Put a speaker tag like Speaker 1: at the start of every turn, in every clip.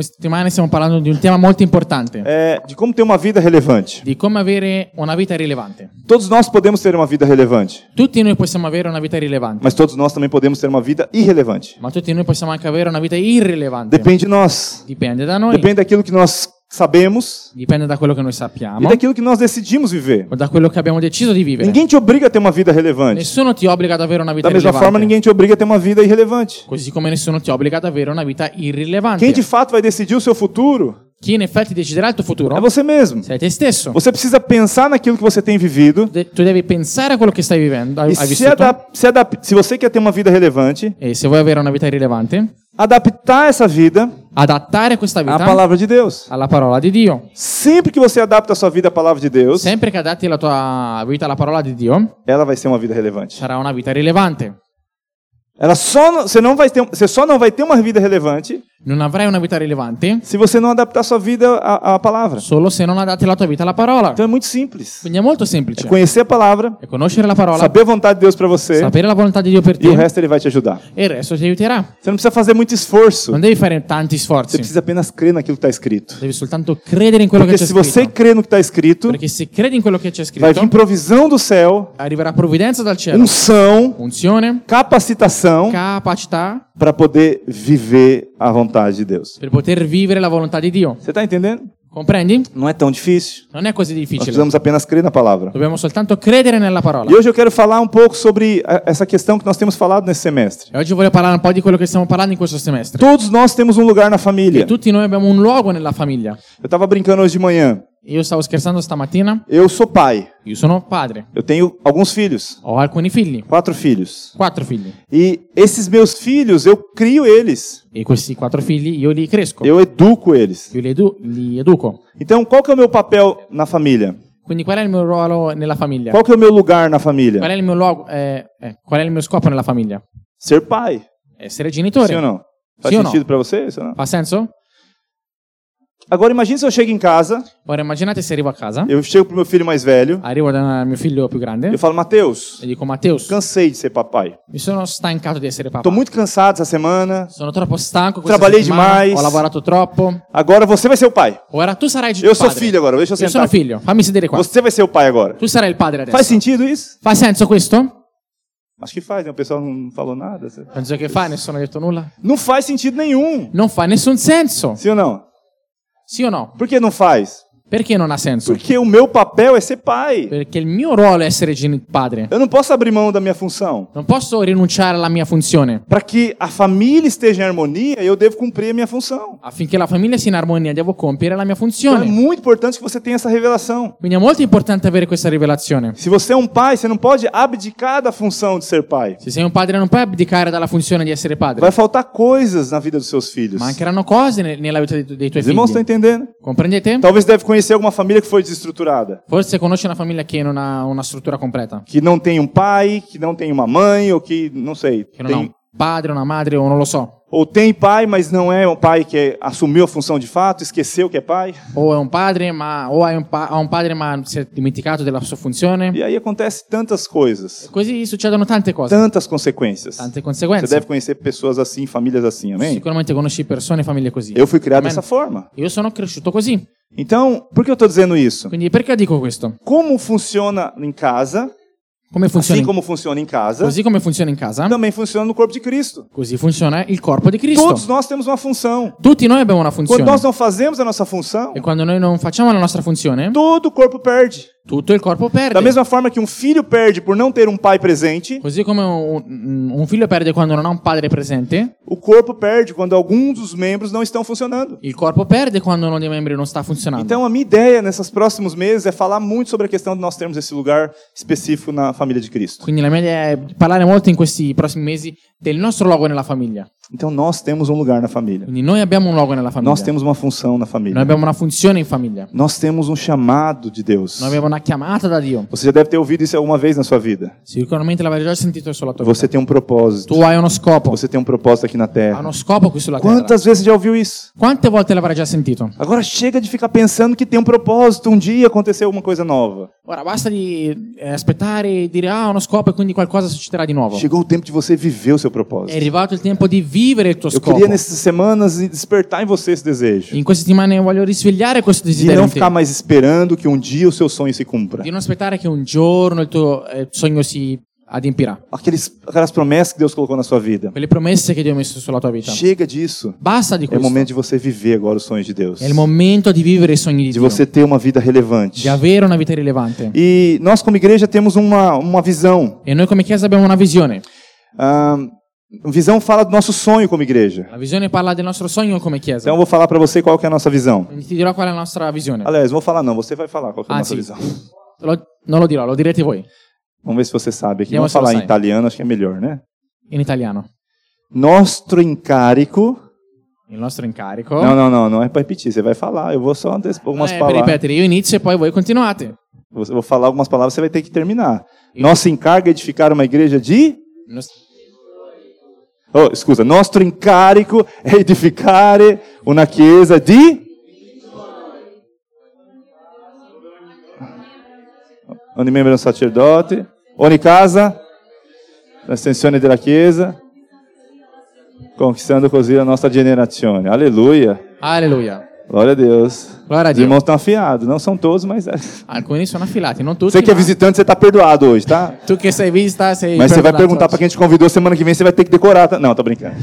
Speaker 1: Questa settimana stiamo parlando di un tema molto importante,
Speaker 2: é, de como ter uma vida relevante.
Speaker 1: di come avere una vita rilevante.
Speaker 2: Todos nós podemos ter uma vida relevante,
Speaker 1: Tutti noi possiamo avere una vita rilevante,
Speaker 2: mas todos nós também podemos ter uma vida irrelevante.
Speaker 1: ma tutti noi possiamo anche avere una vita irrilevante.
Speaker 2: Depende de nós.
Speaker 1: Dipende da noi,
Speaker 2: Depende daquilo que nós sabemos
Speaker 1: dipende da quello che noi
Speaker 2: e
Speaker 1: sappiamo,
Speaker 2: daquilo que nós decidimos viver.
Speaker 1: o da quello che abbiamo deciso di vivere.
Speaker 2: Ninguém te obriga a ter uma vida relevante.
Speaker 1: Nessuno ti obbliga ad avere una vita
Speaker 2: Da mesma
Speaker 1: rilevante,
Speaker 2: forma, ninguém te obriga a ter uma vida irrelevante.
Speaker 1: così come nessuno ti obbliga ad avere una vita irrilevante.
Speaker 2: Quem de fato vai decidir o seu futuro
Speaker 1: Chi in effetti deciderà il tuo futuro
Speaker 2: é você mesmo.
Speaker 1: sei te stesso.
Speaker 2: Você precisa pensar naquilo que você tem vivido
Speaker 1: De- tu devi pensare a quello che stai vivendo, hai
Speaker 2: e
Speaker 1: hai
Speaker 2: se,
Speaker 1: vissuto,
Speaker 2: adap- se, adap- se você quer ter uma vida relevante,
Speaker 1: e se vuoi avere una vita rilevante,
Speaker 2: adaptar essa vida
Speaker 1: adattare questa
Speaker 2: à
Speaker 1: vita
Speaker 2: palavra de Deus.
Speaker 1: alla parola di Dio.
Speaker 2: Sempre que você adapta a sua vida à palavra de Deus,
Speaker 1: Sempre che adatti la tua vita alla parola di Dio,
Speaker 2: ela vai ser uma vida relevante.
Speaker 1: sarà una vita rilevante.
Speaker 2: Ela só não- você não vai ter, você só não vai ter uma vida relevante
Speaker 1: Non avrai una vita rilevante
Speaker 2: se você não adaptar a sua vida à, à palavra.
Speaker 1: solo se non adatti la tua vita alla parola.
Speaker 2: Então é muito simples.
Speaker 1: Quindi è molto semplice.
Speaker 2: É conhecer a palavra,
Speaker 1: È conoscere la parola,
Speaker 2: saber a vontade de Deus para você
Speaker 1: sapere la volontà di Dio per
Speaker 2: e o
Speaker 1: te
Speaker 2: resto ele vai te ajudar.
Speaker 1: e il resto ti aiuterà.
Speaker 2: Você não precisa fazer muito esforço.
Speaker 1: Non devi fare tanti
Speaker 2: Você
Speaker 1: sforzi,
Speaker 2: precisa apenas crer naquilo que está escrito.
Speaker 1: devi soltanto credere in quello
Speaker 2: Porque
Speaker 1: che
Speaker 2: se
Speaker 1: c'è
Speaker 2: você
Speaker 1: scritto.
Speaker 2: crer no que tá está escrito,
Speaker 1: Perché se credi in quello che c'è
Speaker 2: vai
Speaker 1: scritto,
Speaker 2: vir provisão do céu,
Speaker 1: arriverà provvidenza dal cielo,
Speaker 2: unção,
Speaker 1: unzione,
Speaker 2: capacitação
Speaker 1: capacità
Speaker 2: para poder viver a vontade de Deus.
Speaker 1: per poter vivere la volontà di Dio.
Speaker 2: Você está entendendo?
Speaker 1: Comprendi?
Speaker 2: Não é tão difícil.
Speaker 1: Non è così
Speaker 2: Nós
Speaker 1: difficile.
Speaker 2: precisamos apenas crer na palavra.
Speaker 1: Dobbiamo soltanto credere nella parola.
Speaker 2: E hoje eu quero falar um pouco sobre a- essa questão que nós temos falado nesse semestre.
Speaker 1: E oggi voglio parlare un po' di quello che stiamo parlando in questo semestre.
Speaker 2: Todos nós temos um lugar na família.
Speaker 1: Tutti noi abbiamo un luogo nella famiglia.
Speaker 2: Eu estava brincando hoje de manhã.
Speaker 1: Io stavo scherzando stamattina,
Speaker 2: Eu sou pai.
Speaker 1: io sono padre,
Speaker 2: Eu tenho alguns filhos.
Speaker 1: ho alcuni figli,
Speaker 2: Quatro filhos.
Speaker 1: quattro figli.
Speaker 2: E esses meus filhos, eu crio eles.
Speaker 1: E questi quattro figli io li cresco, io
Speaker 2: Eu educo eles.
Speaker 1: li, edu- li educo.
Speaker 2: Então, qual que é o meu papel na família?
Speaker 1: Quindi qual è il mio ruolo nella famiglia?
Speaker 2: Qual que é o meu lugar na
Speaker 1: Qual
Speaker 2: família?
Speaker 1: è il mio luogo? eh, eh, qual è il mio scopo nella famiglia?
Speaker 2: Ser pai.
Speaker 1: Essere
Speaker 2: Sim ou
Speaker 1: genitore.
Speaker 2: não? Faz
Speaker 1: Sim ou não?
Speaker 2: sentido para você? Isso ou não?
Speaker 1: Fa senso?
Speaker 2: Agora, imagine se eu chego em casa,
Speaker 1: Ora immaginate se arrivo a casa,
Speaker 2: eu chego pro meu filho mais velho,
Speaker 1: arrivo da mio figlio più grande
Speaker 2: eu falo, Mateus,
Speaker 1: e dico Matteus,
Speaker 2: cansei de ser papai.
Speaker 1: mi sono stancato di essere
Speaker 2: Tô
Speaker 1: papà.
Speaker 2: muito cansado essa semana.
Speaker 1: Sono troppo stanco questa
Speaker 2: Trabalhei
Speaker 1: settimana,
Speaker 2: demais.
Speaker 1: ho lavorato troppo.
Speaker 2: Agora você vai ser o pai.
Speaker 1: Ora tu sarai il
Speaker 2: Eu sou
Speaker 1: padre.
Speaker 2: filho agora, deixa eu
Speaker 1: Io sono
Speaker 2: sentar.
Speaker 1: figlio, fammi sedere qua.
Speaker 2: Você vai ser o pai agora.
Speaker 1: Tu sarai il padre adesso.
Speaker 2: Faz sentido isso?
Speaker 1: Fa senso questo?
Speaker 2: Acho que faz, né? O pessoal não falou nada. assim.
Speaker 1: Penso che fa, nessuno ha detto nulla.
Speaker 2: Não faz sentido nenhum.
Speaker 1: Non fa nessun senso.
Speaker 2: Sim ou não?
Speaker 1: Sì o no?
Speaker 2: Por que não faz?
Speaker 1: Perché non ha senso?
Speaker 2: Porque o meu papel é ser pai.
Speaker 1: Perché il mio ruolo è essere geni- padre.
Speaker 2: Eu não posso abrir mão da minha função.
Speaker 1: Non posso rinunciare alla mia funzione.
Speaker 2: Para que a família esteja em harmonia, eu devo cumprir a minha função.
Speaker 1: Affinché la famiglia sia in armonia, devo compiere la mia
Speaker 2: Então é
Speaker 1: funzione.
Speaker 2: muito importante que você tenha essa revelação.
Speaker 1: Quindi è molto importante avere questa rivelazione.
Speaker 2: Se você é um pai, você não pode abdicar da função de ser pai.
Speaker 1: Se sei un padre non puoi abdicare dalla funzione di essere padre.
Speaker 2: Vai faltar coisas na vida dos seus filhos.
Speaker 1: Mancheranno cose ne- nella vita dei, tu- dei tuoi
Speaker 2: Os irmãos estão
Speaker 1: figli.
Speaker 2: entendendo?
Speaker 1: Comprendete?
Speaker 2: Talvez deve conhecer alguma família que foi desestruturada,
Speaker 1: Forse conosci una famiglia che non ha una struttura completa.
Speaker 2: que não tem um pai, que não tem uma mãe, ou que não um sei,
Speaker 1: Che non ha un
Speaker 2: tem-
Speaker 1: padre, una madre o non lo so.
Speaker 2: ou tem pai, mas não é um pai que é- assumiu a função de fato, esqueceu que é pai.
Speaker 1: O è un padre, ma o è un pa- ha un padre ma si è dimenticato della sua funzione.
Speaker 2: E aí acontece tantas coisas,
Speaker 1: Così succedono tante cose,
Speaker 2: tantas conseguências.
Speaker 1: tante
Speaker 2: Você
Speaker 1: conseguenze.
Speaker 2: deve conhecer pessoas assim, famílias assim, amém?
Speaker 1: Sicuramente conosci persone e famiglie così.
Speaker 2: Eu fui criado
Speaker 1: Amém.
Speaker 2: dessa forma.
Speaker 1: Io sono cresciuto così.
Speaker 2: Então, por que eu estou dizendo isso?
Speaker 1: Quindi perché dico questo?
Speaker 2: Como funciona em casa,
Speaker 1: Come funziona?
Speaker 2: assim
Speaker 1: in-
Speaker 2: como funciona em casa,
Speaker 1: Così come funziona in casa,
Speaker 2: também funciona no corpo de Cristo.
Speaker 1: così funziona il corpo di
Speaker 2: Todos
Speaker 1: Cristo.
Speaker 2: nós temos uma função.
Speaker 1: Tutti noi abbiamo una
Speaker 2: Quando
Speaker 1: funzione.
Speaker 2: nós não fazemos a nossa função,
Speaker 1: E quando noi non facciamo la nostra funzione,
Speaker 2: todo o corpo perde.
Speaker 1: tutto il corpo
Speaker 2: Da
Speaker 1: perde.
Speaker 2: mesma forma que um filho perde por não ter um pai presente,
Speaker 1: Così come un, un figlio perde quando non ha un padre presente,
Speaker 2: o corpo perde quando alguns dos membros não estão funcionando.
Speaker 1: il corpo perde quando uno dei membri non sta funzionando.
Speaker 2: Então, a minha ideia nesses próximos meses é falar muito sobre a questão de nós termos esse lugar específico na família de Cristo.
Speaker 1: Quindi la mia idea è parlare molto in questi prossimi mesi del nostro luogo nella famiglia.
Speaker 2: Então, nós temos um lugar na família.
Speaker 1: Quindi noi abbiamo un luogo nella famiglia.
Speaker 2: Nós temos uma função na
Speaker 1: Noi
Speaker 2: família.
Speaker 1: abbiamo una funzione in famiglia.
Speaker 2: Nós temos um chamado de Deus.
Speaker 1: Noi abbiamo una chiamata da Dio.
Speaker 2: Você já deve ter ouvido isso alguma vez na sua vida.
Speaker 1: Sicuramente l'avrai già sentito sulla tua vita.
Speaker 2: Você tem um propósito.
Speaker 1: Tu hai uno scopo.
Speaker 2: Você tem um propósito aqui na
Speaker 1: Ha
Speaker 2: terra.
Speaker 1: uno scopo qui sulla Ah, terra.
Speaker 2: Quantas vezes você já ouviu isso?
Speaker 1: Quante volte l'avrai già sentito?
Speaker 2: Agora chega de ficar pensando que tem um propósito, um dia aconteceu alguma coisa nova.
Speaker 1: Ora basta di eh, aspettare e dire ah ho uno scopo e quindi qualcosa succederà di nuovo.
Speaker 2: Chegou o tempo de você viver o seu
Speaker 1: È
Speaker 2: propósito.
Speaker 1: arrivato il tempo di vivere il tuo
Speaker 2: Eu
Speaker 1: scopo.
Speaker 2: queria nessas semanas despertar em você esse desejo.
Speaker 1: In queste settimane io voglio risvegliare questo
Speaker 2: De
Speaker 1: desiderio
Speaker 2: não
Speaker 1: in te,
Speaker 2: ficar mais esperando que um dia o seu sonho se cumpra.
Speaker 1: di non aspettare che un giorno il tuo eh, sogno si adempirà.
Speaker 2: Aqueles, aquelas promessas que Deus colocou na sua vida.
Speaker 1: Quelle promesse che Dio ha messo sulla tua vita.
Speaker 2: Chega disso.
Speaker 1: Basta di
Speaker 2: É o
Speaker 1: questo.
Speaker 2: momento de você viver agora os sonhos de Deus.
Speaker 1: È il É momento di vivere i sogni di
Speaker 2: De
Speaker 1: Dio,
Speaker 2: você ter uma vida relevante.
Speaker 1: di avere una vita rilevante.
Speaker 2: E nós, como igreja, temos uma, uma visão.
Speaker 1: E noi come Chiesa abbiamo una visione.
Speaker 2: Ah, visão fala do nosso sonho como igreja.
Speaker 1: La visione parla del nostro sogno come Chiesa.
Speaker 2: Então eu vou falar para você qual que é a nossa visão.
Speaker 1: Quindi ti dirò qual è la nostra visione.
Speaker 2: Aliás, vou falar não, você vai falar qual que é
Speaker 1: Ah,
Speaker 2: a nossa
Speaker 1: sim.
Speaker 2: visão.
Speaker 1: Lo- non lo dirò, lo direte voi,
Speaker 2: Vamos ver se você sabe aqui.
Speaker 1: Vediamo
Speaker 2: Vamos
Speaker 1: se lo
Speaker 2: falar em
Speaker 1: sai.
Speaker 2: italiano, acho que é melhor, né?
Speaker 1: in italiano.
Speaker 2: Nostro incarico.
Speaker 1: Il nostro incarico...
Speaker 2: Não, não, não, não é para repetir, você vai falar. Eu vou só antecipar algumas
Speaker 1: Eh, per
Speaker 2: palavras.
Speaker 1: ripetere, io inizio e poi voi continuate.
Speaker 2: Eu vou falar algumas palavras, você vai ter que terminar. Nosso encargo é edificar uma igreja de.
Speaker 1: Il nostro-
Speaker 2: Oh, scusa, nostro incarico é edificar uma chiesa de. Ogni membro è un sacerdote, ogni casa, l'estensione della chiesa, conquistando così la nostra generazione. Aleluia.
Speaker 1: Alleluia.
Speaker 2: Glória a Deus.
Speaker 1: Glória a
Speaker 2: Os
Speaker 1: Deus.
Speaker 2: irmãos estão afiados, não são todos, mas. é.
Speaker 1: Alcuni sono affilati, non tutti.
Speaker 2: Você que é
Speaker 1: ma
Speaker 2: visitante, você está perdoado hoje, tá?
Speaker 1: Tu che sei vista sei
Speaker 2: Mas você vai
Speaker 1: perdonato
Speaker 2: perguntar pra
Speaker 1: oggi.
Speaker 2: quem te convidou semana que vem, você vai ter que decorar. Tá? Não, tô brincando.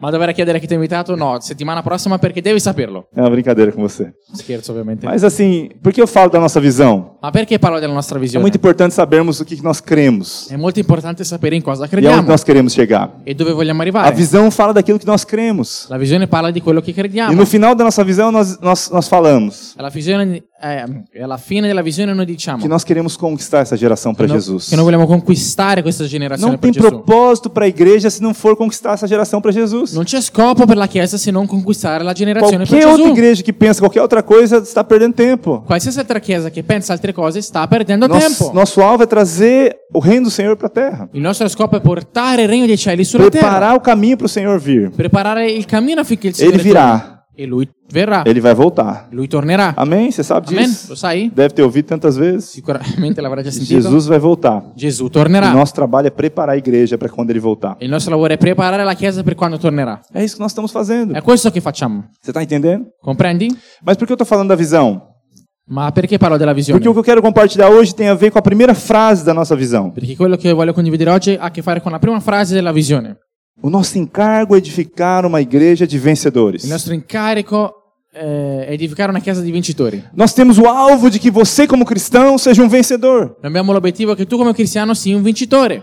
Speaker 1: Ma dovrei chiedere chi ti ha invitato? No, settimana prossima perché devi saperlo.
Speaker 2: É uma brincadeira com você.
Speaker 1: Scherzo ovviamente.
Speaker 2: Mas assim, por que eu falo da nossa visão?
Speaker 1: Ma perché parlo della nostra
Speaker 2: É
Speaker 1: visione?
Speaker 2: muito importante sabermos o que que nós cremos
Speaker 1: È molto importante sapere in cosa
Speaker 2: e aonde
Speaker 1: crediamo
Speaker 2: nós queremos chegar.
Speaker 1: e dove vogliamo
Speaker 2: A
Speaker 1: arrivare.
Speaker 2: visão fala daquilo que nós cremos.
Speaker 1: La visione parla di quello che
Speaker 2: E
Speaker 1: crediamo.
Speaker 2: no final da nossa visão, nós, nós, nós falamos
Speaker 1: Alla, visione, eh, e alla fine della visione noi diciamo
Speaker 2: que nós queremos conquistar essa geração para
Speaker 1: che, no-
Speaker 2: Jesus.
Speaker 1: che noi vogliamo conquistare questa generazione
Speaker 2: Não
Speaker 1: per
Speaker 2: tem
Speaker 1: Gesù.
Speaker 2: propósito para a igreja se não for conquistar essa geração para Jesus.
Speaker 1: Non c'è scopo per la Chiesa se non conquistare la generazione per
Speaker 2: Qualquer outra
Speaker 1: Gesù.
Speaker 2: igreja que pensa qualquer outra coisa está perdendo tempo.
Speaker 1: Qualsiasi altra Chiesa che pensa altre cose sta perdendo
Speaker 2: Nosso,
Speaker 1: tempo.
Speaker 2: nosso alvo é trazer o reino do Senhor para a terra.
Speaker 1: Il nostro scopo è portare il regno dei cieli sulla é terra,
Speaker 2: Preparar o caminho para o Senhor vir.
Speaker 1: preparare il cammino affinché il Signore
Speaker 2: Ele virá.
Speaker 1: torni. E lui verrà,
Speaker 2: Ele vai voltar.
Speaker 1: lui tornerà.
Speaker 2: Amém? Você sabe
Speaker 1: Amen?
Speaker 2: disso?
Speaker 1: Lo sai?
Speaker 2: Deve ter ouvido tantas vezes.
Speaker 1: Sicuramente l'avrà già sentito.
Speaker 2: Jesus vai voltar.
Speaker 1: Gesù
Speaker 2: O
Speaker 1: tornerà.
Speaker 2: nosso trabalho é preparar a igreja para quando ele voltar.
Speaker 1: Il nostro lavoro è preparare la Chiesa per quando tornerà.
Speaker 2: É isso que nós estamos fazendo.
Speaker 1: È questo che facciamo.
Speaker 2: Você está entendendo?
Speaker 1: Comprendi?
Speaker 2: Mas por que eu estou falando da visão?
Speaker 1: Ma perché parlo della visione?
Speaker 2: Porque o que eu quero compartilhar hoje tem a ver com a primeira frase da nossa visão.
Speaker 1: Perché quello che voglio condividere oggi ha a che fare con la prima frase della visione.
Speaker 2: O nosso encargo é edificar uma igreja de vencedores.
Speaker 1: Il nostro incarico eh, è edificare una Chiesa di vincitori.
Speaker 2: Nós temos o alvo de que você, como cristão, seja um vencedor.
Speaker 1: Noi abbiamo l'obiettivo che tu come cristiano sii un vincitore.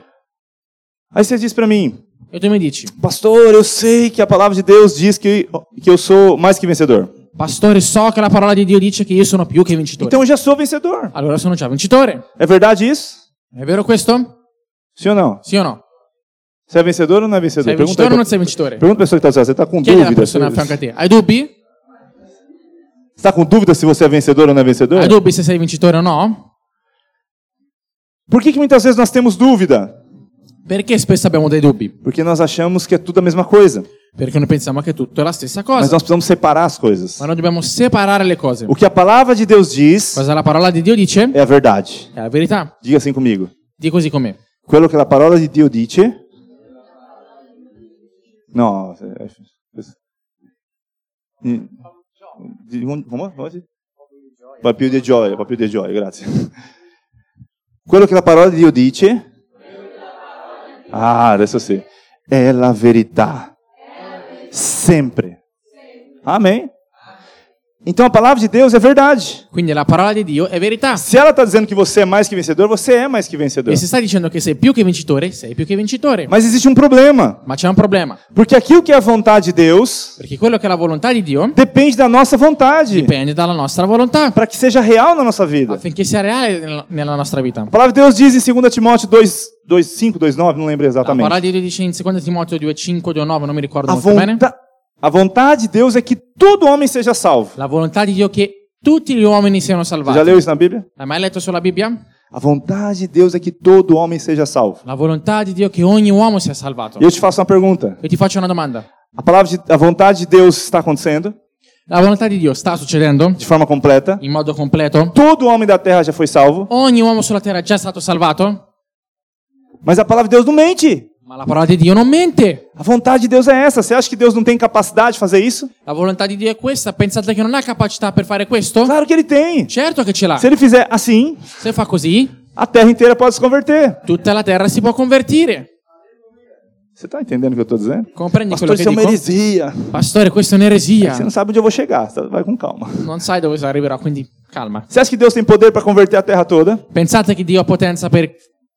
Speaker 2: Aí você diz para mim,
Speaker 1: E tu mi dici,
Speaker 2: pastor, eu sei que a palavra de Deus diz que, que eu sou mais que vencedor.
Speaker 1: pastore, so che la parola di Dio dice che io sono più che vincitore.
Speaker 2: Então eu já sou vencedor.
Speaker 1: Allora sono già vincitore.
Speaker 2: É verdade isso?
Speaker 1: È vero questo?
Speaker 2: Sim ou não?
Speaker 1: Sì o no?
Speaker 2: Você é vencedor ou não é vencedor?
Speaker 1: Sei
Speaker 2: Pergunta,
Speaker 1: vincitore o
Speaker 2: aí
Speaker 1: non
Speaker 2: pra...
Speaker 1: sei vincitore?
Speaker 2: Pergunta pra pessoa que tá do seu lado, você tá com
Speaker 1: Chiedi alla
Speaker 2: dúvida?
Speaker 1: persona a
Speaker 2: Você
Speaker 1: fianco a te. Hai dubbi?
Speaker 2: você tá com dúvida se você é vencedor ou não é vencedor?
Speaker 1: Hai dubbi se sei vincitore o no?
Speaker 2: Por que, que muitas vezes nós temos dúvida?
Speaker 1: Perché spesso abbiamo dei dubbi?
Speaker 2: Porque nós achamos que é tudo a mesma coisa.
Speaker 1: Perché noi pensiamo che tutto è la stessa
Speaker 2: Mas
Speaker 1: cosa.
Speaker 2: nós precisamos separar as coisas.
Speaker 1: Ma noi dobbiamo separare le cose.
Speaker 2: O que a palavra de Deus diz
Speaker 1: Cosa la parola di Dio dice?
Speaker 2: é a verdade.
Speaker 1: È la verità.
Speaker 2: Diga assim comigo.
Speaker 1: Di così com'è.
Speaker 2: Quello che la parola di Dio dice. No. eh, eh, di- un- Come? Come si? Va più di gioia, va più di gioia, grazie. Quello che la parola di Dio dice. Ah, adesso sì. È la verità. Sempre. Amém. Então a palavra de Deus é verdade.
Speaker 1: Quindi la parola di Dio è verità.
Speaker 2: Se ela está dizendo que você é mais que vencedor, você é mais que vencedor.
Speaker 1: E se sta dicendo che sei più che vincitore, sei più che vincitore.
Speaker 2: Mas existe um problema.
Speaker 1: Ma c'è un problema.
Speaker 2: Porque aquilo que é a vontade de Deus
Speaker 1: Perché quello che è la volontà di Dio
Speaker 2: depende da nossa vontade
Speaker 1: dipende dalla nostra volontà.
Speaker 2: para que seja real na nossa vida.
Speaker 1: Affinché sia reale nel- nella nostra vita.
Speaker 2: A palavra de Deus diz em 2 Timóteo 2, 2 5, 2, 9, não lembro
Speaker 1: La parola
Speaker 2: exatamente.
Speaker 1: di Dio dice in 2 Timoteo 2,5, 2,9, non mi ricordo
Speaker 2: A,
Speaker 1: molto bene.
Speaker 2: vonta- a vontade de Deus é que todo homem seja salvo.
Speaker 1: La volontà di Dio è che tutti gli uomini siano
Speaker 2: Você já
Speaker 1: salvati.
Speaker 2: leu isso na Bíblia?
Speaker 1: L'hai mai letto sulla Bibbia?
Speaker 2: A vontade de Deus é que todo homem seja salvo.
Speaker 1: La volontà di Dio è che ogni uomo sia salvato.
Speaker 2: E eu te faço uma pergunta.
Speaker 1: Io ti faccio una domanda.
Speaker 2: A palavra de- a vontade de Deus está acontecendo
Speaker 1: La volontà di Dio sta succedendo
Speaker 2: de forma completa?
Speaker 1: in modo completo?
Speaker 2: Todo homem da terra já foi salvo,
Speaker 1: Ogni uomo sulla terra è già stato salvato?
Speaker 2: mas a palavra de Deus não mente.
Speaker 1: Ma la parola di Dio non mente.
Speaker 2: A vontade de Deus é essa. Você acha que Deus não tem capacidade de fazer isso?
Speaker 1: La volontà di Dio è questa. Pensate che non ha capacità per fare questo?
Speaker 2: Claro que ele tem.
Speaker 1: Certo che ce l'ha.
Speaker 2: Se ele fizer assim,
Speaker 1: Se fa così,
Speaker 2: a terra inteira pode se converter.
Speaker 1: tutta la terra si può convertire.
Speaker 2: Você tá entendendo o que eu tô dizendo?
Speaker 1: Comprendi quello
Speaker 2: Pastor,
Speaker 1: che
Speaker 2: isso é uma
Speaker 1: dico?
Speaker 2: heresia.
Speaker 1: Pastore, questa è
Speaker 2: Você
Speaker 1: un'eresia.
Speaker 2: não sabe onde eu vou chegar. tá? Vai com calma.
Speaker 1: Non sai dove arriverò, quindi calma.
Speaker 2: Você acha que Deus tem poder para converter a terra toda?
Speaker 1: Pensate che Dio ha potenza per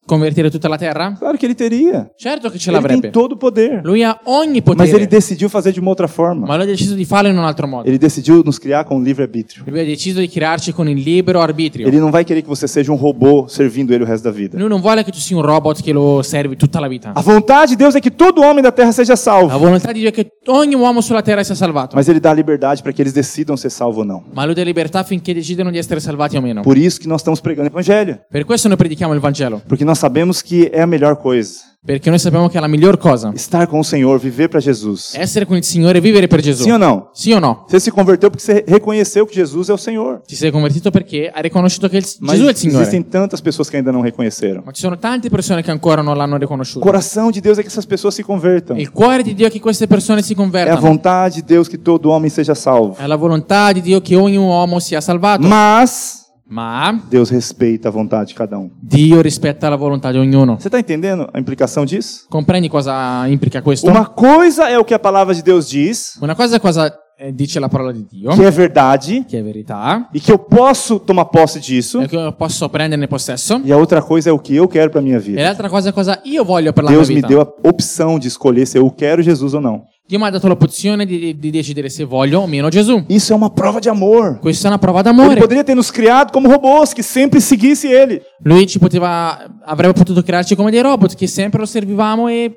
Speaker 1: convertire tutta la terra?
Speaker 2: Claro que ele teria.
Speaker 1: Certo che ce
Speaker 2: Ele tem
Speaker 1: l'avrebbe.
Speaker 2: todo o poder.
Speaker 1: Lui ha ogni
Speaker 2: Mas ele
Speaker 1: potere,
Speaker 2: decidiu fazer de uma outra forma.
Speaker 1: ma lui ha deciso di farlo in un altro modo.
Speaker 2: Ele decidiu nos criar com livre-arbítrio.
Speaker 1: Lui ha deciso di crearci con il libero arbitrio.
Speaker 2: Ele não vai querer que você seja um robô servindo ele o resto da vida.
Speaker 1: Lui non vuole che tu sia un robot che lo servi tutta la vita.
Speaker 2: A vontade de Deus é que todo homem da terra seja
Speaker 1: La
Speaker 2: salvo.
Speaker 1: volontà di Dio è che ogni uomo sulla terra sia salvato.
Speaker 2: Mas ele dá liberdade para que eles decidam ser salvos ou não.
Speaker 1: Ma lui dà libertà finché decidono di essere salvati o meno.
Speaker 2: Por isso que nós estamos pregando o evangelho.
Speaker 1: Per questo noi predichiamo il Vangelo.
Speaker 2: Porque nós sabemos que é a melhor coisa.
Speaker 1: Perché noi sappiamo che è la miglior cosa.
Speaker 2: Estar com o Senhor, viver para Jesus.
Speaker 1: Essere con il Signore e vivere per Gesù.
Speaker 2: Sim ou não?
Speaker 1: Sì o no?
Speaker 2: Você se converteu porque você reconheceu que Jesus é o Senhor.
Speaker 1: Ti sei convertito perché hai riconosciuto che il-
Speaker 2: Mas
Speaker 1: Gesù è il Signore.
Speaker 2: existem tantas pessoas que ainda não reconheceram.
Speaker 1: Ma ci sono tante persone che ancora non l'hanno
Speaker 2: O
Speaker 1: riconosciuto.
Speaker 2: coração de Deus é que essas pessoas se convertam.
Speaker 1: Il cuore di Dio è che queste persone si
Speaker 2: É a
Speaker 1: convertano.
Speaker 2: vontade de Deus que todo homem seja salvo.
Speaker 1: È la volontà di Dio che ogni uomo sia salvato.
Speaker 2: Mas
Speaker 1: Ma
Speaker 2: Deus respeita a vontade de cada um.
Speaker 1: Dio rispetta la volontà di ognuno.
Speaker 2: Você está entendendo a implicação disso?
Speaker 1: Comprendi cosa implica questo?
Speaker 2: Uma coisa é o que a palavra de Deus diz,
Speaker 1: Una cosa è cosa eh, dice la parola di Dio,
Speaker 2: que é verdade,
Speaker 1: che è verità,
Speaker 2: e que eu posso tomar posse disso,
Speaker 1: e che io posso prenderne possesso.
Speaker 2: e a outra coisa é o que eu quero para minha
Speaker 1: E
Speaker 2: vida.
Speaker 1: l'altra cosa è cosa io voglio per la mia
Speaker 2: Deus me
Speaker 1: vita.
Speaker 2: deu a opção de escolher se eu quero Jesus ou não.
Speaker 1: Dio mi ha dato l'opzione di, di decidere se voglio o meno Gesù.
Speaker 2: Isso é uma prova de amor.
Speaker 1: Questa è una prova
Speaker 2: Ele
Speaker 1: d'amore.
Speaker 2: poderia ter nos criado como robôs que sempre seguisse ele.
Speaker 1: Lui ci poteva, avrebbe potuto crearci come dei robot che sempre lo servivamo e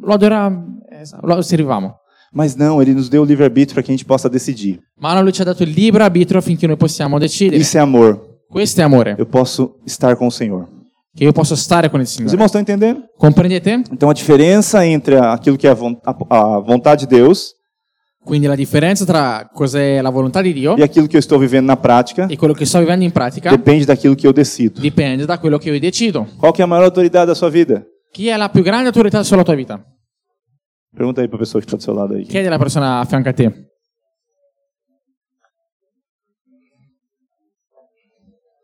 Speaker 1: lo adoravamo. Esatto, Lo servivamo.
Speaker 2: Mas não, ele nos deu o livre-arbítrio para que a gente possa decidir.
Speaker 1: Ma no, lui ci ha dato il libero arbitrio affinché noi possiamo decidere.
Speaker 2: Isso é amor.
Speaker 1: Questo è amore,
Speaker 2: Eu posso estar com o Senhor.
Speaker 1: che io posso stare con il
Speaker 2: Os
Speaker 1: Signore.
Speaker 2: irmãos estão entendendo?
Speaker 1: Comprendete?
Speaker 2: Então a diferença entre aquilo que é a von- a a vontade de Deus
Speaker 1: Quindi la differenza tra cos'è la volontà di Dio
Speaker 2: e aquilo que eu estou vivendo na prática
Speaker 1: e quello che sto vivendo in pratica
Speaker 2: depende daquilo que eu decido.
Speaker 1: dipende da quello che io decido.
Speaker 2: Qual que é a maior autoridade da sua vida?
Speaker 1: Chi è la più grande autorità sulla tua vita?
Speaker 2: Pergunta aí pra pessoa que tá do seu lado aí.
Speaker 1: Chiedi alla persona a fianco a te.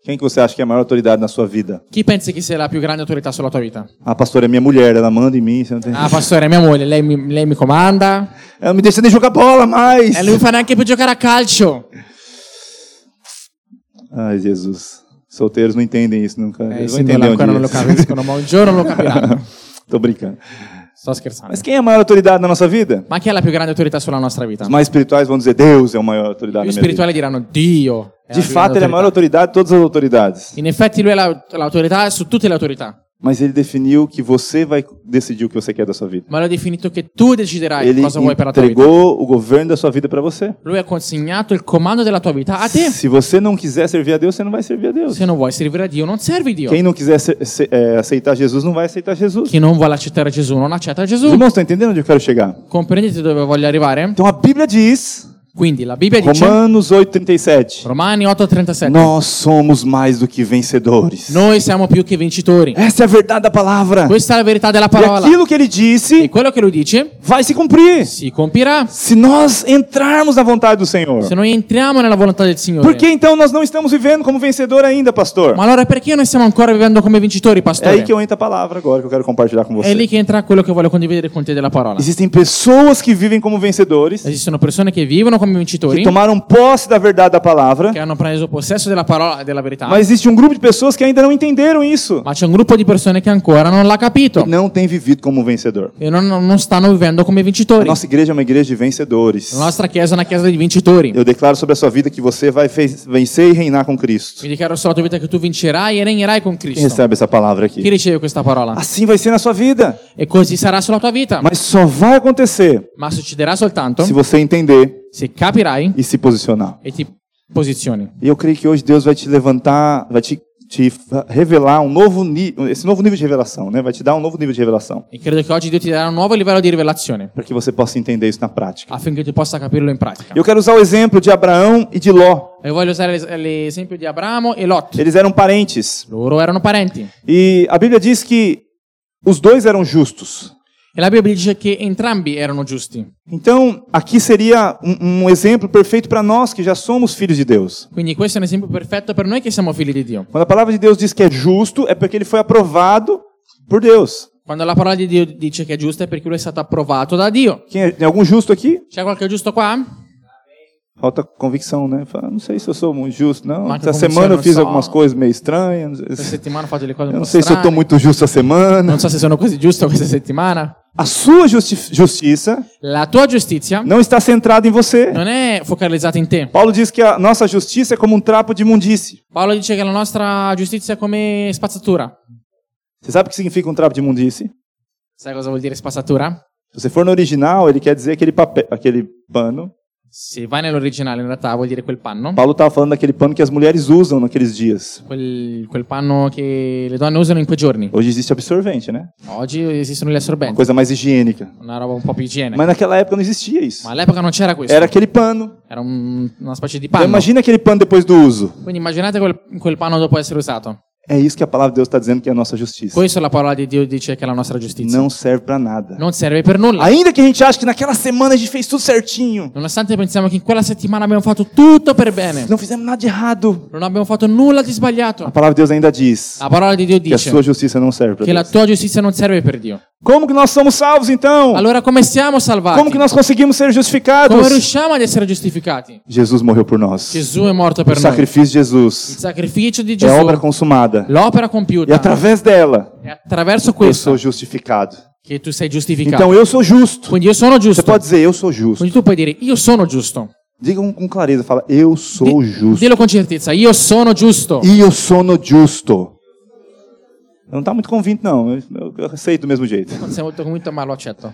Speaker 2: Quem que você acha que é a maior autoridade na sua vida?
Speaker 1: Chi pensi che sia la più grande autorità sulla tua vita?
Speaker 2: Ah, pastor, é minha mulher, ela manda em mim. Você não tem...
Speaker 1: Ah, pastore, è mia moglie, lei mi, lei mi comanda.
Speaker 2: Ela me deixa nem jogar bola mais.
Speaker 1: E lui fa neanche più giocare a calcio.
Speaker 2: Ai, Jesus. Solteiros não entendem É, isso nunca.
Speaker 1: Eh,
Speaker 2: Eles
Speaker 1: sì,
Speaker 2: vão
Speaker 1: no,
Speaker 2: entender onde
Speaker 1: ancora non lo
Speaker 2: isso. é
Speaker 1: capiscono, ma un giorno lo capiranno.
Speaker 2: Tô brincando.
Speaker 1: Sto scherzando.
Speaker 2: Mas quem é a maior autoridade na nossa vida?
Speaker 1: Ma chi è la più grande autorità sulla nostra vita?
Speaker 2: Os mais espirituais vão dizer, Deus é a maior autoridade
Speaker 1: Gli
Speaker 2: na minha vida.
Speaker 1: spirituali diranno Dio. è la
Speaker 2: De
Speaker 1: più
Speaker 2: fato,
Speaker 1: grande
Speaker 2: ele é a maior
Speaker 1: autorità.
Speaker 2: autoridade de todas as autoridades.
Speaker 1: In effetti lui è la- l'autorità su tutte le autorità.
Speaker 2: Mas ele definiu que você vai decidir o que você quer da sua vida.
Speaker 1: Ma l'ha definito che tu deciderai
Speaker 2: Ele
Speaker 1: cosa vuoi per la tua vita.
Speaker 2: entregou o governo da sua vida para você.
Speaker 1: Lui ha consegnato il comando della tua vita a te.
Speaker 2: Se você não quiser servir a Deus, você não vai servir a Deus.
Speaker 1: Se non vuoi servire a Dio, non servi Dio.
Speaker 2: Quem não quiser se- se- é, aceitar Jesus, não vai aceitar Jesus.
Speaker 1: Chi non vuole accettare Gesù, non accetta
Speaker 2: Os
Speaker 1: Gesù.
Speaker 2: irmãos estão entendendo onde eu quero chegar?
Speaker 1: Comprendete dove voglio arrivare?
Speaker 2: Então a Bíblia diz,
Speaker 1: Quindi la Bibbia dice,
Speaker 2: Romanos 8,37,
Speaker 1: Romani 8:37,
Speaker 2: nós somos mais do que vencedores.
Speaker 1: noi siamo più che vincitori.
Speaker 2: Essa é a verdade da palavra.
Speaker 1: Questa è la verità della
Speaker 2: E
Speaker 1: parola.
Speaker 2: aquilo que ele
Speaker 1: E
Speaker 2: disse
Speaker 1: quello che lui dice
Speaker 2: vai se cumprir.
Speaker 1: si compirà
Speaker 2: Se nós entrarmos na vontade do Senhor.
Speaker 1: se noi entriamo nella volontà del Signore.
Speaker 2: Por que então nós não estamos vivendo como vencedor ainda, pastor?
Speaker 1: Ma allora perché noi stiamo ancora vivendo come vincitori,
Speaker 2: É aí
Speaker 1: pastore?
Speaker 2: que eu entro a palavra agora que eu quero compartilhar com
Speaker 1: È
Speaker 2: você.
Speaker 1: lì che entra quello che voglio condividere con te della parola.
Speaker 2: Existem pessoas que vivem como vencedores,
Speaker 1: Esistono persone che vivono come
Speaker 2: que é
Speaker 1: vincitori,
Speaker 2: tomaram posse da verdade da palavra,
Speaker 1: che hanno preso possesso della parola e della verità,
Speaker 2: mas existe um grupo de pessoas que ainda não entenderam isso
Speaker 1: ma c'è un gruppo di persone che ancora non l'ha capito
Speaker 2: e não tem vivido como vencedor.
Speaker 1: e non, non stanno vivendo come
Speaker 2: A
Speaker 1: vincitori. La
Speaker 2: nossa igreja é uma igreja de vencedores.
Speaker 1: nostra chiesa è una chiesa di vincitori.
Speaker 2: Eu declaro sobre a sua vida que você vai fe- vencer e reinar com Cristo.
Speaker 1: Mi dichiaro sulla tua vita che tu vincerai e regnerai con
Speaker 2: Quem
Speaker 1: Cristo.
Speaker 2: recebe essa palavra
Speaker 1: Chi
Speaker 2: aqui?
Speaker 1: riceve questa parola?
Speaker 2: Assim vai ser na sua vida,
Speaker 1: E così sarà sulla tua vita.
Speaker 2: mas só vai acontecer
Speaker 1: Ma succederà soltanto
Speaker 2: se você entender
Speaker 1: se capirai
Speaker 2: e se posicionar.
Speaker 1: e ti posizioni.
Speaker 2: E eu creio que hoje Deus vai te levantar, vai te, te fa- revelar um novo nível, esse novo nível de revelação, né? Vai te dar um novo nível de revelação,
Speaker 1: E credo che oggi Dio ti darà un nuovo livello di rivelazione
Speaker 2: para que você possa entender isso na prática.
Speaker 1: affinché tu possa capirlo in pratica.
Speaker 2: Eu quero usar o exemplo de Abraão e de Ló.
Speaker 1: E voglio usare l'es- l'esempio di Abramo e Lot.
Speaker 2: Eles eram parentes.
Speaker 1: Loro erano parenti
Speaker 2: E a Bíblia diz que os dois eram justos.
Speaker 1: E la Bibbia dice che entrambi erano giusti.
Speaker 2: Então, aqui seria um, um exemplo perfeito para nós que já somos filhos de Deus.
Speaker 1: Quindi questo è un esempio perfetto per noi che siamo figli di Dio.
Speaker 2: Quando a palavra de Deus diz que é justo, é porque ele foi aprovado por Deus.
Speaker 1: Quando la parola di Dio dice che è giusta è perché lui è stato approvato da Dio.
Speaker 2: Quem é- tem algum justo aqui?
Speaker 1: C'è qualche giusto qua?
Speaker 2: Falta convicção, né? Fala, não sei se eu sou muito justo, não.
Speaker 1: Marca
Speaker 2: Essa
Speaker 1: convicção,
Speaker 2: semana eu
Speaker 1: não
Speaker 2: fiz
Speaker 1: só.
Speaker 2: algumas coisas meio estranhas.
Speaker 1: Questa settimana ho fatto delle cose
Speaker 2: Eu
Speaker 1: un
Speaker 2: não
Speaker 1: po'
Speaker 2: sei se eu estou
Speaker 1: strane.
Speaker 2: muito justo essa semana.
Speaker 1: Non so se sono così giusto questa settimana.
Speaker 2: A sua justi- justiça
Speaker 1: La tua giustizia
Speaker 2: não está centrada em você.
Speaker 1: non è focalizzata in te.
Speaker 2: Paulo diz que a nossa justiça é como um trapo de imundície.
Speaker 1: Paolo dice che la nostra giustizia è come spazzatura.
Speaker 2: Você sabe o que significa um trapo de imundície?
Speaker 1: Sai cosa vuol dire spazzatura?
Speaker 2: Se você for no original, ele quer dizer aquele papel, aquele pano.
Speaker 1: Se vai nell'originale in realtà vuol dire quel panno.
Speaker 2: Paulo estava falando daquele pano que as mulheres usam naqueles dias.
Speaker 1: Quel, quel panno che le donne usano in quei giorni.
Speaker 2: Hoje existe absorvente, né?
Speaker 1: Oggi esistono gli
Speaker 2: Uma
Speaker 1: assorbenti,
Speaker 2: coisa mais higiênica.
Speaker 1: una roba un po' più igiene.
Speaker 2: Mas naquela época não existia isso.
Speaker 1: Ma all'epoca non c'era questo.
Speaker 2: Era aquele pano.
Speaker 1: Era un- una specie di
Speaker 2: Então
Speaker 1: panno.
Speaker 2: imagina aquele pano depois do uso.
Speaker 1: Quindi immaginate quel, quel panno dopo essere usato.
Speaker 2: É isso que a palavra de Deus está dizendo que é a nossa justiça.
Speaker 1: Questo la parola di Dio dice che è la nostra giustizia.
Speaker 2: Não serve para nada.
Speaker 1: Non serve per nulla.
Speaker 2: Ainda que a gente ache que naquela semana a gente fez tudo certinho.
Speaker 1: Nonostante pensiamo che in quella settimana abbiamo fatto tutto per bene,
Speaker 2: Não fizemos nada de errado.
Speaker 1: non abbiamo fatto nulla di
Speaker 2: A
Speaker 1: sbagliato.
Speaker 2: palavra de Deus ainda diz
Speaker 1: La parola di Dio
Speaker 2: que a sua
Speaker 1: dice
Speaker 2: justiça não serve para
Speaker 1: che la
Speaker 2: Deus.
Speaker 1: tua giustizia non serve per Dio.
Speaker 2: Como que nós somos salvos então?
Speaker 1: Allora come siamo salvati?
Speaker 2: Como que nós conseguimos ser
Speaker 1: Come
Speaker 2: justificados?
Speaker 1: riusciamo ad essere giustificati?
Speaker 2: Jesus morreu por nós.
Speaker 1: Gesù è morto
Speaker 2: O
Speaker 1: per noi.
Speaker 2: sacrifício de
Speaker 1: Il
Speaker 2: Jesus
Speaker 1: sacrificio di
Speaker 2: é a obra
Speaker 1: Gesù,
Speaker 2: consumada.
Speaker 1: l'opera
Speaker 2: E
Speaker 1: compiuta,
Speaker 2: através dela
Speaker 1: è attraverso
Speaker 2: eu
Speaker 1: questo
Speaker 2: sou justificado.
Speaker 1: che tu sei giustificato.
Speaker 2: Então eu sou justo.
Speaker 1: Quindi io sono
Speaker 2: Você
Speaker 1: giusto.
Speaker 2: pode dizer eu sou justo.
Speaker 1: Quindi tu puoi dire io sono giusto.
Speaker 2: Diga com, com clareza, fala eu sou justo.
Speaker 1: Dillo con certezza, io sono giusto.
Speaker 2: E eu sou no justo. Não tá muito convinto não, eu, eu- eu aceito do mesmo jeito.
Speaker 1: Non sei molto convinto, ma lo accetto.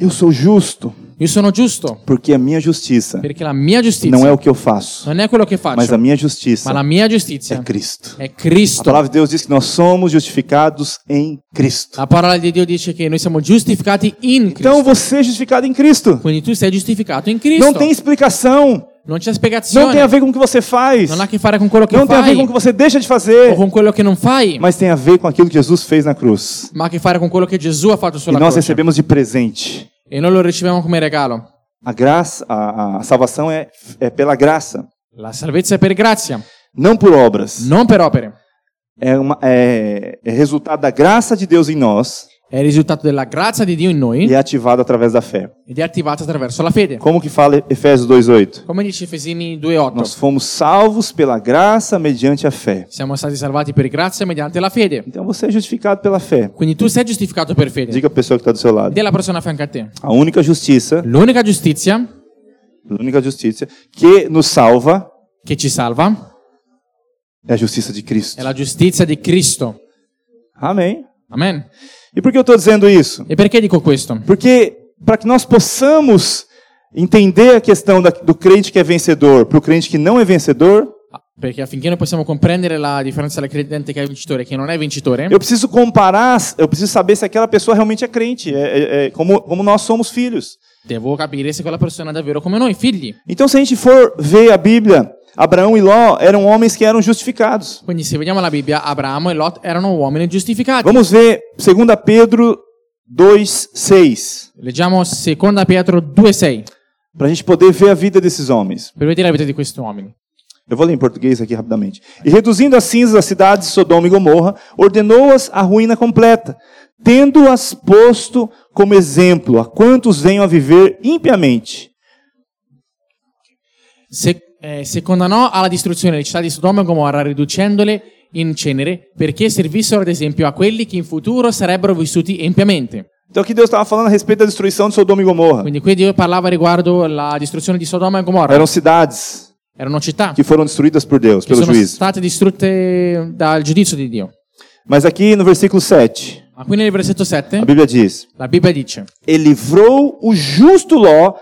Speaker 2: Eu sou justo
Speaker 1: Io sono giusto
Speaker 2: porque a minha justiça
Speaker 1: perché la mia giustizia
Speaker 2: não é o que eu faço,
Speaker 1: non è quello che
Speaker 2: mas
Speaker 1: faccio,
Speaker 2: a minha
Speaker 1: ma
Speaker 2: justiça
Speaker 1: la mia
Speaker 2: é
Speaker 1: giustizia
Speaker 2: Cristo.
Speaker 1: è
Speaker 2: A
Speaker 1: Cristo.
Speaker 2: palavra de Deus diz que nós somos justificados em Cristo.
Speaker 1: La parola di Dio dice che noi siamo giustificati in
Speaker 2: Então
Speaker 1: Cristo.
Speaker 2: você é justificado em Cristo.
Speaker 1: Quindi tu sei giustificato in
Speaker 2: Não
Speaker 1: Cristo.
Speaker 2: tem explicação.
Speaker 1: Non c'è
Speaker 2: Não tem a
Speaker 1: spiegazione.
Speaker 2: ver com o que você faz.
Speaker 1: Non ha a che fare con quello che
Speaker 2: Não tem a ver
Speaker 1: fai
Speaker 2: com o que
Speaker 1: o
Speaker 2: você deixa de fazer.
Speaker 1: con quello che non fai,
Speaker 2: Mas tem a ver com aquilo que Jesus fez na cruz.
Speaker 1: ma ha a che fare con quello che Gesù ha fatto
Speaker 2: E
Speaker 1: sulla
Speaker 2: nós
Speaker 1: croce.
Speaker 2: recebemos de presente.
Speaker 1: E noi lo riceviamo come regalo.
Speaker 2: A graça, a, a- a salvação é, é pela graça,
Speaker 1: La salvezza è per grazia,
Speaker 2: não por obras.
Speaker 1: non per opere.
Speaker 2: É, uma- é- é resultado da graça de Deus em nós
Speaker 1: È il risultato della grazia di Dio in noi
Speaker 2: e é ativado através da fé.
Speaker 1: ed è attivata attraverso la fede.
Speaker 2: Como que fala Efésios 2:8?
Speaker 1: Come dice Efesini 2.8,
Speaker 2: Nós fomos salvos pela graça mediante a fé.
Speaker 1: siamo stati salvati per grazia mediante la fede.
Speaker 2: Então você é justificado pela fé.
Speaker 1: Quindi tu sei giustificato per fede.
Speaker 2: Diga a pessoa que está do seu lado.
Speaker 1: Della persona a fianco a te.
Speaker 2: A única justiça,
Speaker 1: L'unica giustizia
Speaker 2: a única justiça que nos salva
Speaker 1: che ci salva
Speaker 2: é a justiça de Cristo.
Speaker 1: è la giustizia di Cristo.
Speaker 2: Amém.
Speaker 1: Amen.
Speaker 2: E por que eu estou dizendo isso?
Speaker 1: E perché dico questo?
Speaker 2: Porque para que nós possamos entender a questão da- do crente que é vencedor para o crente que não é vencedor,
Speaker 1: Ah, Perché affinché noi possiamo comprendere la differenza tra credente che è vincitore e che non è vincitore,
Speaker 2: eu preciso comparar, eu preciso saber se aquela pessoa realmente é crente, é- é- é como, como nós somos filhos.
Speaker 1: devo capire se quella persona è davvero come noi, figli.
Speaker 2: Então, se a gente for ver a Bíblia, Abraão e Ló eram homens que eram justificados.
Speaker 1: Quindi se vediamo la Bibbia, Abramo e Lot erano uomini giustificati.
Speaker 2: Vamos ver 2 Pedro 2,6,
Speaker 1: Leggiamo seconda Pietro 2:6
Speaker 2: para a gente poder ver a vida desses homens.
Speaker 1: per vedere la vita di questi uomini.
Speaker 2: Eu vou ler em português aqui rapidamente. E reduzindo as cinzas das cidades de Sodoma e Gomorra, ordenou-as à ruína completa, tendo-as posto como exemplo a quantos venham a viver impiamente.
Speaker 1: Se, eh, secondanò alla distruzione le città di Sodoma e Gomorra, riducendole in cenere, perché servissero ad esempio a quelli che in futuro sarebbero vissuti empiamente.
Speaker 2: Então aqui Deus estava falando a respeito da destruição de Sodoma e Gomorra.
Speaker 1: Quindi qui Dio parlava riguardo la distruzione di Sodoma e Gomorra.
Speaker 2: Eram cidades
Speaker 1: Erano città
Speaker 2: que foram destruídas por Deus,
Speaker 1: che
Speaker 2: pelo
Speaker 1: sono
Speaker 2: juízo.
Speaker 1: state distrutte dal giudizio di Dio.
Speaker 2: Mas aqui no versículo 7,
Speaker 1: Ma qui nel versetto
Speaker 2: a
Speaker 1: 7
Speaker 2: Bíblia diz:
Speaker 1: la Bibbia dice
Speaker 2: E livrou o justo Ló,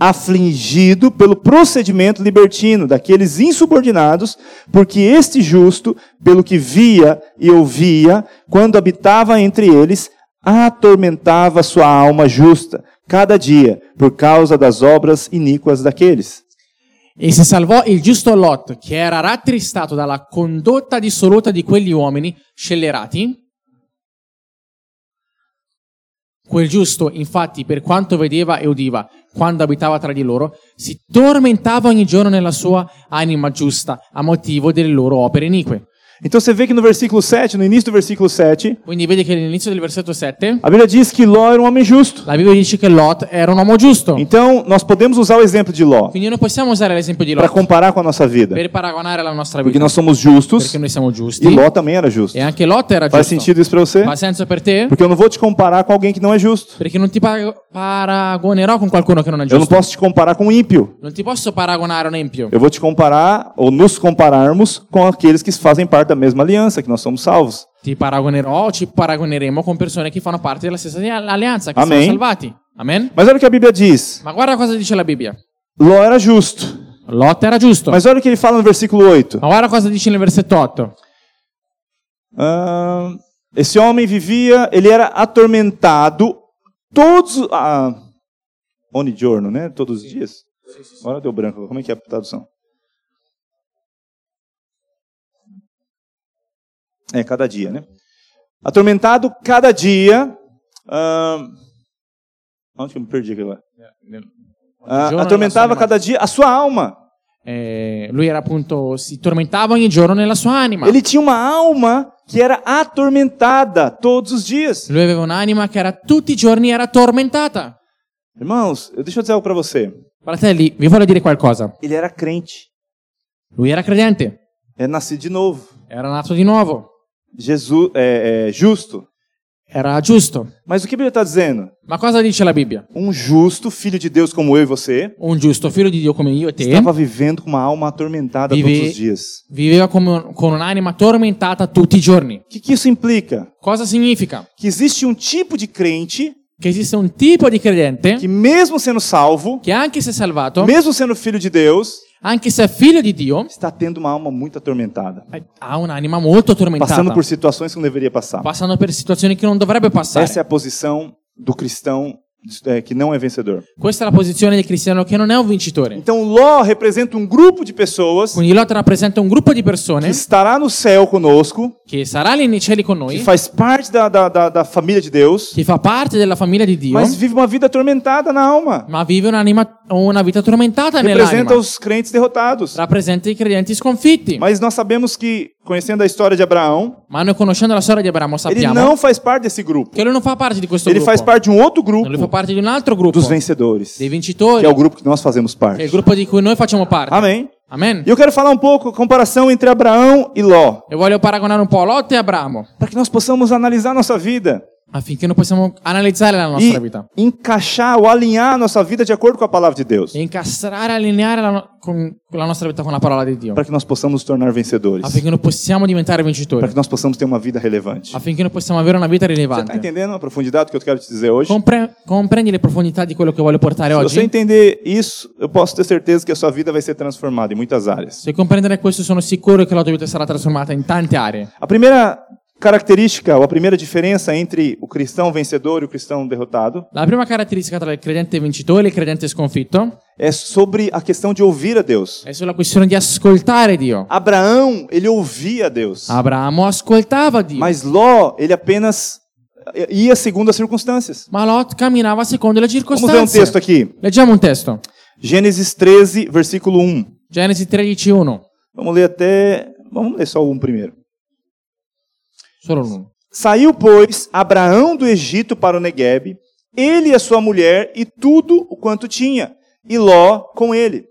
Speaker 2: afligido pelo procedimento libertino daqueles insubordinados, porque este justo, pelo que via e ouvia, quando habitava entre eles, atormentava sua alma justa, cada dia, por causa das obras iníquas daqueles.
Speaker 1: E si salvò il giusto Lot, che era rattristato dalla condotta dissoluta di quegli uomini scellerati, Quel giusto, infatti, per quanto vedeva e udiva, quando abitava tra di loro, si tormentava ogni giorno nella sua anima giusta, a motivo delle loro opere inique.
Speaker 2: Então você vê que no versículo 7, no início do versículo 7,
Speaker 1: Quindi vedi che all'inizio del versetto 7,
Speaker 2: a Bíblia diz que Ló era um homem justo.
Speaker 1: la Bibbia dice che Lot era un uomo giusto.
Speaker 2: Então nós podemos usar o exemplo de Ló
Speaker 1: Quindi noi possiamo usare l'esempio di
Speaker 2: para
Speaker 1: Lot
Speaker 2: comparar com a nossa vida,
Speaker 1: per paragonare la nostra
Speaker 2: porque
Speaker 1: vita,
Speaker 2: nós somos justos
Speaker 1: perché noi siamo
Speaker 2: e
Speaker 1: giusti
Speaker 2: Ló também era justo.
Speaker 1: e anche Lot era
Speaker 2: Faz
Speaker 1: giusto.
Speaker 2: sentido isso para você?
Speaker 1: Fa senso per te?
Speaker 2: Porque eu não vou te comparar com alguém que não é justo.
Speaker 1: Perché non ti par- paragonerò con qualcuno che non è
Speaker 2: Eu não
Speaker 1: giusto.
Speaker 2: posso te comparar com um ímpio.
Speaker 1: Non ti posso paragonare a un empio.
Speaker 2: Eu vou te comparar ou nos compararmos com aqueles que fazem parte da mesma aliança, que nós somos salvos.
Speaker 1: Ti paragonerò, ci paragoneremo con persone che fanno parte della stessa alleanza, che
Speaker 2: Amen.
Speaker 1: sono salvati. Amen.
Speaker 2: Mas olha o que a Bíblia diz.
Speaker 1: Ma guarda cosa dice la Bibbia.
Speaker 2: Ló era justo.
Speaker 1: Lot era giusto. Ma
Speaker 2: Mas olha o que ele fala no versículo 8.
Speaker 1: guarda cosa dice nel versetto 8.
Speaker 2: Ah, esse homem vivia, ele era atormentado todos. Ah, ogni giorno, né? Todos os dias. Agora deu branco. Como é que é a tradução? É, cada dia, né? Atormentado cada dia. ah, onde que eu me perdi aqui agora? Ah,
Speaker 1: giorno
Speaker 2: atormentava
Speaker 1: nella sua
Speaker 2: cada dia a sua alma.
Speaker 1: Eh, lui era appunto, si tormentava ogni giorno nella sua anima.
Speaker 2: Ele tinha uma alma que era atormentada todos os dias.
Speaker 1: Lui aveva un'anima che era tutti i giorni era tormentata.
Speaker 2: Irmãos, eu- deixa eu dizer algo para você.
Speaker 1: Fratelli, vi voglio dire qualcosa.
Speaker 2: Ele era crente,
Speaker 1: Lui era credente,
Speaker 2: é nascido de novo,
Speaker 1: era nato di nuovo,
Speaker 2: Jesus é, é justo.
Speaker 1: era giusto.
Speaker 2: Mas o que a Bíblia está dizendo?
Speaker 1: Ma cosa dice la Bibbia?
Speaker 2: Um justo filho de Deus como eu e você
Speaker 1: Un giusto figlio di Dio come io e te
Speaker 2: estava vivendo com uma alma atormentada
Speaker 1: Viver.
Speaker 2: todos os dias.
Speaker 1: viveva come- con un'anima tormentata tutti i giorni.
Speaker 2: O que, que isso implica?
Speaker 1: Cosa significa?
Speaker 2: Que existe um tipo de crente
Speaker 1: Che esiste un tipo di credente
Speaker 2: que, mesmo sendo salvo,
Speaker 1: che anche se salvato,
Speaker 2: mesmo sendo filho de Deus,
Speaker 1: anche se è figlio di Dio,
Speaker 2: está tendo uma alma muito atormentada,
Speaker 1: eh, ha un'anima molto tormentata,
Speaker 2: passando por situações que não deveria passar.
Speaker 1: passando per situazioni che non dovrebbe passare.
Speaker 2: Essa é a posição do cristão é, que não é vencedor.
Speaker 1: Questa è la posizione del cristiano che non è un vincitore.
Speaker 2: Então, Ló representa um grupo de pessoas
Speaker 1: Quindi Lot rappresenta un gruppo di
Speaker 2: que
Speaker 1: persone
Speaker 2: estará no céu conosco,
Speaker 1: che sarà lì nei cieli con
Speaker 2: que
Speaker 1: noi,
Speaker 2: faz parte da, da, da, da família de Deus,
Speaker 1: che fa parte della famiglia di Dio,
Speaker 2: mas vive uma vida atormentada na alma.
Speaker 1: ma vive un'anima- una vita tormentata
Speaker 2: Representa
Speaker 1: nell'anima.
Speaker 2: os crentes derrotados.
Speaker 1: Rappresenta i credenti sconfitti.
Speaker 2: Mas nós sabemos que, conhecendo a história de Abraão,
Speaker 1: Ma noi conoscendo la storia di Abramo
Speaker 2: ele
Speaker 1: sappiamo
Speaker 2: não faz parte desse grupo.
Speaker 1: che lui non fa parte di questo
Speaker 2: Ele
Speaker 1: gruppo.
Speaker 2: faz parte de um outro
Speaker 1: Lui fa
Speaker 2: grupo
Speaker 1: parte di un altro gruppo,
Speaker 2: dos vencedores,
Speaker 1: dei
Speaker 2: que
Speaker 1: vincitori,
Speaker 2: é o grupo é? que nós fazemos
Speaker 1: che è il
Speaker 2: parte.
Speaker 1: gruppo di cui noi facciamo parte.
Speaker 2: Amém.
Speaker 1: Amen.
Speaker 2: E eu quero falar um pouco a comparação entre Abraão e Ló,
Speaker 1: E voglio paragonare un po' Lot e Abramo,
Speaker 2: para que nós possamos analisar nossa vida.
Speaker 1: affinché noi possiamo analizzare la nostra vita
Speaker 2: e encaixar ou alinhar a nossa vida de acordo com a palavra de Deus,
Speaker 1: e incastrare, allineare la, no- con, con la nostra vita con la parola di Dio,
Speaker 2: para que nós possamos nos tornar vencedores,
Speaker 1: affinché noi possiamo diventare
Speaker 2: para
Speaker 1: vincitori,
Speaker 2: que nós possamos ter uma vida relevante.
Speaker 1: affinché noi possiamo avere una vita
Speaker 2: Você está
Speaker 1: rilevante.
Speaker 2: entendendo a profundidade do que eu quero te dizer hoje?
Speaker 1: Compre- comprendi le profondità di quello che voglio portare
Speaker 2: Se você
Speaker 1: oggi?
Speaker 2: entender isso, eu posso ter certeza que a sua vida vai ser transformada em muitas áreas.
Speaker 1: Se comprendere questo sono sicuro che la tua vita sarà trasformata in tante aree.
Speaker 2: A primeira característica, ou a primeira diferença entre o cristão vencedor e o cristão derrotado
Speaker 1: La prima caratteristica tra il credente vincitore e il credente sconfitto
Speaker 2: é sobre a questão de ouvir a Deus.
Speaker 1: è sulla questione di ascoltare Dio.
Speaker 2: Abraão, ele ouvia a Deus,
Speaker 1: Ah. Abramo ascoltava Dio,
Speaker 2: mas Ló, ele apenas eh, ia segundo as circunstâncias.
Speaker 1: ma Lot camminava secondo le
Speaker 2: Vamos ler um
Speaker 1: circostanze.
Speaker 2: texto aqui.
Speaker 1: Leggiamo un testo.
Speaker 2: Gênesis 13, versículo 1.
Speaker 1: Genesi 13:1,
Speaker 2: Vamos ler até. Vamos ler só o 1 primeiro.
Speaker 1: solo uno.
Speaker 2: Saiu, pois, Abraão do Egito para o Negueb, ele e a sua mulher e tudo o quanto tinha, e Ló com ele.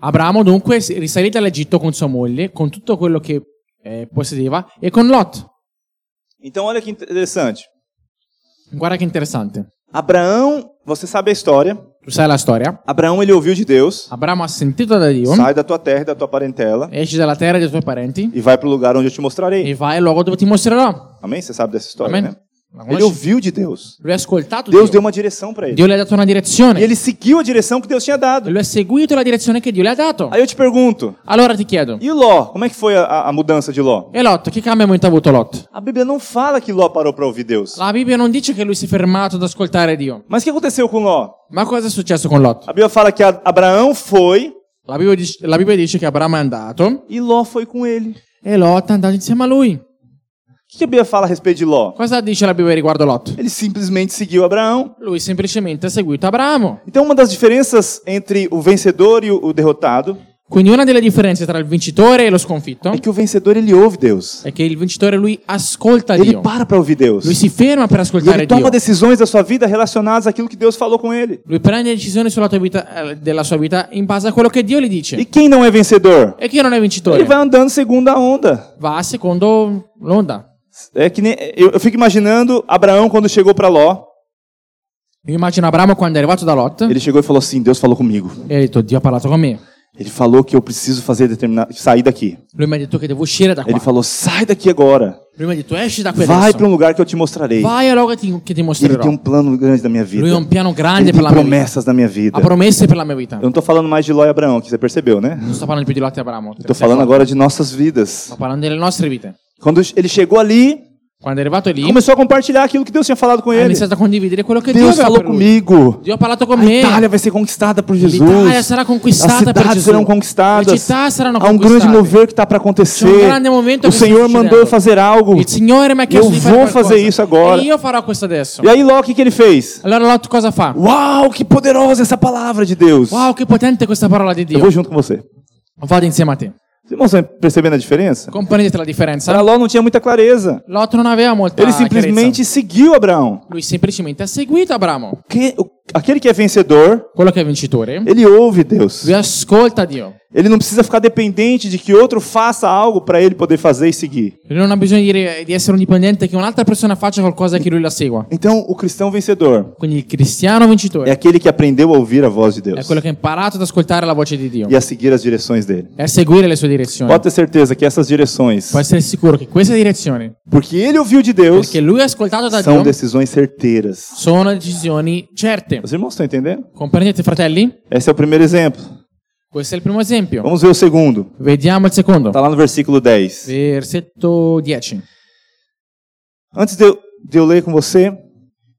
Speaker 1: Abramo dunque si- risalì dall'Egitto con sua moglie, con tutto quello che eh, possedeva e con Lot.
Speaker 2: Então, olha que interessante.
Speaker 1: Guarda che interessante.
Speaker 2: Abraão, você sabe a história.
Speaker 1: Tu sai la storia?
Speaker 2: Abraão, ele ouviu de Deus:
Speaker 1: Abramo ha sentito da Dio,
Speaker 2: sai da tua terra e da tua parentela
Speaker 1: esci dalla terra dei tuoi parenti
Speaker 2: e vai para o lugar onde eu te mostrarei.
Speaker 1: e vai al luogo dove ti mostrerò.
Speaker 2: Amém? Você sabe dessa história,
Speaker 1: Amen.
Speaker 2: né?
Speaker 1: La
Speaker 2: Ele
Speaker 1: conosci?
Speaker 2: ouviu de Deus.
Speaker 1: Lui ha ascoltato Dio.
Speaker 2: Deus deu uma direção para ele.
Speaker 1: Dio le ha dato una direzione.
Speaker 2: E ele seguiu a direção que Deus tinha dado.
Speaker 1: Lui ha seguito la direzione che Dio le ha dato.
Speaker 2: Aí eu te pergunto:
Speaker 1: Allora ti chiedo,
Speaker 2: E o Ló? Como é que foi a, a mudança de Ló?
Speaker 1: e Lot, che cambiamento ha avuto Lot?
Speaker 2: A Bíblia não fala que Ló parou para ouvir Deus.
Speaker 1: La Bibbia non dice che lui si è fermato ad ascoltare Dio.
Speaker 2: Mas o que aconteceu com Ló?
Speaker 1: Ma cosa è successo con Lot?
Speaker 2: A Bíblia fala que a- Abraão foi
Speaker 1: La Bibbia, dice, la Bibbia dice che Abramo è andato
Speaker 2: e Ló foi com ele.
Speaker 1: e Lot è andato insieme a lui.
Speaker 2: O O que a Bíblia fala a respeito de Ló?
Speaker 1: Cosa dice la Bibbia riguardo Lot?
Speaker 2: Ele simplesmente seguiu Abraão.
Speaker 1: Lui semplicemente ha seguito Abramo.
Speaker 2: Então, uma das diferenças entre o vencedor e o o derrotado
Speaker 1: Quindi una delle differenze tra il vincitore e lo sconfitto
Speaker 2: é que o vencedor ele ouve Deus.
Speaker 1: è che il vincitore lui ascolta
Speaker 2: Ele
Speaker 1: Dio.
Speaker 2: para para ouvir Deus.
Speaker 1: Lui si ferma per
Speaker 2: E ele
Speaker 1: ascoltare Dio.
Speaker 2: toma decisões da sua vida relacionadas àquilo que Deus falou com ele.
Speaker 1: Lui prende decisioni sulla tua vita, eh, della sua vita in base a quello che Dio gli
Speaker 2: E
Speaker 1: dice.
Speaker 2: quem não é vencedor?
Speaker 1: E chi non è
Speaker 2: Ele
Speaker 1: vincitore
Speaker 2: vai andando segundo a onda.
Speaker 1: va secondo l'onda.
Speaker 2: É que nem, eu, eu fico imaginando Abraão quando chegou para Ló.
Speaker 1: Io immagino Abramo quando è arrivato da Lot
Speaker 2: Ele chegou e falou assim: Deus falou comigo.
Speaker 1: e ha detto Dio ha parlato con me.
Speaker 2: Ele falou que eu preciso fazer determinado, sair daqui.
Speaker 1: Lui mi ha detto che devo uscire da qua.
Speaker 2: Ele falou: sai daqui agora.
Speaker 1: Lui mi ha detto esci da qui
Speaker 2: Vai para
Speaker 1: adesso.
Speaker 2: um lugar que eu te mostrarei.
Speaker 1: Vai um a luogo che ti- che ti
Speaker 2: Ele
Speaker 1: mostrerò.
Speaker 2: tem um plano grande da minha vida.
Speaker 1: Lui ha un piano
Speaker 2: Ele
Speaker 1: grande per
Speaker 2: tem
Speaker 1: la mia vita.
Speaker 2: promessas na minha vida.
Speaker 1: Ha promesse per la mia vita.
Speaker 2: Eu não tô falando mais de Ló e Abraão, que você percebeu, né?
Speaker 1: Non sto parlando più di Lot e Abramo.
Speaker 2: Tô falando agora de nossas vidas.
Speaker 1: Sto parlando delle nostre vite.
Speaker 2: Quando ele chegou ali,
Speaker 1: Quando è arrivato lì,
Speaker 2: começou a compartilhar aquilo que Deus tinha falado com
Speaker 1: ha
Speaker 2: ele.
Speaker 1: iniziato a condividere quello che Dio
Speaker 2: Deus
Speaker 1: aveva
Speaker 2: falou
Speaker 1: per lui.
Speaker 2: comigo.
Speaker 1: Dio ha parlato con
Speaker 2: A
Speaker 1: me.
Speaker 2: Itália vai ser conquistada por Jesus.
Speaker 1: L'Italia sarà conquistata
Speaker 2: As cidades
Speaker 1: per Gesù.
Speaker 2: serão conquistadas.
Speaker 1: Le città saranno
Speaker 2: Há um grande
Speaker 1: conquistate.
Speaker 2: mover que está para acontecer.
Speaker 1: C'è un grande momento
Speaker 2: o
Speaker 1: che sta
Speaker 2: Senhor mandou
Speaker 1: succedendo.
Speaker 2: eu fazer algo.
Speaker 1: Il Signore mi ha chiesto
Speaker 2: Eu
Speaker 1: di fare
Speaker 2: vou
Speaker 1: qualcosa.
Speaker 2: fazer isso agora.
Speaker 1: E io farò questo adesso.
Speaker 2: E aí Ló, o que, que ele fez?
Speaker 1: Allora Lot cosa fa?
Speaker 2: Uau, que poderosa essa palavra de Deus.
Speaker 1: Wow, che potente questa parola di
Speaker 2: Eu
Speaker 1: Dio.
Speaker 2: vou junto com você.
Speaker 1: Vado insieme a te.
Speaker 2: Vocês vão percebendo a diferença?
Speaker 1: Comprendete la differenza?
Speaker 2: Para Ló não tinha muita clareza. Ah,
Speaker 1: Lot non aveva molta
Speaker 2: Ele
Speaker 1: chiarezza.
Speaker 2: simplesmente seguiu Abraão.
Speaker 1: Lui semplicemente ha seguito Abramo.
Speaker 2: Que- o- aquele que é vencedor,
Speaker 1: Quello che è vincitore.
Speaker 2: ele ouve Deus.
Speaker 1: Lui ascolta Dio.
Speaker 2: Ele não precisa ficar dependente de que outro faça algo para ele poder fazer e seguir.
Speaker 1: Lui non ha bisogno di, re- di essere un dipendente che un'altra persona faccia qualcosa che lui la segua.
Speaker 2: Então, o cristão vencedor
Speaker 1: Quindi il cristiano
Speaker 2: é
Speaker 1: vincitore
Speaker 2: aquele que aprendeu a ouvir a voz de
Speaker 1: è
Speaker 2: Deus
Speaker 1: quello che ha imparato ad ascoltare la voce di Dio
Speaker 2: e a seguir as direções dele.
Speaker 1: e a seguire le sue direzioni.
Speaker 2: Pode ter certeza que essas direções,
Speaker 1: Può essere sicuro che queste direzioni,
Speaker 2: porque ele ouviu de Deus,
Speaker 1: perché lui ha ascoltato da
Speaker 2: são
Speaker 1: Dio,
Speaker 2: decisões certeiras.
Speaker 1: sono decisioni certe.
Speaker 2: Os irmãos estão entendendo?
Speaker 1: Comprendete, fratelli?
Speaker 2: Esse é o primeiro exemplo.
Speaker 1: Questo è il primo esempio.
Speaker 2: Vamos ver o segundo.
Speaker 1: Vediamo il secondo.
Speaker 2: Está lá no versículo 10.
Speaker 1: Versetto 10.
Speaker 2: Antes de eu, de eu ler com você,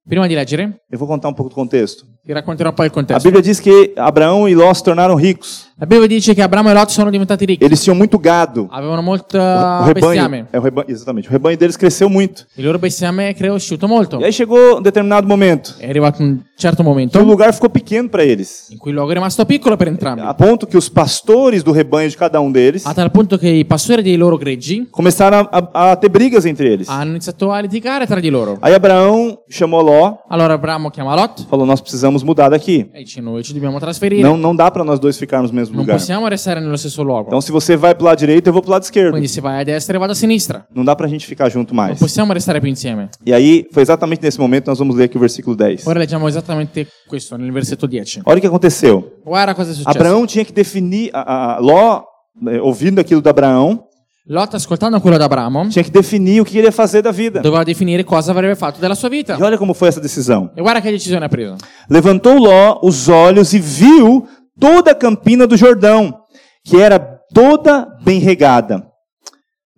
Speaker 1: Prima di leggere,
Speaker 2: eu vou contar um pouco do contexto.
Speaker 1: vi racconterò poi il
Speaker 2: A
Speaker 1: contesto.
Speaker 2: Bíblia diz que Abraão e Ló se tornaram ricos.
Speaker 1: La Bibbia dice che Abramo e Lot sono diventati ricchi.
Speaker 2: Eles tinham muito gado.
Speaker 1: Avevano
Speaker 2: O
Speaker 1: molta
Speaker 2: rebanho,
Speaker 1: bestiame.
Speaker 2: é o rebanho, exatamente. O rebanho deles cresceu muito.
Speaker 1: Il loro bestiame è cresciuto molto.
Speaker 2: E aí chegou um determinado momento
Speaker 1: È arrivato un certo
Speaker 2: que o
Speaker 1: momento
Speaker 2: lugar ficou pequeno para eles,
Speaker 1: in cui il luogo è rimasto piccolo per entrambi.
Speaker 2: a ponto que os pastores do rebanho de cada um deles
Speaker 1: A tal punto che i pastori dei loro greggi
Speaker 2: começaram a, a- a ter brigas entre eles.
Speaker 1: hanno iniziato a litigare tra di loro.
Speaker 2: Aí Abraão chamou Ló,
Speaker 1: Allora Abramo chiama Lot
Speaker 2: falou: Nós precisamos mudar daqui.
Speaker 1: e dice noi ci dobbiamo trasferire.
Speaker 2: Não, não dá para nós dois ficarmos no mesmo
Speaker 1: Non
Speaker 2: lugar.
Speaker 1: possiamo restare nello stesso luogo.
Speaker 2: Então, se você vai pro lado direito, eu vou pro lado esquerdo.
Speaker 1: Quindi se vai a destra e vado a sinistra.
Speaker 2: Não dá pra gente ficar junto
Speaker 1: Non
Speaker 2: mais.
Speaker 1: possiamo restare più insieme.
Speaker 2: E aí, foi exatamente nesse momento que nós vamos ler aqui o versículo 10.
Speaker 1: Ora leggiamo esattamente questo nel versetto 10.
Speaker 2: Olha o que aconteceu.
Speaker 1: Guarda cosa è successo.
Speaker 2: Abraão tinha que definir, a, a- Ló, né, ouvindo aquilo de Abraão,
Speaker 1: Lot, ascoltando quello da Abramo,
Speaker 2: tinha que definir o que ele ia fazer da vida.
Speaker 1: doveva definire cosa avrebbe fatto della sua vita.
Speaker 2: E olha como foi essa decisão.
Speaker 1: E guarda che decisione ha preso.
Speaker 2: Levantou Ló os olhos e viu toda a campina do Jordão, que era toda bem regada.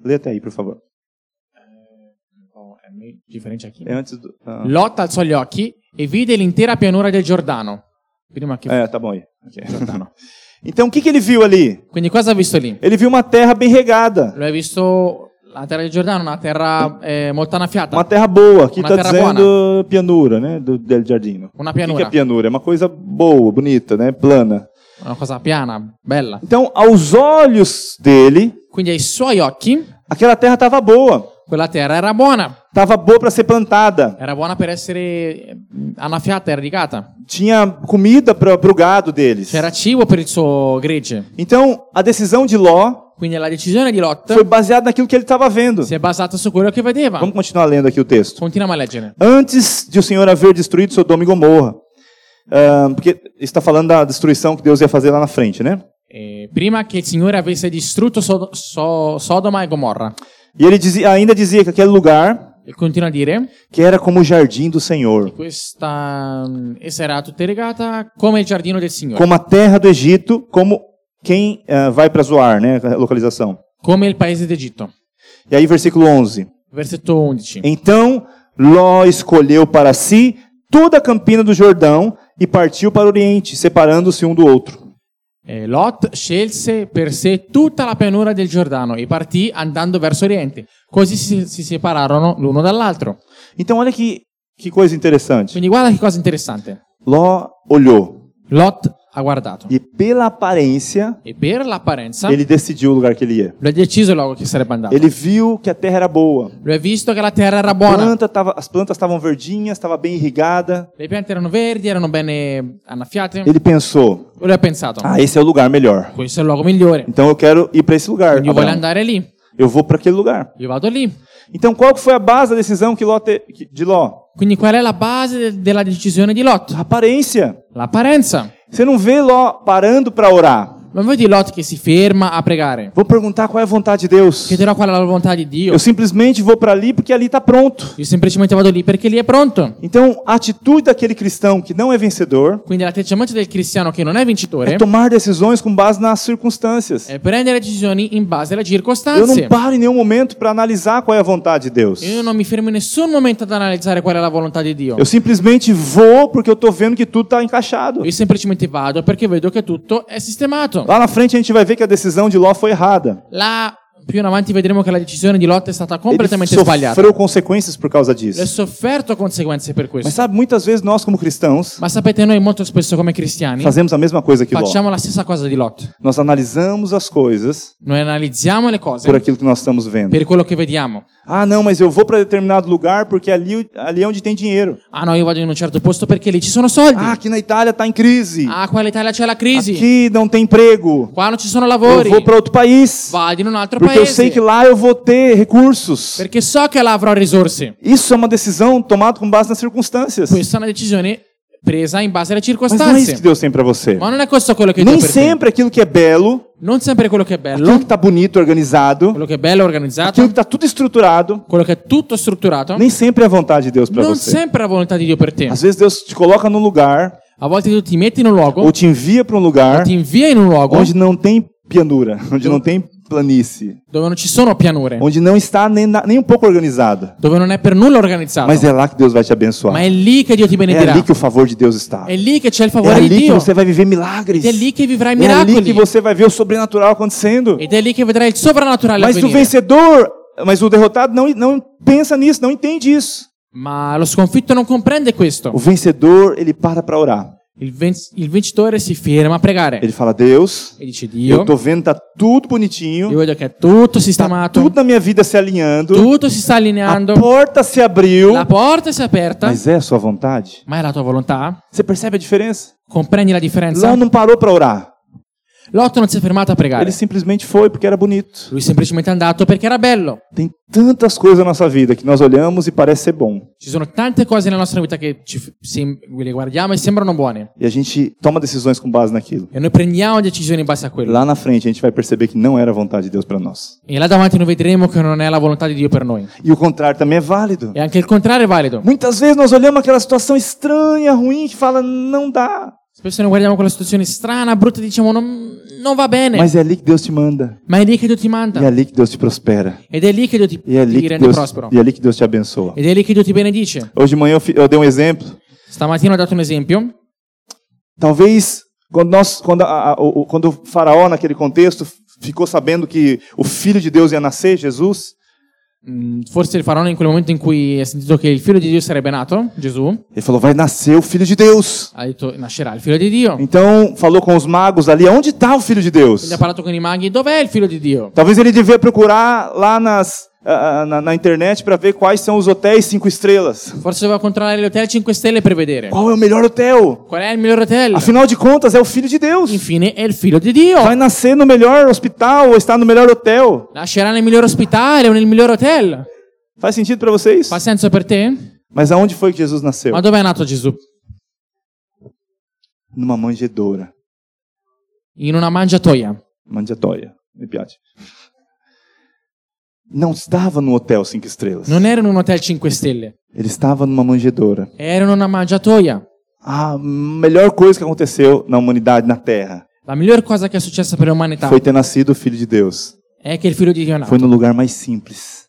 Speaker 2: Lê até aí, por favor. É antes do. ah,
Speaker 1: Lot alzò gli occhi e vide l'intera pianura del Giordano. Prima che...
Speaker 2: é, tá bom aí. Ok. Então, o que, que ele viu ali?
Speaker 1: Quindi cosa ha visto lì?
Speaker 2: Ele viu uma terra bem regada,
Speaker 1: Lo hai visto la terra del Giordano, una terra eh, molto
Speaker 2: uma
Speaker 1: annaffiata.
Speaker 2: terra boa. Aqui
Speaker 1: Uma
Speaker 2: está
Speaker 1: terra
Speaker 2: dizendo pianura, né? Do Del Jardino.
Speaker 1: Una
Speaker 2: O que que é
Speaker 1: pianura.
Speaker 2: pianura? É uma coisa boa, bonita, né? Plana.
Speaker 1: Una cosa piana, bella.
Speaker 2: Então, aos olhos dele,
Speaker 1: Quindi ai suoi occhi
Speaker 2: aquela terra estava boa.
Speaker 1: quella terra era buona.
Speaker 2: Estava boa para ser plantada.
Speaker 1: Era buona per essere eh, annaffiata, irrigata.
Speaker 2: Tinha comida para o gado deles.
Speaker 1: C'era cibo per il suo gregge.
Speaker 2: Então, a decisão de Ló
Speaker 1: Quindi la decisione di Lot
Speaker 2: foi baseada naquilo que ele estava vendo.
Speaker 1: si è basata su quello che vedeva.
Speaker 2: Vamos continuar lendo aqui o texto.
Speaker 1: Continuiamo a leggere.
Speaker 2: Antes de o Senhor haver destruído Sodoma e Gomorra. Ah, porque está falando da destruição que Deus ia fazer lá na frente, né?
Speaker 1: Eh, prima che il Signore avesse distrutto Sod- So- Sodoma e Gomorra.
Speaker 2: E ele dizia, ainda dizia que aquele lugar
Speaker 1: E continua a dire,
Speaker 2: que era como o jardim do Senhor,
Speaker 1: questa mm, e sarà tutta irrigata come il giardino del Signore,
Speaker 2: como a terra do Egito, como quem ah, vai para Zoar, né? A localização.
Speaker 1: come il paese d'Egitto.
Speaker 2: E aí, versículo 11.
Speaker 1: Versetto 11.
Speaker 2: Então Ló escolheu para si toda a campina do Jordão e partiu para o Oriente, separando-se um do outro.
Speaker 1: Eh, Lot scelse per sé tutta la pianura del Giordano e partì andando verso oriente. Così si, si separarono l'uno dall'altro.
Speaker 2: Então olha que, que coisa interessante.
Speaker 1: Quindi guarda che cosa interessante.
Speaker 2: Ló olhou
Speaker 1: Lot ha guardato
Speaker 2: e pela aparência
Speaker 1: e per l'apparenza
Speaker 2: ele decidiu o lugar que ele ia.
Speaker 1: lui ha deciso il luogo che sarebbe andato.
Speaker 2: Ele viu que a terra era boa.
Speaker 1: Lui ha visto che la terra era
Speaker 2: A
Speaker 1: buona,
Speaker 2: planta tava- as plantas estavam verdinhas, estava bem irrigada.
Speaker 1: le piante erano verdi, erano bene annaffiate.
Speaker 2: Ele pensou:
Speaker 1: Lui ha pensato,
Speaker 2: Ah, esse é o lugar melhor.
Speaker 1: questo è il luogo migliore,
Speaker 2: Então eu quero ir para esse lugar.
Speaker 1: quindi io voglio
Speaker 2: Abraão.
Speaker 1: andare lì,
Speaker 2: Eu vou para aquele lugar.
Speaker 1: io vado lì.
Speaker 2: Então qual foi a base da decisão que Ló te... que- de Ló?
Speaker 1: Quindi qual è la base de- della decisione di Lot?
Speaker 2: A aparência.
Speaker 1: L'apparenza.
Speaker 2: Você não vê Ló parando para orar.
Speaker 1: Ma vedi Lot che si ferma a pregare.
Speaker 2: Vou perguntar qual é a vontade de Deus.
Speaker 1: Chiederò qual è la volontà di Dio.
Speaker 2: Eu simplesmente vou para ali porque ali está pronto.
Speaker 1: Io semplicemente vado lì perché lì è pronto.
Speaker 2: Então, a atitude daquele cristão que não é vencedor
Speaker 1: Quindi l'atteggiamento del cristiano che non è vincitore
Speaker 2: é tomar decisões com base nas circunstâncias.
Speaker 1: è prendere decisioni in base alle
Speaker 2: Eu não
Speaker 1: circostanze.
Speaker 2: paro em nenhum momento para analisar qual é a vontade de Deus.
Speaker 1: Io non mi fermo in nessun momento ad analizzare qual è la volontà di Dio.
Speaker 2: Eu simplesmente vou porque eu estou vendo que tudo está encaixado.
Speaker 1: Io semplicemente vado perché vedo che tutto è sistemato.
Speaker 2: Lá na frente a gente vai ver que a decisão de Ló foi errada.
Speaker 1: Là, più in avanti vedremo che la decisione di Lot è stata
Speaker 2: Ele
Speaker 1: completamente é sbagliata.
Speaker 2: sofreu consequências por causa disso.
Speaker 1: Lui ha sofferto conseguenze per
Speaker 2: Mas
Speaker 1: questo.
Speaker 2: sabe, muitas vezes nós como cristãos
Speaker 1: Ma sapete, noi molto spesso come cristiani
Speaker 2: fazemos a mesma coisa que Ló.
Speaker 1: facciamo la stessa cosa di Lot.
Speaker 2: Nós analisamos as coisas
Speaker 1: Noi analizziamo le cose
Speaker 2: por aquilo que nós estamos vendo.
Speaker 1: per quello che vediamo.
Speaker 2: Ah, não, mas eu vou para determinado lugar porque ali, ali é onde tem dinheiro.
Speaker 1: Ah no, io vado in un certo posto perché lì ci sono soldi.
Speaker 2: Ah, aqui na Itália está em crise.
Speaker 1: Ah, qua in Italia c'è la crisi.
Speaker 2: Aqui não tem emprego.
Speaker 1: Qua non ci sono
Speaker 2: Eu
Speaker 1: lavori.
Speaker 2: vou para outro país
Speaker 1: Vado in un altro
Speaker 2: porque eu sei
Speaker 1: paese.
Speaker 2: que lá eu vou ter recursos.
Speaker 1: Perché so che là avrò risorse.
Speaker 2: Isso é uma decisão tomada com base nas circunstâncias. Mas
Speaker 1: Questa è una decisione presa in base alle
Speaker 2: não é isso que
Speaker 1: circostanze.
Speaker 2: Deus tem para você.
Speaker 1: Ma non è questo quello che Dio
Speaker 2: Nem
Speaker 1: per te.
Speaker 2: sempre aquilo que é belo,
Speaker 1: Non sempre quello che è bello,
Speaker 2: aquilo que tá bonito, organizado,
Speaker 1: quello che è bello organizzato,
Speaker 2: aquilo que tá tudo estruturado,
Speaker 1: quello che è tutto strutturato,
Speaker 2: nem sempre é a vontade de Deus para
Speaker 1: non
Speaker 2: você.
Speaker 1: sempre è la volontà di Dio per te.
Speaker 2: Às vezes Deus te coloca num lugar
Speaker 1: A volte tu ti metti in un luogo,
Speaker 2: ou te envia para um lugar
Speaker 1: ti invia in un luogo
Speaker 2: onde não tem pianura, onde não tem planície,
Speaker 1: dove non ci sono pianure,
Speaker 2: onde não está nem, na- nem um pouco organizada.
Speaker 1: dove non è per nulla organizzato.
Speaker 2: Mas é lá que Deus vai te
Speaker 1: Ma
Speaker 2: abençoar.
Speaker 1: è lì che Dio ti
Speaker 2: É
Speaker 1: benedirà.
Speaker 2: ali que o favor de Deus está.
Speaker 1: È lì che c'è il
Speaker 2: É
Speaker 1: favore di
Speaker 2: ali que
Speaker 1: Dio.
Speaker 2: você vai viver milagres.
Speaker 1: Ed è lì che vivrai
Speaker 2: É ali que
Speaker 1: miracoli.
Speaker 2: você vai ver o sobrenatural acontecendo.
Speaker 1: Ed è lì che vedrai il sovrannaturale
Speaker 2: Mas o
Speaker 1: avvenire.
Speaker 2: vencedor, mas o derrotado não, não pensa nisso, não entende isso.
Speaker 1: Ma lo sconfitto non comprende questo.
Speaker 2: O vencedor, ele para para orar.
Speaker 1: Il, ven- il vincitore si ferma a pregare
Speaker 2: Ele fala: Deus,
Speaker 1: e dice
Speaker 2: eu
Speaker 1: Dio,
Speaker 2: tô vendo, tá tudo
Speaker 1: io
Speaker 2: bonitinho,
Speaker 1: vedo che è tutto
Speaker 2: tá
Speaker 1: sistemato,
Speaker 2: tudo na minha vida se alinhando,
Speaker 1: tutto si sta
Speaker 2: a
Speaker 1: allineando,
Speaker 2: porta se abriu.
Speaker 1: la porta si è aperta,
Speaker 2: Mas é a sua vontade?
Speaker 1: ma è la tua volontà?
Speaker 2: Você percebe a diferença?
Speaker 1: Comprendi la differenza?
Speaker 2: Ló não parou para orar.
Speaker 1: Lotto non si è fermato a pregare.
Speaker 2: Ele simplesmente foi porque era bonito.
Speaker 1: Lui è semplicemente andato perché era bello.
Speaker 2: Tem tantas coisas na nossa vida que nós olhamos e parece ser bom.
Speaker 1: Ci sono tante cose nella nostra vita che ci f- sem- le guardiamo e sembrano buone.
Speaker 2: E a gente toma decisões com base naquilo.
Speaker 1: E noi prendiamo decisioni in base a quello.
Speaker 2: Lá na frente a gente vai perceber que não era a vontade de Deus para nós.
Speaker 1: E là davanti noi vedremo che non è la volontà di Dio per noi.
Speaker 2: E o contrário também é válido.
Speaker 1: E anche il contrario è valido.
Speaker 2: Muitas vezes nós olhamos aquela situação estranha, ruim, que fala, não dá.
Speaker 1: Spesso noi guardiamo quella situazione strana, brutta e diciamo non, non va bene.
Speaker 2: Mas é ali que Deus te manda.
Speaker 1: Ma è lì che Dio ti
Speaker 2: E é
Speaker 1: manda.
Speaker 2: ali que Deus te prospera.
Speaker 1: Ed è lì che Dio ti,
Speaker 2: E é ali
Speaker 1: ti
Speaker 2: que
Speaker 1: rende
Speaker 2: Deus,
Speaker 1: prospero.
Speaker 2: e é ali que Deus te abençoa.
Speaker 1: Ed è lì che Dio ti benedice.
Speaker 2: Hoje de manhã eu, fi- eu dei um exemplo.
Speaker 1: Stamattina ho dato un esempio.
Speaker 2: Talvez quando, nós, quando, a- a- o, o- quando o faraó, naquele contexto, ficou sabendo que o filho de Deus ia nascer, Jesus,
Speaker 1: Mm, Forse il faraone in quel momento in cui ha sentito che il figlio di Dio sarebbe nato, Gesù,
Speaker 2: ele falou, vai nascer o filho de Deus.
Speaker 1: ha detto nascerà il figlio di Dio.
Speaker 2: Então falou com os magos ali, onde está o filho de Deus?
Speaker 1: Quindi ha parlato con i maghi, dov'è il figlio di Dio?
Speaker 2: Talvez ele devia procurar lá nas, ah, ah, na, na internet para ver quais são os hotéis cinco estrelas.
Speaker 1: Forse doveva controllare gli hotel 5 stelle per vedere.
Speaker 2: Qual é o melhor hotel?
Speaker 1: Qual è il miglior hotel?
Speaker 2: Afinal de contas, é o filho de Deus.
Speaker 1: Infine è il figlio di Dio.
Speaker 2: Vai nascer no melhor hospital ou está no melhor hotel.
Speaker 1: Nascerà nel miglior ospitale o nel miglior hotel.
Speaker 2: Faz sentido para vocês?
Speaker 1: Fa senso per te?
Speaker 2: Mas aonde foi que Jesus nasceu?
Speaker 1: Ma dov'è nato Gesù?
Speaker 2: Numa manjedoura.
Speaker 1: In una mangiatoia.
Speaker 2: Mandiatóia, me piace. Não estava num hotel cinco estrelas.
Speaker 1: Non era in un hotel 5 stelle,
Speaker 2: Ele estava numa manjedoura.
Speaker 1: era in una mangiatoia.
Speaker 2: A melhor coisa que aconteceu na humanidade, na Terra,
Speaker 1: La miglior cosa che è successa per l'umanità
Speaker 2: foi ter nascido o Filho de Deus.
Speaker 1: è che il figlio di Dio è nato,
Speaker 2: Foi no lugar mais simples.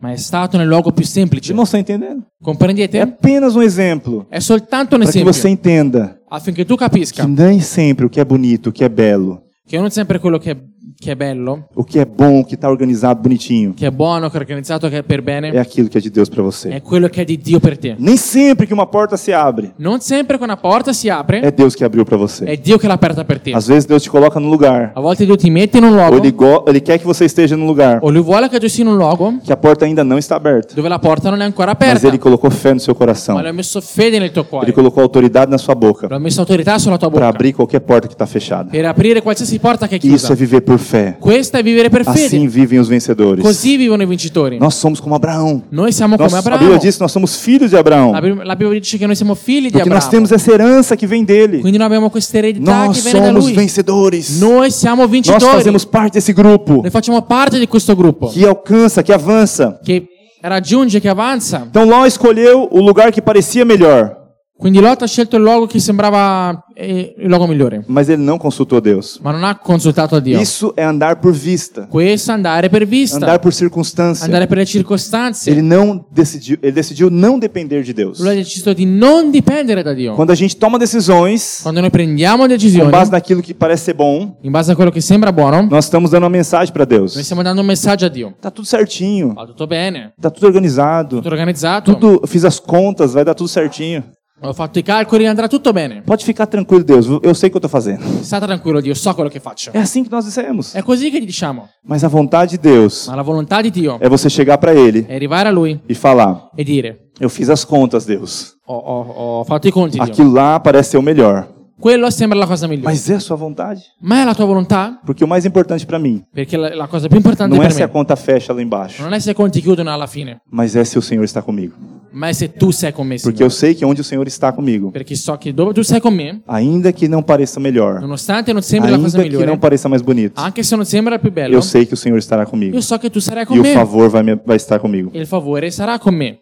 Speaker 1: ma è stato nel luogo più semplice.
Speaker 2: Irmão, você está entendendo? É
Speaker 1: Comprendete?
Speaker 2: apenas um exemplo
Speaker 1: È soltanto un
Speaker 2: para que
Speaker 1: esempio
Speaker 2: você entenda
Speaker 1: affinché tu capisca
Speaker 2: que nem sempre o que é bonito, o que é belo,
Speaker 1: che non sempre quello che è, che è bello,
Speaker 2: o que é bom, o que está organizado bonitinho,
Speaker 1: che è buono, che è organizzato, che è per bene,
Speaker 2: é aquilo que é de Deus para você.
Speaker 1: è quello che è di Dio per te.
Speaker 2: Nem sempre que uma porta se abre,
Speaker 1: Non sempre che una porta si apre,
Speaker 2: é Deus que abriu para você.
Speaker 1: è Dio che l'ha aperta per te.
Speaker 2: Às vezes Deus te coloca no lugar,
Speaker 1: A volte Dio ti mette in un
Speaker 2: ou
Speaker 1: luogo,
Speaker 2: ele, go- ele quer que você esteja no lugar,
Speaker 1: o lui vuole che tu sia in un luogo
Speaker 2: que a porta ainda não está aberta,
Speaker 1: dove la porta non è ancora
Speaker 2: mas
Speaker 1: aperta,
Speaker 2: ele colocou fé no seu coração,
Speaker 1: ma lui ha messo fede nel tuo
Speaker 2: ele
Speaker 1: cuore,
Speaker 2: colocou autoridade na sua boca
Speaker 1: lui ha messo autorità sulla tua
Speaker 2: para
Speaker 1: bocca,
Speaker 2: abrir qualquer porta que está fechada.
Speaker 1: per aprire qualsiasi porta che è
Speaker 2: Isso
Speaker 1: chiusa.
Speaker 2: é viver por fé.
Speaker 1: Questa è vivere per fede,
Speaker 2: Assim vivem os vencedores.
Speaker 1: così vivono i vincitori.
Speaker 2: Nós somos como Abraão.
Speaker 1: Noi siamo
Speaker 2: Nós,
Speaker 1: come
Speaker 2: a Bíblia
Speaker 1: Abramo.
Speaker 2: diz que nós somos filhos de Abraão.
Speaker 1: La Bib- la Bibbia dice che noi siamo figli di
Speaker 2: Porque nós
Speaker 1: Abramo.
Speaker 2: temos essa herança que vem dele.
Speaker 1: Quindi noi abbiamo questa eredità
Speaker 2: Nós
Speaker 1: che viene da
Speaker 2: somos
Speaker 1: lui.
Speaker 2: vencedores.
Speaker 1: Noi siamo
Speaker 2: Nós
Speaker 1: vincitori.
Speaker 2: fazemos parte desse grupo
Speaker 1: Noi facciamo parte di questo gruppo
Speaker 2: que alcança, que avança.
Speaker 1: che raggiunge, che avanza.
Speaker 2: Então Ló escolheu o lugar que parecia melhor,
Speaker 1: Quindi Lot ha scelto il luogo che sembrava eh, il luogo migliore,
Speaker 2: mas ele não consultou Deus.
Speaker 1: ma non ha consultato Dio.
Speaker 2: Isso é andar por vista,
Speaker 1: Questo è andare per vista,
Speaker 2: andar por circunstância.
Speaker 1: andare per le circostanze.
Speaker 2: Ele não decidiu, ele decidiu não depender de Deus.
Speaker 1: Lui ha deciso di non dipendere da Dio.
Speaker 2: Quando a gente toma decisões
Speaker 1: Quando noi prendiamo
Speaker 2: com
Speaker 1: decisioni
Speaker 2: base naquilo que parece ser bom,
Speaker 1: in base a quello che sembra buono, noi
Speaker 2: nós estamos dando uma mensagem para Deus.
Speaker 1: stiamo dando un messaggio a Dio.
Speaker 2: Tá tudo certinho,
Speaker 1: Va tutto bene,
Speaker 2: tá tudo organizado,
Speaker 1: tutto organizzato,
Speaker 2: tudo, fiz as contas, vai dar tudo certinho.
Speaker 1: ho fatto i calcoli, andrà tutto bene.
Speaker 2: Pode ficar tranquilo, Deus, eu sei o que eu tô fazendo.
Speaker 1: Sta tranquillo Dio, so quello che faccio.
Speaker 2: É assim que nós dissemos.
Speaker 1: È così che gli diciamo.
Speaker 2: Mas a vontade de Deus
Speaker 1: Ma la volontà di Dio
Speaker 2: é você chegar para ele
Speaker 1: è arrivare a Lui
Speaker 2: e falar:
Speaker 1: e dire:
Speaker 2: "Eu fiz as contas, Deus.
Speaker 1: Ho, ho- ho fatto i conti, Dio.
Speaker 2: Aquilo lá parece ser o melhor,
Speaker 1: Quello sembra la cosa migliore.
Speaker 2: mas é a sua vontade?
Speaker 1: Ma è la tua volontà?
Speaker 2: Porque o mais importante para mim
Speaker 1: Perché la, la cosa più importante
Speaker 2: não é
Speaker 1: per
Speaker 2: se a
Speaker 1: me
Speaker 2: conta fecha lá embaixo,
Speaker 1: non è se i conti chiudono alla fine,
Speaker 2: mas é se o Senhor está comigo.
Speaker 1: ma è se tu sei con me,
Speaker 2: Porque
Speaker 1: Signore.
Speaker 2: eu sei que onde o Senhor está comigo,
Speaker 1: Perché so che dove tu sei con me,
Speaker 2: ainda que não pareça melhor,
Speaker 1: nonostante non sembri la cosa
Speaker 2: ainda que
Speaker 1: migliore,
Speaker 2: não pareça mais bonito,
Speaker 1: anche se non sembra il più bello,
Speaker 2: eu sei que o Senhor estará comigo
Speaker 1: io so che tu sarai con
Speaker 2: e o
Speaker 1: me
Speaker 2: favor vai, me- vai estar comigo.
Speaker 1: e il favore sarà con me.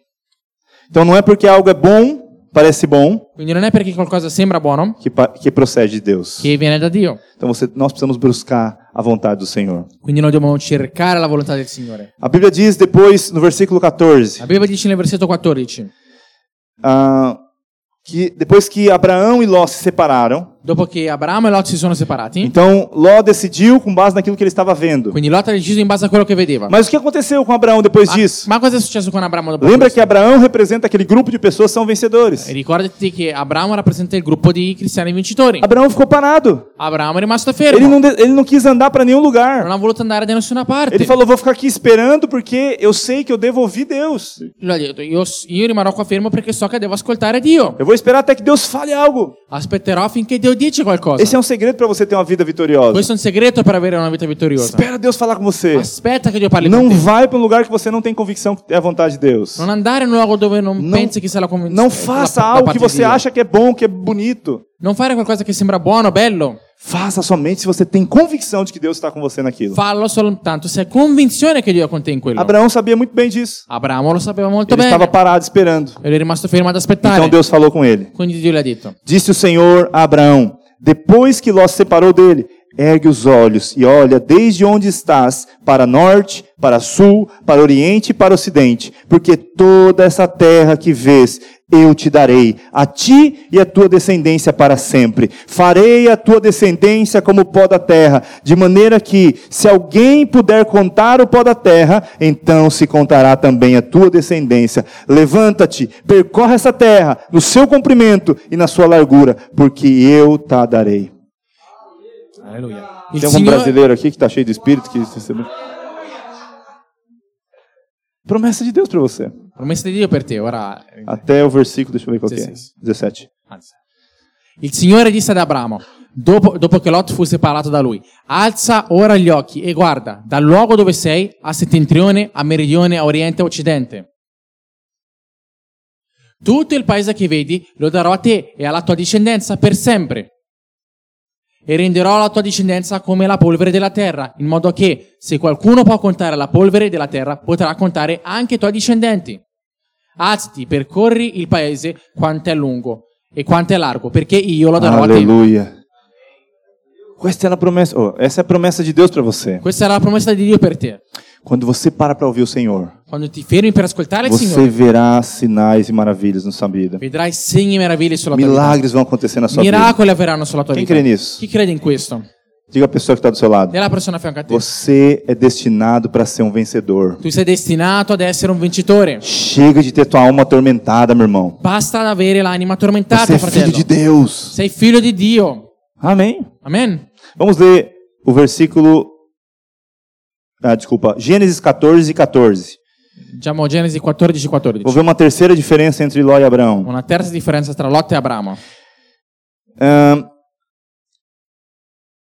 Speaker 2: Então não é porque algo é bom, parece bom,
Speaker 1: Quindi non è perché qualcosa sembra buono
Speaker 2: que, pa- que procede de Deus.
Speaker 1: che viene da Dio.
Speaker 2: Então você- nós precisamos buscar a vontade do Senhor.
Speaker 1: Quindi noi dobbiamo cercare la volontà del Signore.
Speaker 2: A Bíblia diz depois, no versículo
Speaker 1: La
Speaker 2: 14,
Speaker 1: Bibbia dice nel versetto 14,
Speaker 2: ah, que depois que Abraão e Ló se separaram,
Speaker 1: dopo che Abramo e Lot si sono separati,
Speaker 2: então Ló decidiu com base naquilo que ele estava vendo.
Speaker 1: quindi Lot ha deciso in base a quello che vedeva.
Speaker 2: Mas o que aconteceu com Abraão depois
Speaker 1: Ma,
Speaker 2: disso?
Speaker 1: ma cosa è successo con Abramo dopo
Speaker 2: Lembra
Speaker 1: questo?
Speaker 2: que Abraão representa aquele grupo de pessoas que são vencedores.
Speaker 1: Ricordati che Abramo rappresenta il gruppo di cristiani vincitori.
Speaker 2: Abraão ficou parado.
Speaker 1: Abramo è rimasto
Speaker 2: Ele
Speaker 1: fermo,
Speaker 2: não, de- ele não quis andar para nenhum
Speaker 1: non
Speaker 2: lugar.
Speaker 1: ha voluto andare da nessuna parte.
Speaker 2: Ele falou: Vou ficar aqui esperando porque eu sei que eu devo ouvir Deus.
Speaker 1: Lui ha detto, io, io rimarrò qua fermo perché so che devo ascoltare Dio.
Speaker 2: Eu vou esperar até que Deus fale algo.
Speaker 1: Aspetterò finché Dio dice qualcosa.
Speaker 2: Esse é um segredo para você ter uma vida vitoriosa.
Speaker 1: Questo è un segreto per avere una vita vittoriosa.
Speaker 2: Espera Deus falar com você.
Speaker 1: Aspetta che Dio parli con
Speaker 2: Não
Speaker 1: te.
Speaker 2: vai para um lugar que você não tem convicção que é a vontade de Deus.
Speaker 1: Non andare in un luogo dove non,
Speaker 2: Não,
Speaker 1: pensi che sia la convinzione.
Speaker 2: não faça algo que você acha que é bom, que é bonito.
Speaker 1: Non fare qualcosa che sembra buono, bello.
Speaker 2: Faça somente se você tem convicção de que Deus está com você naquilo.
Speaker 1: Fallo soltanto se hai convinzione che Dio è con te in quello.
Speaker 2: Abraão sabia muito bem disso.
Speaker 1: Abramo lo sapeva molto
Speaker 2: Ele
Speaker 1: bene.
Speaker 2: estava parado esperando.
Speaker 1: E lui è rimasto fermo ad aspettare.
Speaker 2: Então Deus falou com ele.
Speaker 1: Quindi Dio gli ha detto.
Speaker 2: Disse o Senhor a Abraão: Depois que Ló se separou dele, ergue os olhos e olha desde onde estás, para norte, para sul, para oriente e para ocidente, porque toda essa terra que vês eu te darei, a ti e a tua descendência para sempre. Farei a tua descendência como o pó da terra, de maneira que, se alguém puder contar o pó da terra, então se contará também a tua descendência. Levanta-te, percorre essa terra, no seu comprimento e na sua largura, porque eu te a darei.
Speaker 1: Alleluia. Il
Speaker 2: Tem algum
Speaker 1: Signore...
Speaker 2: brasileiro aqui que está cheio de espírito? Que recebeu? Promessa de Deus para você.
Speaker 1: Promessa di Dio per te, ora...
Speaker 2: Até o versículo, deixa eu ver qual que é. 17.
Speaker 1: Anzi. Il Signore disse ad Abramo, dopo, dopo che Lot fu separato da lui, alza ora gli occhi e guarda dal luogo dove sei a settentrione, a meridione, a oriente, a occidente. Tutto il paese che vedi lo darò a te e alla tua discendenza per sempre. E renderò la tua discendenza come la polvere della terra, in modo che, se qualcuno può contare la polvere della terra, potrà contare anche i tuoi discendenti. Alzati, percorri il paese quanto è lungo e quanto è largo, perché io lo darò a te.
Speaker 2: Aleluia. Questa é a promessa, oh, essa é a promessa de Deus para você.
Speaker 1: Questa era la promessa di Dio per te.
Speaker 2: Quando você para para ouvir o Senhor,
Speaker 1: Quando ti fermi per ascoltare il
Speaker 2: você
Speaker 1: Signore,
Speaker 2: verá sinais e maravilhas na sua vida.
Speaker 1: vedrai segni e meraviglie sulla tua vita.
Speaker 2: Milagres vão acontecer na sua vida.
Speaker 1: Miracoli avverranno sulla tua
Speaker 2: Quem
Speaker 1: vita.
Speaker 2: crê nisso?
Speaker 1: Chi crede in questo?
Speaker 2: Diga a pessoa que está do seu lado.
Speaker 1: E la persona a fianco a te.
Speaker 2: Você é destinado para ser um vencedor.
Speaker 1: Tu sei destinato ad essere un vincitore.
Speaker 2: Chega de ter tua alma atormentada, meu irmão.
Speaker 1: Basta ad avere l'anima
Speaker 2: Você
Speaker 1: tormentata,
Speaker 2: é filho
Speaker 1: fratello.
Speaker 2: de Deus.
Speaker 1: Sei figlio di Dio.
Speaker 2: Amém.
Speaker 1: Amen.
Speaker 2: Vamos ler o versículo. Ah, desculpa. Gênesis 14, 14.
Speaker 1: Diciamo Genesi 14, 14.
Speaker 2: Vou ver uma terceira diferença entre Ló e Abraão.
Speaker 1: Una terza differenza tra Lot e Abramo.
Speaker 2: Ahn,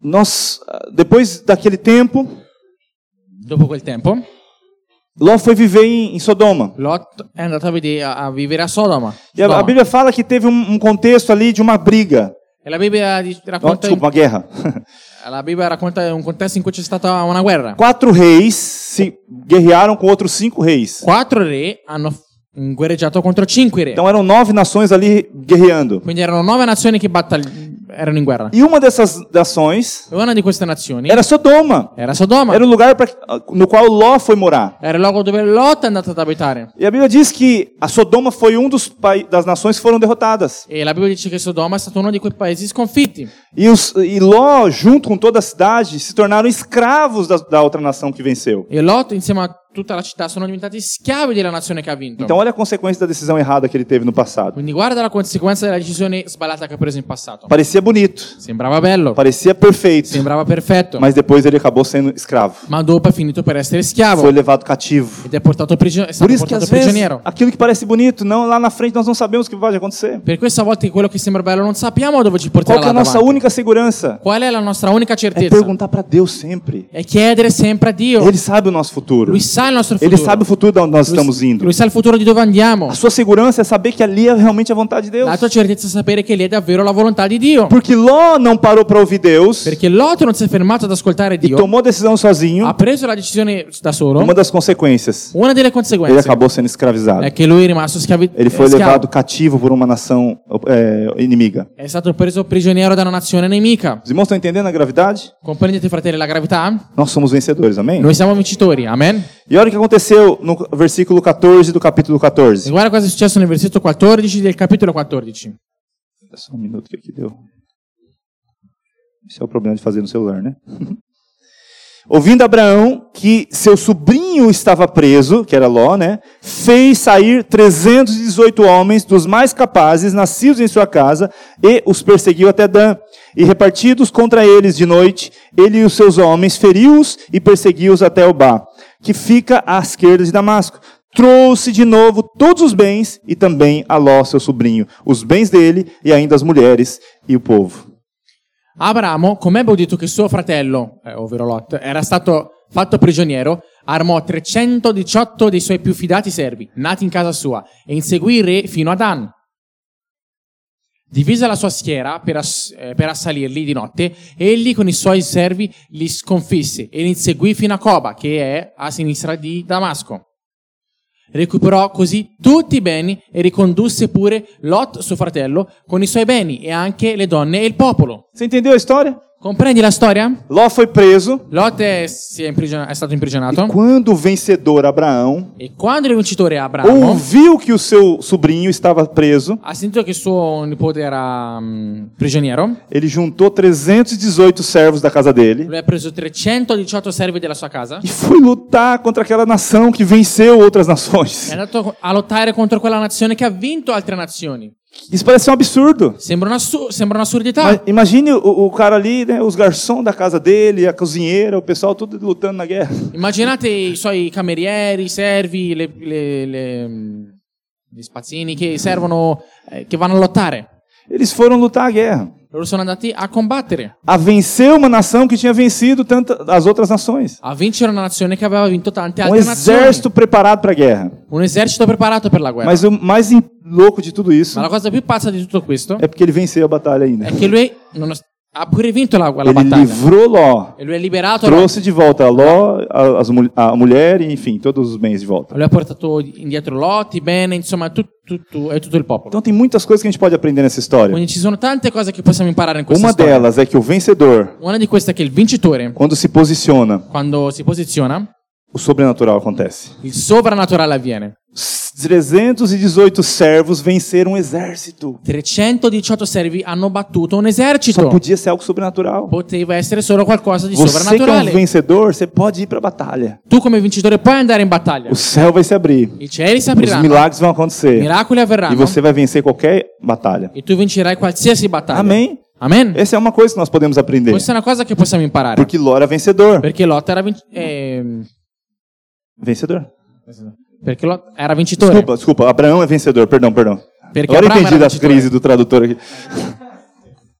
Speaker 2: nós, ah, depois daquele tempo,
Speaker 1: Dopo quel tempo,
Speaker 2: Ló foi viver em, em Sodoma.
Speaker 1: Lot è andato a, vede- a vivere a Sodoma.
Speaker 2: E a, a
Speaker 1: Sodoma.
Speaker 2: Bíblia fala que teve um, um contexto ali de uma briga.
Speaker 1: E la Bibbia di-
Speaker 2: Ó,
Speaker 1: racconta,
Speaker 2: desculpa, uma guerra.
Speaker 1: la Bibbia racconta un contesto in cui c'è stata una guerra.
Speaker 2: Quatro reis se guerrearam com outros cinco reis.
Speaker 1: Quattro re hanno f- guerreggiato contro cinque re.
Speaker 2: Então eram nove nações ali guerreando.
Speaker 1: Quindi erano nove nazioni che battagli- erano in guerra.
Speaker 2: E uma dessas nações
Speaker 1: E una di queste nazioni
Speaker 2: era Sodoma.
Speaker 1: era Sodoma.
Speaker 2: Era o lugar pra, no qual Ló foi morar.
Speaker 1: Era il luogo dove Lot è andato ad abitare.
Speaker 2: E a Bíblia diz que a Sodoma foi um dos pai, das nações que foram derrotadas.
Speaker 1: E la Bibbia dice che Sodoma è stato uno di quei paesi sconfitti.
Speaker 2: E, os, e Ló, junto com toda a cidade, se tornaram escravos da, da outra nação que venceu.
Speaker 1: E Lot, insieme a tutta la città, sono diventati schiavi della nazione che ha vinto.
Speaker 2: Então olha a consequência da decisão errada que ele teve no passado.
Speaker 1: Quindi guarda la conseguenza della decisione sballata che ha preso in passato.
Speaker 2: Parecia bonito,
Speaker 1: Sembrava bello,
Speaker 2: parecia perfeito,
Speaker 1: sembrava perfetto,
Speaker 2: mas depois ele acabou sendo escravo.
Speaker 1: ma dopo è finito per essere schiavo
Speaker 2: Foi levado cativo.
Speaker 1: ed è, portato prigio- è
Speaker 2: Por
Speaker 1: stato
Speaker 2: isso que
Speaker 1: portato
Speaker 2: às vezes
Speaker 1: prigioniero.
Speaker 2: aquilo que parece bonito, não lá na frente nós não sabemos o que vai acontecer.
Speaker 1: Per questo a volte quello che sembra bello non sappiamo dove ci porterà
Speaker 2: Qual que é
Speaker 1: la
Speaker 2: a nossa
Speaker 1: davanti.
Speaker 2: única segurança?
Speaker 1: Qual è la nostra unica
Speaker 2: É
Speaker 1: certezza?
Speaker 2: perguntar para Deus sempre.
Speaker 1: È chiedere sempre a Dio.
Speaker 2: Ele sabe o nosso futuro.
Speaker 1: Lui sa il nostro futuro.
Speaker 2: Ele sabe o futuro de onde nós
Speaker 1: Lui-
Speaker 2: estamos indo.
Speaker 1: Lui sa il futuro di dove andiamo.
Speaker 2: A sua segurança é saber que ali é realmente a vontade de Deus.
Speaker 1: La tua certezza è sapere che lì è davvero la volontà di Dio.
Speaker 2: Porque Ló não parou para ouvir Deus
Speaker 1: Perché Lot non si è fermato ad ascoltare
Speaker 2: e
Speaker 1: Dio,
Speaker 2: tomou decisão sozinho.
Speaker 1: ha preso la decisione da solo.
Speaker 2: Uma das consequências,
Speaker 1: Una delle
Speaker 2: ele
Speaker 1: conseguenze
Speaker 2: acabou sendo escravizado.
Speaker 1: è che lui è rimasto schiavi-
Speaker 2: Ele foi
Speaker 1: eh, schiavo.
Speaker 2: levado cativo por uma nação é, inimiga.
Speaker 1: È stato preso prigioniero da una nazione nemica.
Speaker 2: Os irmãos estão entendendo a gravidade?
Speaker 1: Comprendete, fratelli, la gravità?
Speaker 2: Nós somos vencedores, amém?
Speaker 1: Noi siamo vincitori, amen.
Speaker 2: E olha o que aconteceu no versículo 14 do capítulo
Speaker 1: E
Speaker 2: 14.
Speaker 1: guarda cosa è successo nel versetto 14 del capitolo 14.
Speaker 2: Só um minuto que aqui deu. Esse é o problema de fazer no celular, né? Ouvindo Abraão que seu sobrinho estava preso, que era Ló, né? Fez sair 318 homens dos mais capazes, nascidos em sua casa, e os perseguiu até Dan. E repartidos contra eles de noite, ele e os seus homens feriu-os e perseguiu-os até Obá, que fica à esquerda de Damasco. Trouxe de novo todos os bens e também a Ló, seu sobrinho, os bens dele e ainda as mulheres e o povo.
Speaker 1: Abramo, come ebbe udito che suo fratello, eh, ovvero Lot, era stato fatto prigioniero, armò 318 dei suoi più fidati servi, nati in casa sua, e inseguì il re fino ad Dan. Divisa la sua schiera per, ass- eh, per assalirli di notte, egli con i suoi servi li sconfisse e li inseguì fino a Coba, che è a sinistra di Damasco. Recuperò così tutti i beni e ricondusse pure Lot, suo fratello, con i suoi beni e anche le donne e il popolo.
Speaker 2: Você entendeu a história?
Speaker 1: Comprendi la storia?
Speaker 2: Ló foi preso
Speaker 1: Lot è, si è, imprigiona- è stato imprigionato.
Speaker 2: Quando o vencedor Abraão
Speaker 1: E quando il vincitore Abramo
Speaker 2: ouviu que o seu sobrinho estava preso,
Speaker 1: ha sentito che suo nipote era mm, prigioniero,
Speaker 2: ele juntou 318 servos da casa dele
Speaker 1: lui ha preso 318 servi della sua casa
Speaker 2: e foi lutar contra aquela nação que venceu outras
Speaker 1: e è
Speaker 2: nações.
Speaker 1: andato a lottare contro quella nazione che ha vinto altre nazioni.
Speaker 2: Isso parece um absurdo.
Speaker 1: Sembra, una su- sembra
Speaker 2: Mas
Speaker 1: un'assurdità.
Speaker 2: imagine o, o cara ali, né, os garçons da casa dele, a cozinheira, o pessoal tudo lutando na guerra.
Speaker 1: Immaginate i suoi camerieri, i servi, le, le- le, mm, gli spazzini che servono, eh, che vanno a lottare.
Speaker 2: Eles foram lutar a guerra,
Speaker 1: Loro sono andati a combattere,
Speaker 2: a vencer uma nação que tinha vencido tanta, as outras nações.
Speaker 1: a vincere una nazione che aveva vinto tante
Speaker 2: Um
Speaker 1: altre nazioni.
Speaker 2: exército preparado para a guerra.
Speaker 1: Un esercito preparato per la guerra.
Speaker 2: Mas o mais in- louco de tudo isso
Speaker 1: Ma la cosa più pazza di tutto questo
Speaker 2: é porque ele venceu a batalha ainda.
Speaker 1: è che lui non ha- ha pure vinto la, la
Speaker 2: Ele
Speaker 1: battaglia.
Speaker 2: livrou Ló,
Speaker 1: E lui è liberato, Lot.
Speaker 2: trouxe de volta a Ló, a, as mul- a mulher e, enfim, todos os bens de volta.
Speaker 1: lui ha portato indietro Lotti, bene, insomma, tut- tutto- è tutto il popolo.
Speaker 2: Então tem muitas coisas que a gente pode aprender nessa história.
Speaker 1: Quindi ci sono tante cose che possiamo imparare in questa
Speaker 2: Uma
Speaker 1: storia.
Speaker 2: delas é que o vencedor,
Speaker 1: Una di queste è che il vincitore,
Speaker 2: quando se posiciona,
Speaker 1: quando si posiziona,
Speaker 2: o sobrenatural acontece.
Speaker 1: Il sovrannaturale avviene.
Speaker 2: 318 servos venceram um exército.
Speaker 1: 318 servi hanno battuto un
Speaker 2: Só
Speaker 1: esercito.
Speaker 2: podia ser algo sobrenatural.
Speaker 1: Poteva essere solo qualcosa di
Speaker 2: Você que é um
Speaker 1: sovrannaturale.
Speaker 2: vencedor, você pode ir para a batalha.
Speaker 1: Tu come vincitore puoi andare in battaglia.
Speaker 2: O céu vai se abrir.
Speaker 1: I cieli si
Speaker 2: Os
Speaker 1: apriranno,
Speaker 2: milagres vão acontecer.
Speaker 1: miracoli
Speaker 2: E
Speaker 1: avverranno
Speaker 2: você vai vencer qualquer batalha.
Speaker 1: e tu vincerai qualsiasi battaglia.
Speaker 2: Amém?
Speaker 1: Amen?
Speaker 2: Essa é uma coisa que nós podemos aprender.
Speaker 1: Questa è una cosa che possiamo imparare.
Speaker 2: Porque Ló era vencedor.
Speaker 1: Perché Lot era, vin- ehm,
Speaker 2: Vencedor?
Speaker 1: perché Lot era vincitore.
Speaker 2: Desculpa, desculpa. Abraão é vencedor. Perdão, perdão.
Speaker 1: Perché
Speaker 2: Agora eu
Speaker 1: Abramo
Speaker 2: entendi
Speaker 1: era
Speaker 2: das
Speaker 1: vencedor.
Speaker 2: crises do tradutor aqui.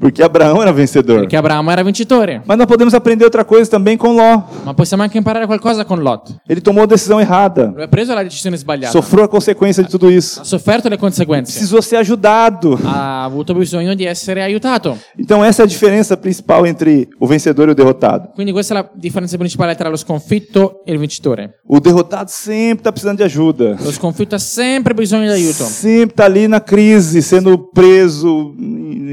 Speaker 2: Porque Abraão era vencedor.
Speaker 1: Perché Abramo era vincitore.
Speaker 2: Mas nós podemos aprender outra coisa também com Ló.
Speaker 1: Ma possiamo anche imparare qualcosa con Lot.
Speaker 2: Ele tomou a decisão errada.
Speaker 1: Lui ha preso la decisione sbagliata.
Speaker 2: Sofreu a consequência de tudo isso.
Speaker 1: Ha sofferto le conseguenze.
Speaker 2: Precisou ser ajudado.
Speaker 1: Ha avuto bisogno di essere aiutato.
Speaker 2: Então essa é a diferença principal entre o vencedor e o derrotado.
Speaker 1: Quindi questa è la differenza principale tra lo sconfitto e il vincitore.
Speaker 2: O derrotado sempre está precisando de ajuda.
Speaker 1: Lo sconfitto ha sempre bisogno di aiuto.
Speaker 2: Sempre está ali na crise, sendo preso,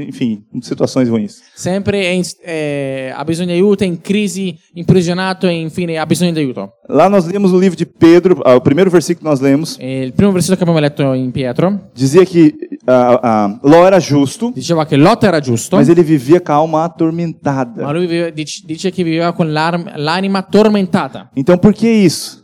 Speaker 2: enfim, em situações ruins.
Speaker 1: Sempre è in- eh, ha bisogno di aiuto, è in crisi, imprigionato e infine ha bisogno di aiuto.
Speaker 2: Lá nós lemos o livro de Pedro, ah, o primeiro versículo que nós lemos,
Speaker 1: E il primo versetto che abbiamo letto in Pietro
Speaker 2: dizia que ah, ah, Ló era justo,
Speaker 1: diceva che Lot era giusto,
Speaker 2: mas ele vivia com a alma
Speaker 1: ma
Speaker 2: atormentada.
Speaker 1: lui vive- dic- dice che viveva con l'arm- l'anima tormentata.
Speaker 2: Então por que isso?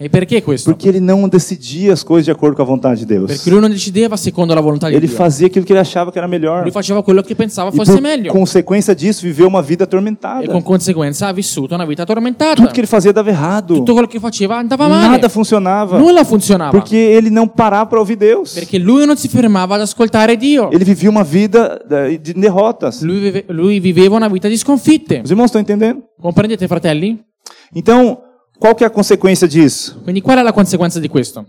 Speaker 1: E perché questo?
Speaker 2: Porque ele não decidia as coisas de acordo com a vontade de Deus.
Speaker 1: Perché lui non decideva secondo la volontà di
Speaker 2: Ele
Speaker 1: Dio.
Speaker 2: fazia aquilo que ele achava que era melhor.
Speaker 1: Lui faceva quello che pensava
Speaker 2: E
Speaker 1: fosse
Speaker 2: por
Speaker 1: meglio.
Speaker 2: consequência disso, viveu uma vida
Speaker 1: E con
Speaker 2: atormentada.
Speaker 1: conseguenza ha vissuto una vita tormentata.
Speaker 2: Tudo que ele fazia dava errado.
Speaker 1: Tutto quello che faceva andava male.
Speaker 2: Nada funcionava.
Speaker 1: Nulla funzionava.
Speaker 2: Porque ele não parava para ouvir Deus.
Speaker 1: Perché lui non si fermava ad ascoltare Dio.
Speaker 2: Ele vivia uma vida eh, de derrotas.
Speaker 1: Lui, vive- lui viveva una vita di sconfitte.
Speaker 2: Os irmãos estão entendendo?
Speaker 1: Comprendete, fratelli?
Speaker 2: Então, qual que é a consequência disso?
Speaker 1: Quindi qual è la conseguenza di questo?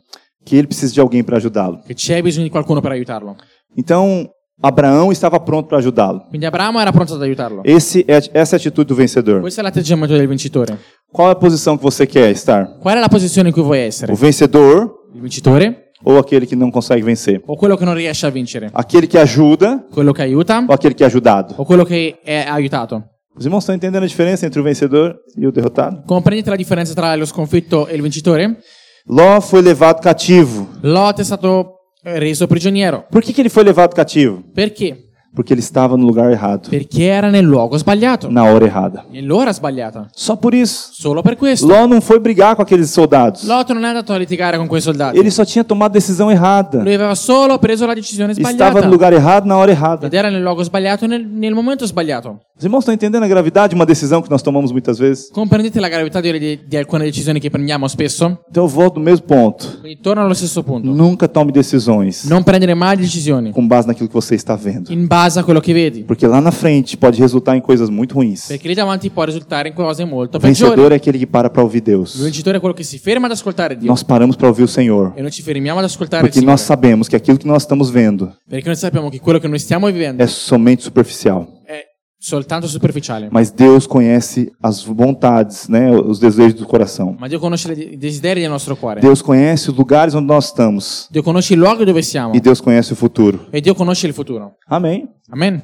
Speaker 2: Que ele precisa de alguém para ajudá-lo.
Speaker 1: Che c'è bisogno di qualcuno per aiutarlo.
Speaker 2: Então, Abraão estava pronto para ajudá-lo.
Speaker 1: Quindi Abramo era pronto ad aiutarlo.
Speaker 2: Esse é, essa é a atitude do vencedor.
Speaker 1: Questo è l'atteggiamento del vincitore.
Speaker 2: Qual é a posição que você quer estar?
Speaker 1: Qual è la posizione in cui vuoi essere?
Speaker 2: O vencedor
Speaker 1: Il vincitore
Speaker 2: ou aquele que não consegue vencer?
Speaker 1: o quello che non riesce a vincere?
Speaker 2: Aquele que ajuda
Speaker 1: Quello che aiuta
Speaker 2: ou aquele que é ajudado?
Speaker 1: o quello che è aiutato?
Speaker 2: Os irmãos estão entendendo a diferença entre o vencedor e o derrotado?
Speaker 1: Comprendete la differenza tra lo sconfitto e il vincitore?
Speaker 2: Ló foi levado cativo.
Speaker 1: Lot è stato eh, reso prigioniero.
Speaker 2: Por que, que ele foi levado cativo?
Speaker 1: Perché?
Speaker 2: Porque ele estava no lugar errado,
Speaker 1: Perché era nel luogo sbagliato,
Speaker 2: na hora errada.
Speaker 1: nell'ora sbagliata.
Speaker 2: Só por isso.
Speaker 1: Solo per questo.
Speaker 2: Ló não foi brigar com aqueles soldados.
Speaker 1: Lot non è andato a litigare con quei soldati.
Speaker 2: Ele só tinha tomado a decisão errada.
Speaker 1: Lui aveva solo preso la decisione
Speaker 2: Estava
Speaker 1: sbagliata.
Speaker 2: no lugar errado na hora errada.
Speaker 1: Ed era nel luogo sbagliato nel, nel momento sbagliato.
Speaker 2: Os irmãos estão entendendo a gravidade de uma decisão que nós tomamos muitas vezes?
Speaker 1: Comprendete la gravità di, di- di alcune decisioni che prendiamo spesso?
Speaker 2: Então eu volto no mesmo ponto.
Speaker 1: Quindi torno allo stesso punto.
Speaker 2: Nunca tome decisões
Speaker 1: Non prendere mai decisioni
Speaker 2: com base naquilo que você está vendo.
Speaker 1: in base a quello che vedi.
Speaker 2: Porque lá na frente pode resultar em coisas muito ruins.
Speaker 1: Perché lì davanti può risultare in cose molto
Speaker 2: O
Speaker 1: peggiori.
Speaker 2: vencedor é aquele que para para ouvir
Speaker 1: Il
Speaker 2: Deus.
Speaker 1: vincitore è quello che si ferma ad ascoltare Dio.
Speaker 2: Nós paramos para ouvir o Senhor.
Speaker 1: E noi ci fermiamo ad ascoltare il
Speaker 2: Porque nós
Speaker 1: Signore.
Speaker 2: sabemos que aquilo que nós estamos vendo
Speaker 1: Perché noi sappiamo che quello che noi stiamo vivendo
Speaker 2: é somente superficial.
Speaker 1: è soltanto superficiale.
Speaker 2: Mas Deus conhece as vontades, né, os desejos do coração.
Speaker 1: Ma Dio conosce le- i desideri del nostro cuore.
Speaker 2: Deus conhece os lugares onde nós estamos
Speaker 1: Dio conosce i luoghi dove siamo.
Speaker 2: e Deus conhece o futuro.
Speaker 1: E Dio conosce il futuro.
Speaker 2: Amém.
Speaker 1: Amen.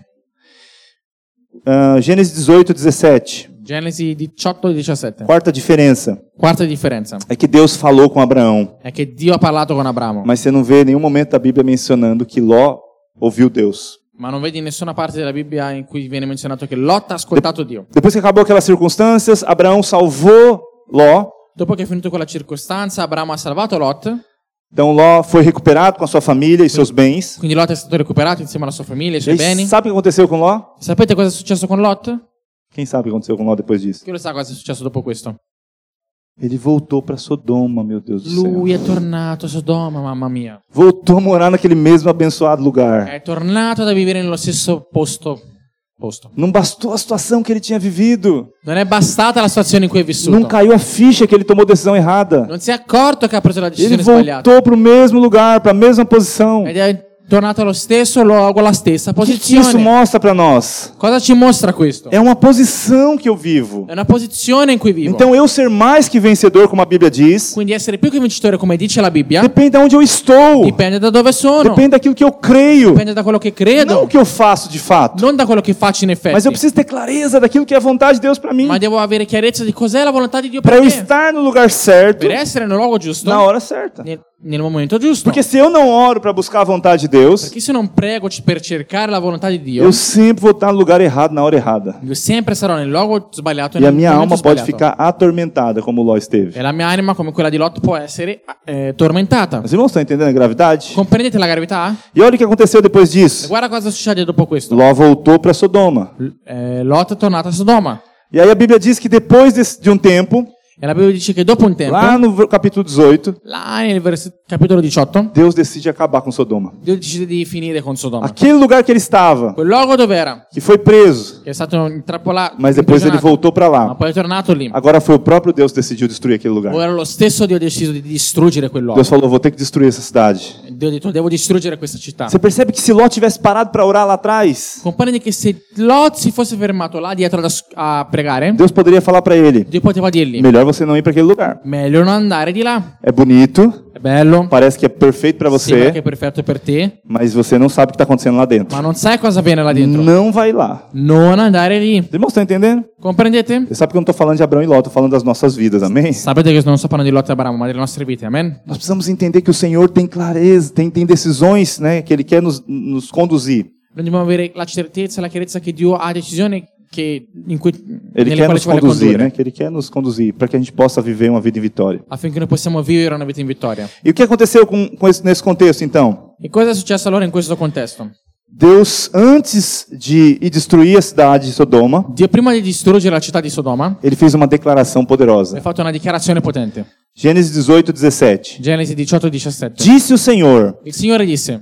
Speaker 2: Ah, Gênesis 18, 17.
Speaker 1: Genesi 18 e 17.
Speaker 2: Quarta diferença
Speaker 1: Quarta differenza
Speaker 2: é que Deus falou com Abraão,
Speaker 1: è che Dio ha parlato con Abramo,
Speaker 2: mas você não vê em nenhum momento da Bíblia mencionando que Ló ouviu Deus.
Speaker 1: ma non vedi in nessuna parte della Bibbia in cui viene menzionato che Lot ha ascoltato Dio.
Speaker 2: Depois que acabou aquelas circunstâncias, Abraão salvou Ló.
Speaker 1: Dopo che è finito quella circostanza, Abramo ha salvato Lot,
Speaker 2: Então Ló foi recuperado com a sua família e seus bens.
Speaker 1: quindi Lot è stato recuperato insieme alla sua famiglia, ai
Speaker 2: E
Speaker 1: suoi
Speaker 2: aí,
Speaker 1: beni.
Speaker 2: sabe o que aconteceu com Ló?
Speaker 1: Sapete cosa è successo con Lot?
Speaker 2: Quem sabe o que aconteceu com Ló depois disso?
Speaker 1: Chi lo sa cosa è successo dopo questo?
Speaker 2: Ele voltou para Sodoma, meu Deus do céu.
Speaker 1: Lui è tornato a Sodoma, mamma mia.
Speaker 2: Voltou a morar naquele mesmo abençoado lugar.
Speaker 1: È tornato da vivere nello stesso posto. posto.
Speaker 2: Não bastou a situação que ele tinha vivido.
Speaker 1: Non è bastata la situazione in cui è vissuto.
Speaker 2: Não caiu a ficha que ele tomou decisão errada.
Speaker 1: Non si è accorto che ha preso la
Speaker 2: Ele
Speaker 1: decisione sbagliata. É
Speaker 2: voltou para o mesmo lugar, para a mesma posição.
Speaker 1: Ed è tornato allo stesso luogo, alla stessa
Speaker 2: O que que isso
Speaker 1: posizione.
Speaker 2: mostra para nós?
Speaker 1: Cosa ci mostra questo?
Speaker 2: É uma posição que eu vivo.
Speaker 1: È una posizione Eh, in cui vivo.
Speaker 2: Então eu ser mais que vencedor, como a Bíblia diz,
Speaker 1: Quindi essere più che vincitore, come dice la Bibbia,
Speaker 2: depende de onde eu estou.
Speaker 1: dipende da dove sono,
Speaker 2: Depende daquilo que eu creio.
Speaker 1: dipende da quello che
Speaker 2: Não o
Speaker 1: credo,
Speaker 2: que eu faço de fato.
Speaker 1: non da quello che faccio in
Speaker 2: Mas eu
Speaker 1: effetti.
Speaker 2: preciso ter clareza daquilo que é a vontade de Deus para mim.
Speaker 1: Ma devo avere chiarezza di cos'è la volontà di Dio
Speaker 2: Para
Speaker 1: per
Speaker 2: eu
Speaker 1: me.
Speaker 2: estar no lugar certo,
Speaker 1: Per essere nel luogo
Speaker 2: na
Speaker 1: giusto,
Speaker 2: hora certa.
Speaker 1: nel, nel momento giusto.
Speaker 2: Porque se eu não oro para buscar a vontade de Deus,
Speaker 1: Perché se non prego c- per cercare la volontà di Dio,
Speaker 2: eu sempre vou estar no lugar errado na hora errada.
Speaker 1: io sempre sarò nel luogo sbagliato e
Speaker 2: E a
Speaker 1: nel
Speaker 2: minha
Speaker 1: momento
Speaker 2: alma pode
Speaker 1: sbagliato.
Speaker 2: ficar atormentada, como Ló esteve.
Speaker 1: E la mia anima, come quella di Lot, può essere eh, tormentata.
Speaker 2: Os irmãos estão entendendo a gravidade?
Speaker 1: Comprendete la gravità?
Speaker 2: E olha o que aconteceu depois
Speaker 1: E
Speaker 2: disso.
Speaker 1: Guarda cosa succede dopo questo.
Speaker 2: Ló voltou para Sodoma.
Speaker 1: L- eh, Lot è tornato a Sodoma.
Speaker 2: E aí a Bíblia diz que depois desse- de um tempo,
Speaker 1: E la Bibbia dice che dopo un tempo,
Speaker 2: lá no v- capítulo 18,
Speaker 1: là nel vers- capitolo 18,
Speaker 2: Deus decide acabar com Sodoma.
Speaker 1: Dio decide di finire con Sodoma.
Speaker 2: Aquele lugar que ele estava,
Speaker 1: Quel luogo dove era,
Speaker 2: que foi preso,
Speaker 1: che è stato intrappolato,
Speaker 2: mas depois ele
Speaker 1: imprigionato,
Speaker 2: voltou para
Speaker 1: ma
Speaker 2: lá.
Speaker 1: poi è tornato lì.
Speaker 2: Agora foi o próprio Deus que decidiu destruir aquele lugar.
Speaker 1: Ora lo stesso Dio ha deciso di distruggere quel luogo.
Speaker 2: Deus falou: vou ter que destruir essa cidade.
Speaker 1: Dio ha detto, devo distruggere questa città.
Speaker 2: Você percebe que se Ló tivesse parado para orar lá atrás,
Speaker 1: Comprendi che se Lot si fosse fermato là dietro ad as- a pregare,
Speaker 2: Deus poderia falar para ele:
Speaker 1: Dio poteva dirgli:
Speaker 2: melhor você não ir para aquele lugar.
Speaker 1: Meglio non andare di là.
Speaker 2: É bonito,
Speaker 1: È bello,
Speaker 2: parece que é perfeito para
Speaker 1: sembra che è
Speaker 2: você,
Speaker 1: perfetto per te,
Speaker 2: mas você não sabe o que está acontecendo lá dentro.
Speaker 1: ma non sai cosa avviene là dentro.
Speaker 2: Não vai lá.
Speaker 1: Non andare lì.
Speaker 2: Os irmãos estão entendendo?
Speaker 1: Comprendete?
Speaker 2: Você sabe que eu não estou falando de Abraão e Ló, estou falando das nossas vidas, amém?
Speaker 1: Sapete che non sto parlando di Lot e Abramo, ma delle nostre vite, amen?
Speaker 2: Nós precisamos entender que o Senhor tem clareza, tem, tem decisões né, que Ele quer nos, nos conduzir.
Speaker 1: Noi dobbiamo avere la certezza e la chiarezza che Dio ha decisioni che, in cui,
Speaker 2: Ele
Speaker 1: nelle
Speaker 2: quer
Speaker 1: quali
Speaker 2: nos
Speaker 1: ci vuole
Speaker 2: conduzir,
Speaker 1: condurre,
Speaker 2: né? Que Ele quer nos conduzir para que a gente possa viver uma vida em vitória.
Speaker 1: affinché noi possiamo vivere una vita in vittoria.
Speaker 2: E o que aconteceu com, com esse, nesse contexto, então?
Speaker 1: E cosa è successo allora in questo contesto?
Speaker 2: Deus, antes de ir destruir a cidade de Sodoma,
Speaker 1: Dio, prima di distruggere la città di Sodoma,
Speaker 2: Ele fez uma declaração
Speaker 1: ha
Speaker 2: poderosa.
Speaker 1: fatto una dichiarazione potente.
Speaker 2: Gênesis 18, 17.
Speaker 1: Genesi 18, 17.
Speaker 2: Disse o Senhor,
Speaker 1: Il Signore disse: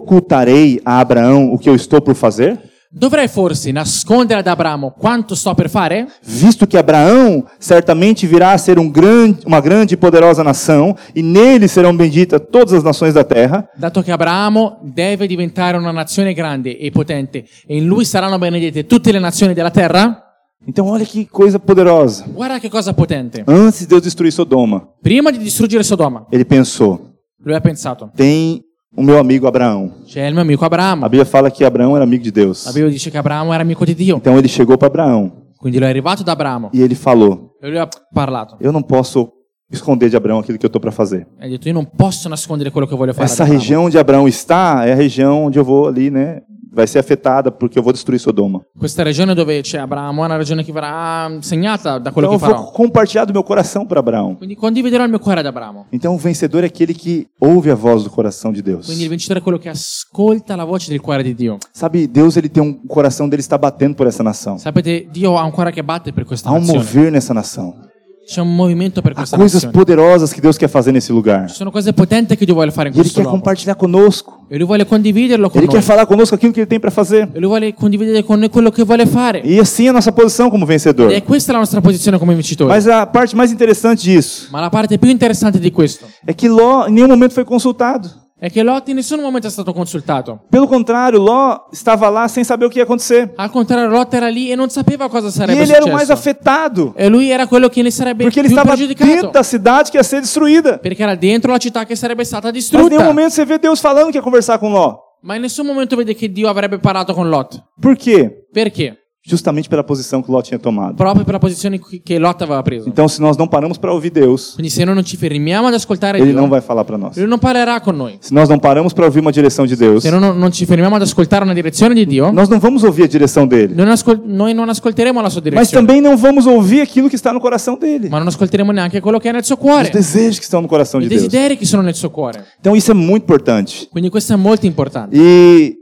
Speaker 2: ocultarei a Abraão o que eu estou por fazer?
Speaker 1: Dovrei forse nascondere ad Abramo quanto sto per fare?
Speaker 2: Visto que Abraão certamente virá a ser um grande, uma grande e poderosa nação, e nele serão benditas todas as nações da terra.
Speaker 1: Dato che Abramo deve diventare una nazione grande e potente e in lui saranno benedette tutte le nazioni della terra?
Speaker 2: Então olha que coisa poderosa.
Speaker 1: Guarda che cosa potente.
Speaker 2: Antes de Deus destruir Sodoma,
Speaker 1: Prima di distruggere Sodoma,
Speaker 2: ele pensou:
Speaker 1: lui ha pensato:
Speaker 2: tem o meu amigo Abraão.
Speaker 1: C'è il mio amico
Speaker 2: A
Speaker 1: Abramo.
Speaker 2: Bíblia fala que Abraão era amigo de Deus.
Speaker 1: La Bibbia dice che Abramo era amico di Dio.
Speaker 2: Então ele chegou para Abraão
Speaker 1: Quindi lui è arrivato da Abramo
Speaker 2: e ele falou:
Speaker 1: e lui ha parlato.
Speaker 2: Eu não posso esconder de Abraão aquilo que eu estou para fazer.
Speaker 1: E ha detto: Io non posso nascondere quello che voglio fare. ad
Speaker 2: Essa
Speaker 1: Abramo.
Speaker 2: região onde Abraão está é a região onde eu vou ali, né? Vai ser afetada porque eu vou destruir Sodoma.
Speaker 1: Questa regione dove c'è Abramo è una regione che verrà mm, segnata da quello
Speaker 2: Então eu
Speaker 1: che farò.
Speaker 2: vou compartilhar do meu coração para Abraão.
Speaker 1: Quindi condividerò il mio cuore ad Abramo.
Speaker 2: Então o vencedor é aquele que ouve a voz do coração de Deus.
Speaker 1: Quindi il vincitore è quello che ascolta la voce del cuore di Dio.
Speaker 2: Sabe, Deus ele tem um o coração dele está batendo por essa nação.
Speaker 1: Sapete, Dio ha un cuore che batte per questa
Speaker 2: Há um
Speaker 1: nazione.
Speaker 2: mover nessa nação.
Speaker 1: C'è un movimento per
Speaker 2: Há
Speaker 1: questa
Speaker 2: coisas
Speaker 1: nazione.
Speaker 2: poderosas que Deus quer fazer nesse lugar.
Speaker 1: Ci sono cose potenti che Dio vuole fare in
Speaker 2: E ele
Speaker 1: questo
Speaker 2: quer
Speaker 1: luogo.
Speaker 2: compartilhar conosco.
Speaker 1: E Lui vuole condividerlo con
Speaker 2: Ele
Speaker 1: noi.
Speaker 2: quer falar conosco aquilo que ele tem para fazer.
Speaker 1: E Lui vuole condividere con noi quello che vuole fare.
Speaker 2: E assim é a nossa posição como vencedor.
Speaker 1: E è questa la nostra posizione come vincitori.
Speaker 2: Mas a parte mais interessante disso
Speaker 1: Ma la parte più interessante di questo
Speaker 2: é que Ló em nenhum momento foi consultado.
Speaker 1: è che Lot in nessun momento è stato consultato.
Speaker 2: Pelo contrário, Ló estava lá sem saber o que ia acontecer.
Speaker 1: Al contrario, Lot era lì e non sapeva cosa
Speaker 2: E
Speaker 1: sarebbe
Speaker 2: ele era o mais
Speaker 1: successo.
Speaker 2: afetado,
Speaker 1: E lui era quello che ne sarebbe
Speaker 2: porque ele
Speaker 1: più
Speaker 2: estava dentro
Speaker 1: pregiudicato.
Speaker 2: da cidade que ia ser destruída.
Speaker 1: Perché era dentro la città che sarebbe stata
Speaker 2: Mas em nenhum
Speaker 1: distrutta.
Speaker 2: momento você vê Deus falando que ia conversar com Ló.
Speaker 1: Ma in nessun momento vede che Dio avrebbe parlato con Lot.
Speaker 2: Por quê?
Speaker 1: Perché?
Speaker 2: Justamente pela posição que Ló tinha tomado.
Speaker 1: Proprio per la posizione che che Lot aveva preso.
Speaker 2: Então, se nós não paramos para ouvir Deus,
Speaker 1: Quindi se noi non ci fermiamo ad ascoltare
Speaker 2: Ele
Speaker 1: Dio,
Speaker 2: não vai falar para nós.
Speaker 1: Lui non parlerà con noi.
Speaker 2: Se nós não paramos para ouvir uma direção de Deus,
Speaker 1: Se noi non, non ci fermiamo ad ascoltare una direzione di Dio,
Speaker 2: nós não vamos ouvir a direção dele.
Speaker 1: noi, non ascol- noi non ascolteremo la sua
Speaker 2: Mas
Speaker 1: direzione.
Speaker 2: também não vamos ouvir aquilo que está no coração dele.
Speaker 1: Ma non ascolteremo neanche quello che è nel suo
Speaker 2: Os
Speaker 1: cuore.
Speaker 2: desejos que estão no coração
Speaker 1: I
Speaker 2: de Deus.
Speaker 1: desideri che sono nel suo cuore.
Speaker 2: Então isso é muito importante.
Speaker 1: Quindi questo è molto importante.
Speaker 2: E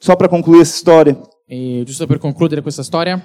Speaker 2: só para concluir essa história,
Speaker 1: E giusto per concludere questa storia,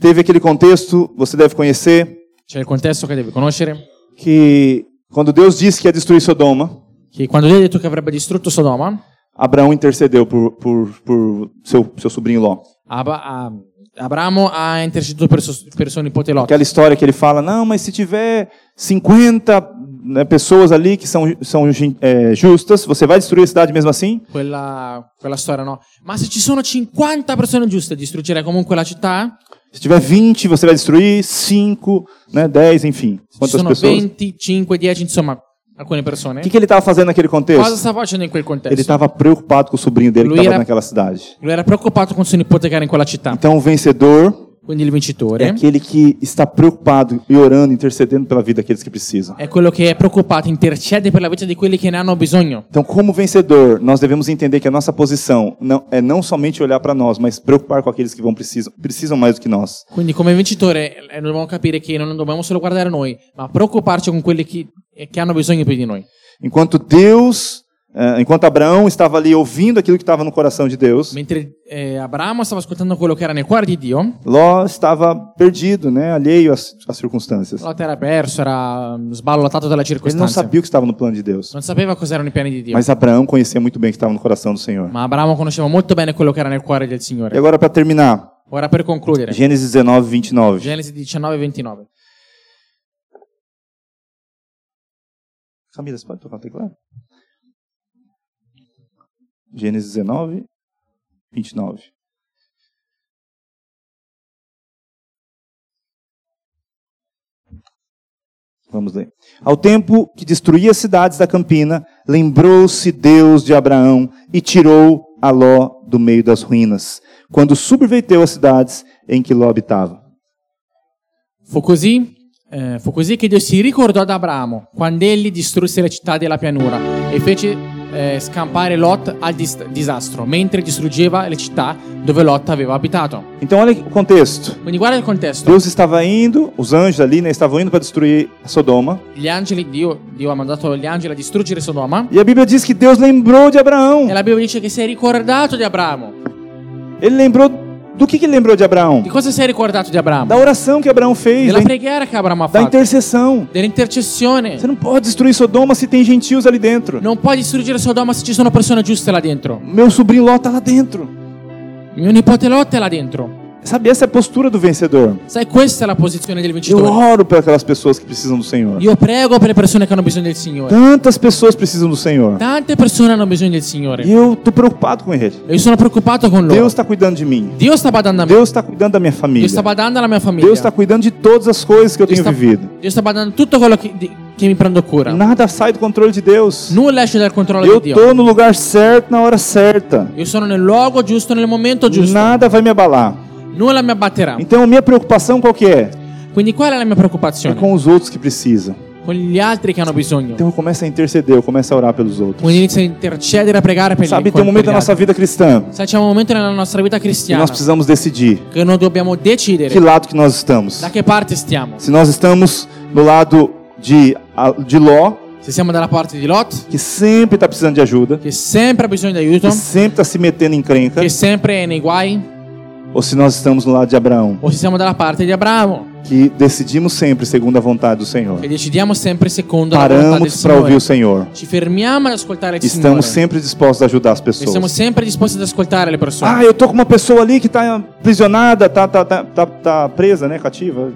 Speaker 2: teve aquele contexto, você deve conhecer,
Speaker 1: c'è il contesto che devi conoscere.
Speaker 2: que quando Deus disse que ia destruir Sodoma,
Speaker 1: Che quando Dio ha detto che avrebbe distrutto Sodoma,
Speaker 2: Abraão intercedeu por, por, por seu, seu sobrinho Ló.
Speaker 1: Abba- ah, Abramo ha interceduto per, suo- per suo nipote Lot.
Speaker 2: Aquela história que ele fala, não, mas se tiver 50 né, pessoas ali que são, são ju- é, justas, você vai destruir a cidade mesmo assim?
Speaker 1: Quella, quella storia, no? Ma se ci sono 50 persone giuste, distruggerei comunque la città?
Speaker 2: Se tiver 20, você vai destruir 5, né, 10, enfim.
Speaker 1: Ci
Speaker 2: Quantas
Speaker 1: sono
Speaker 2: pessoas?
Speaker 1: 25, 10, insomma, alcune persone.
Speaker 2: O que, que ele estava fazendo naquele
Speaker 1: Cosa
Speaker 2: contexto?
Speaker 1: sta facendo in quel
Speaker 2: Ele
Speaker 1: contesto?
Speaker 2: estava preocupado com o sobrinho dele que
Speaker 1: Lui
Speaker 2: estava
Speaker 1: era-
Speaker 2: naquela cidade.
Speaker 1: Lui era preoccupato con suo nipote che era in quella città.
Speaker 2: Então o vencedor
Speaker 1: Quindi il
Speaker 2: é
Speaker 1: vincitore
Speaker 2: aquele que está preocupado e orando, intercedendo pela vida daqueles que precisam.
Speaker 1: è quello che è preoccupato, intercede per la vita di quelli che ne hanno bisogno.
Speaker 2: Então, como vencedor, nós devemos entender que a nossa posição não, é não somente olhar para nós, mas preocupar com aqueles que vão precisam, precisam mais do que nós.
Speaker 1: Quindi come vincitore eh, dobbiamo capire che non dobbiamo solo guardare noi, ma preoccuparci con quelli che, eh, che hanno bisogno più di noi.
Speaker 2: Enquanto Deus, eh, enquanto Abraão estava ali ouvindo aquilo que estava no coração de Deus,
Speaker 1: Mentre eh, Abramo stava ascoltando quello che era nel cuore di Dio,
Speaker 2: Ló estava perdido, né, alheio às, às circunstâncias.
Speaker 1: Lot era perso, era mm, sballottato dalla
Speaker 2: Ele não
Speaker 1: circostanza.
Speaker 2: sabia o que estava no plano de Deus.
Speaker 1: Non sapeva cos'erano i piani di Dio.
Speaker 2: Mas Abraão conhecia muito bem o que estava no coração do Senhor.
Speaker 1: Ma Abramo conosceva molto bene quello che era nel cuore del
Speaker 2: E
Speaker 1: Signore.
Speaker 2: agora, para terminar,
Speaker 1: Ora per concludere,
Speaker 2: Gênesis 19, 29.
Speaker 1: Genesi 19, 29.
Speaker 2: Camila, você pode tocar o teclado? Gênesis 19, 29. Vamos ler. Ao tempo que destruía as cidades da campina, lembrou-se Deus de Abraão e tirou a Ló do meio das ruínas, quando subverteu as cidades em que Ló habitava.
Speaker 1: Fu così, eh, fu così che Dio si ricordò ad Abramo quando egli distrusse le città della pianura e fece eh, scampare Lot al dis- disastro mentre distruggeva le città dove Lot aveva abitato.
Speaker 2: Então, olha o contexto.
Speaker 1: Quindi guarda il contesto.
Speaker 2: Deus estava indo, os anjos ali, né, estavam indo para destruir Sodoma.
Speaker 1: Gli angeli, Dio, Dio ha mandato gli angeli a distruggere Sodoma
Speaker 2: E a Bíblia diz que Deus lembrou de Abraão.
Speaker 1: e la Bibbia dice che si è ricordato di Abramo.
Speaker 2: Ele lembrou do que que ele lembrou de Abraão?
Speaker 1: Di cosa si è ricordato di
Speaker 2: Da
Speaker 1: Abramo?
Speaker 2: oração que Abraão fez,
Speaker 1: Della
Speaker 2: da in-
Speaker 1: preghiera che Abramo ha
Speaker 2: da
Speaker 1: fatto,
Speaker 2: intercessão. Você
Speaker 1: dell'intercessione.
Speaker 2: não pode destruir Sodoma se tem gentios ali dentro.
Speaker 1: Non puoi distruggere Sodoma se ci sono persone giuste là dentro.
Speaker 2: Meu sobrinho Ló tá lá dentro.
Speaker 1: Mio nipote Lot è là dentro.
Speaker 2: Sabe, essa é a postura do vencedor.
Speaker 1: Sai, questa è la posizione del
Speaker 2: Eu
Speaker 1: vincitore.
Speaker 2: oro para aquelas pessoas que precisam do Senhor.
Speaker 1: Io prego per le persone che hanno bisogno del Signore.
Speaker 2: Tantas pessoas precisam do Senhor.
Speaker 1: Tante persone hanno bisogno del
Speaker 2: E
Speaker 1: Signore.
Speaker 2: eu tô preocupado com ele.
Speaker 1: E io sono preoccupato con loro.
Speaker 2: Deus está cuidando de mim.
Speaker 1: Dio sta badando a me.
Speaker 2: Deus está cuidando da minha
Speaker 1: Dio
Speaker 2: família.
Speaker 1: sta badando alla mia famiglia.
Speaker 2: Deus está cuidando de todas as coisas que eu
Speaker 1: Dio
Speaker 2: tenho
Speaker 1: sta-
Speaker 2: vivido.
Speaker 1: Dio sta badando tutto quello che, di- che mi prendo cura.
Speaker 2: Nada sai do controle de Deus.
Speaker 1: Nulla esce dal controllo
Speaker 2: Eu
Speaker 1: di Dio.
Speaker 2: tô no lugar certo na hora certa.
Speaker 1: Io sono nel luogo giusto, nel momento giusto.
Speaker 2: Nada vai me abalar.
Speaker 1: Nulla mi abbatterà.
Speaker 2: Então, minha preocupação qual que é?
Speaker 1: Quindi qual è la mia
Speaker 2: É
Speaker 1: preoccupazione?
Speaker 2: com os outros que precisam.
Speaker 1: Con gli altri che hanno bisogno.
Speaker 2: Então, eu começo a interceder, eu começo a orar pelos outros.
Speaker 1: Quindi inizio a intercedere, a pregare per gli
Speaker 2: Sabe, tem
Speaker 1: con-
Speaker 2: um momento
Speaker 1: per
Speaker 2: da
Speaker 1: gli
Speaker 2: nossa
Speaker 1: altri.
Speaker 2: vida cristã
Speaker 1: Sai, c'è un momento nella nostra vita
Speaker 2: que
Speaker 1: cristiana
Speaker 2: nós precisamos decidir
Speaker 1: che noi dobbiamo decidere
Speaker 2: que lado que nós estamos.
Speaker 1: da che parte stiamo.
Speaker 2: Se nós estamos no lado de, de Ló,
Speaker 1: Se siamo dalla parte di Lot,
Speaker 2: que sempre está precisando de ajuda,
Speaker 1: che sempre ha bisogno di aiuto,
Speaker 2: que sempre está se metendo em crenca,
Speaker 1: che sempre è nei guai,
Speaker 2: ou se nós estamos no lado de Abraão,
Speaker 1: o se siamo dalla parte di Abramo,
Speaker 2: que decidimos sempre segundo a vontade do Senhor.
Speaker 1: che decidiamo sempre secondo la volontà del
Speaker 2: Paramos para ouvir
Speaker 1: Signore.
Speaker 2: o Senhor.
Speaker 1: Ci fermiamo ad ascoltare il
Speaker 2: Estamos
Speaker 1: Signore
Speaker 2: sempre dispostos a ajudar as
Speaker 1: e siamo
Speaker 2: pessoas.
Speaker 1: sempre disposti ad ascoltare le persone.
Speaker 2: Ah, eu tô com uma pessoa ali que tá aprisionada, tá, tá, tá, tá, tá presa, né, cativa.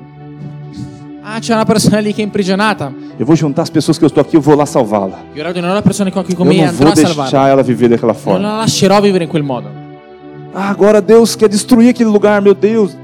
Speaker 1: Ah, c'è una persona lì che è imprigionata.
Speaker 2: Eu vou juntar as pessoas que eu estou aqui, eu vou lá salvá-la.
Speaker 1: Io ragionerò la persona che è qui
Speaker 2: Eu
Speaker 1: con me e
Speaker 2: não
Speaker 1: andrò
Speaker 2: vou
Speaker 1: a salvarla.
Speaker 2: deixar ela viver daquela
Speaker 1: Non
Speaker 2: forma.
Speaker 1: la lascerò vivere in quel modo.
Speaker 2: Ah, agora Deus quer destruir aquele lugar, meu Deus.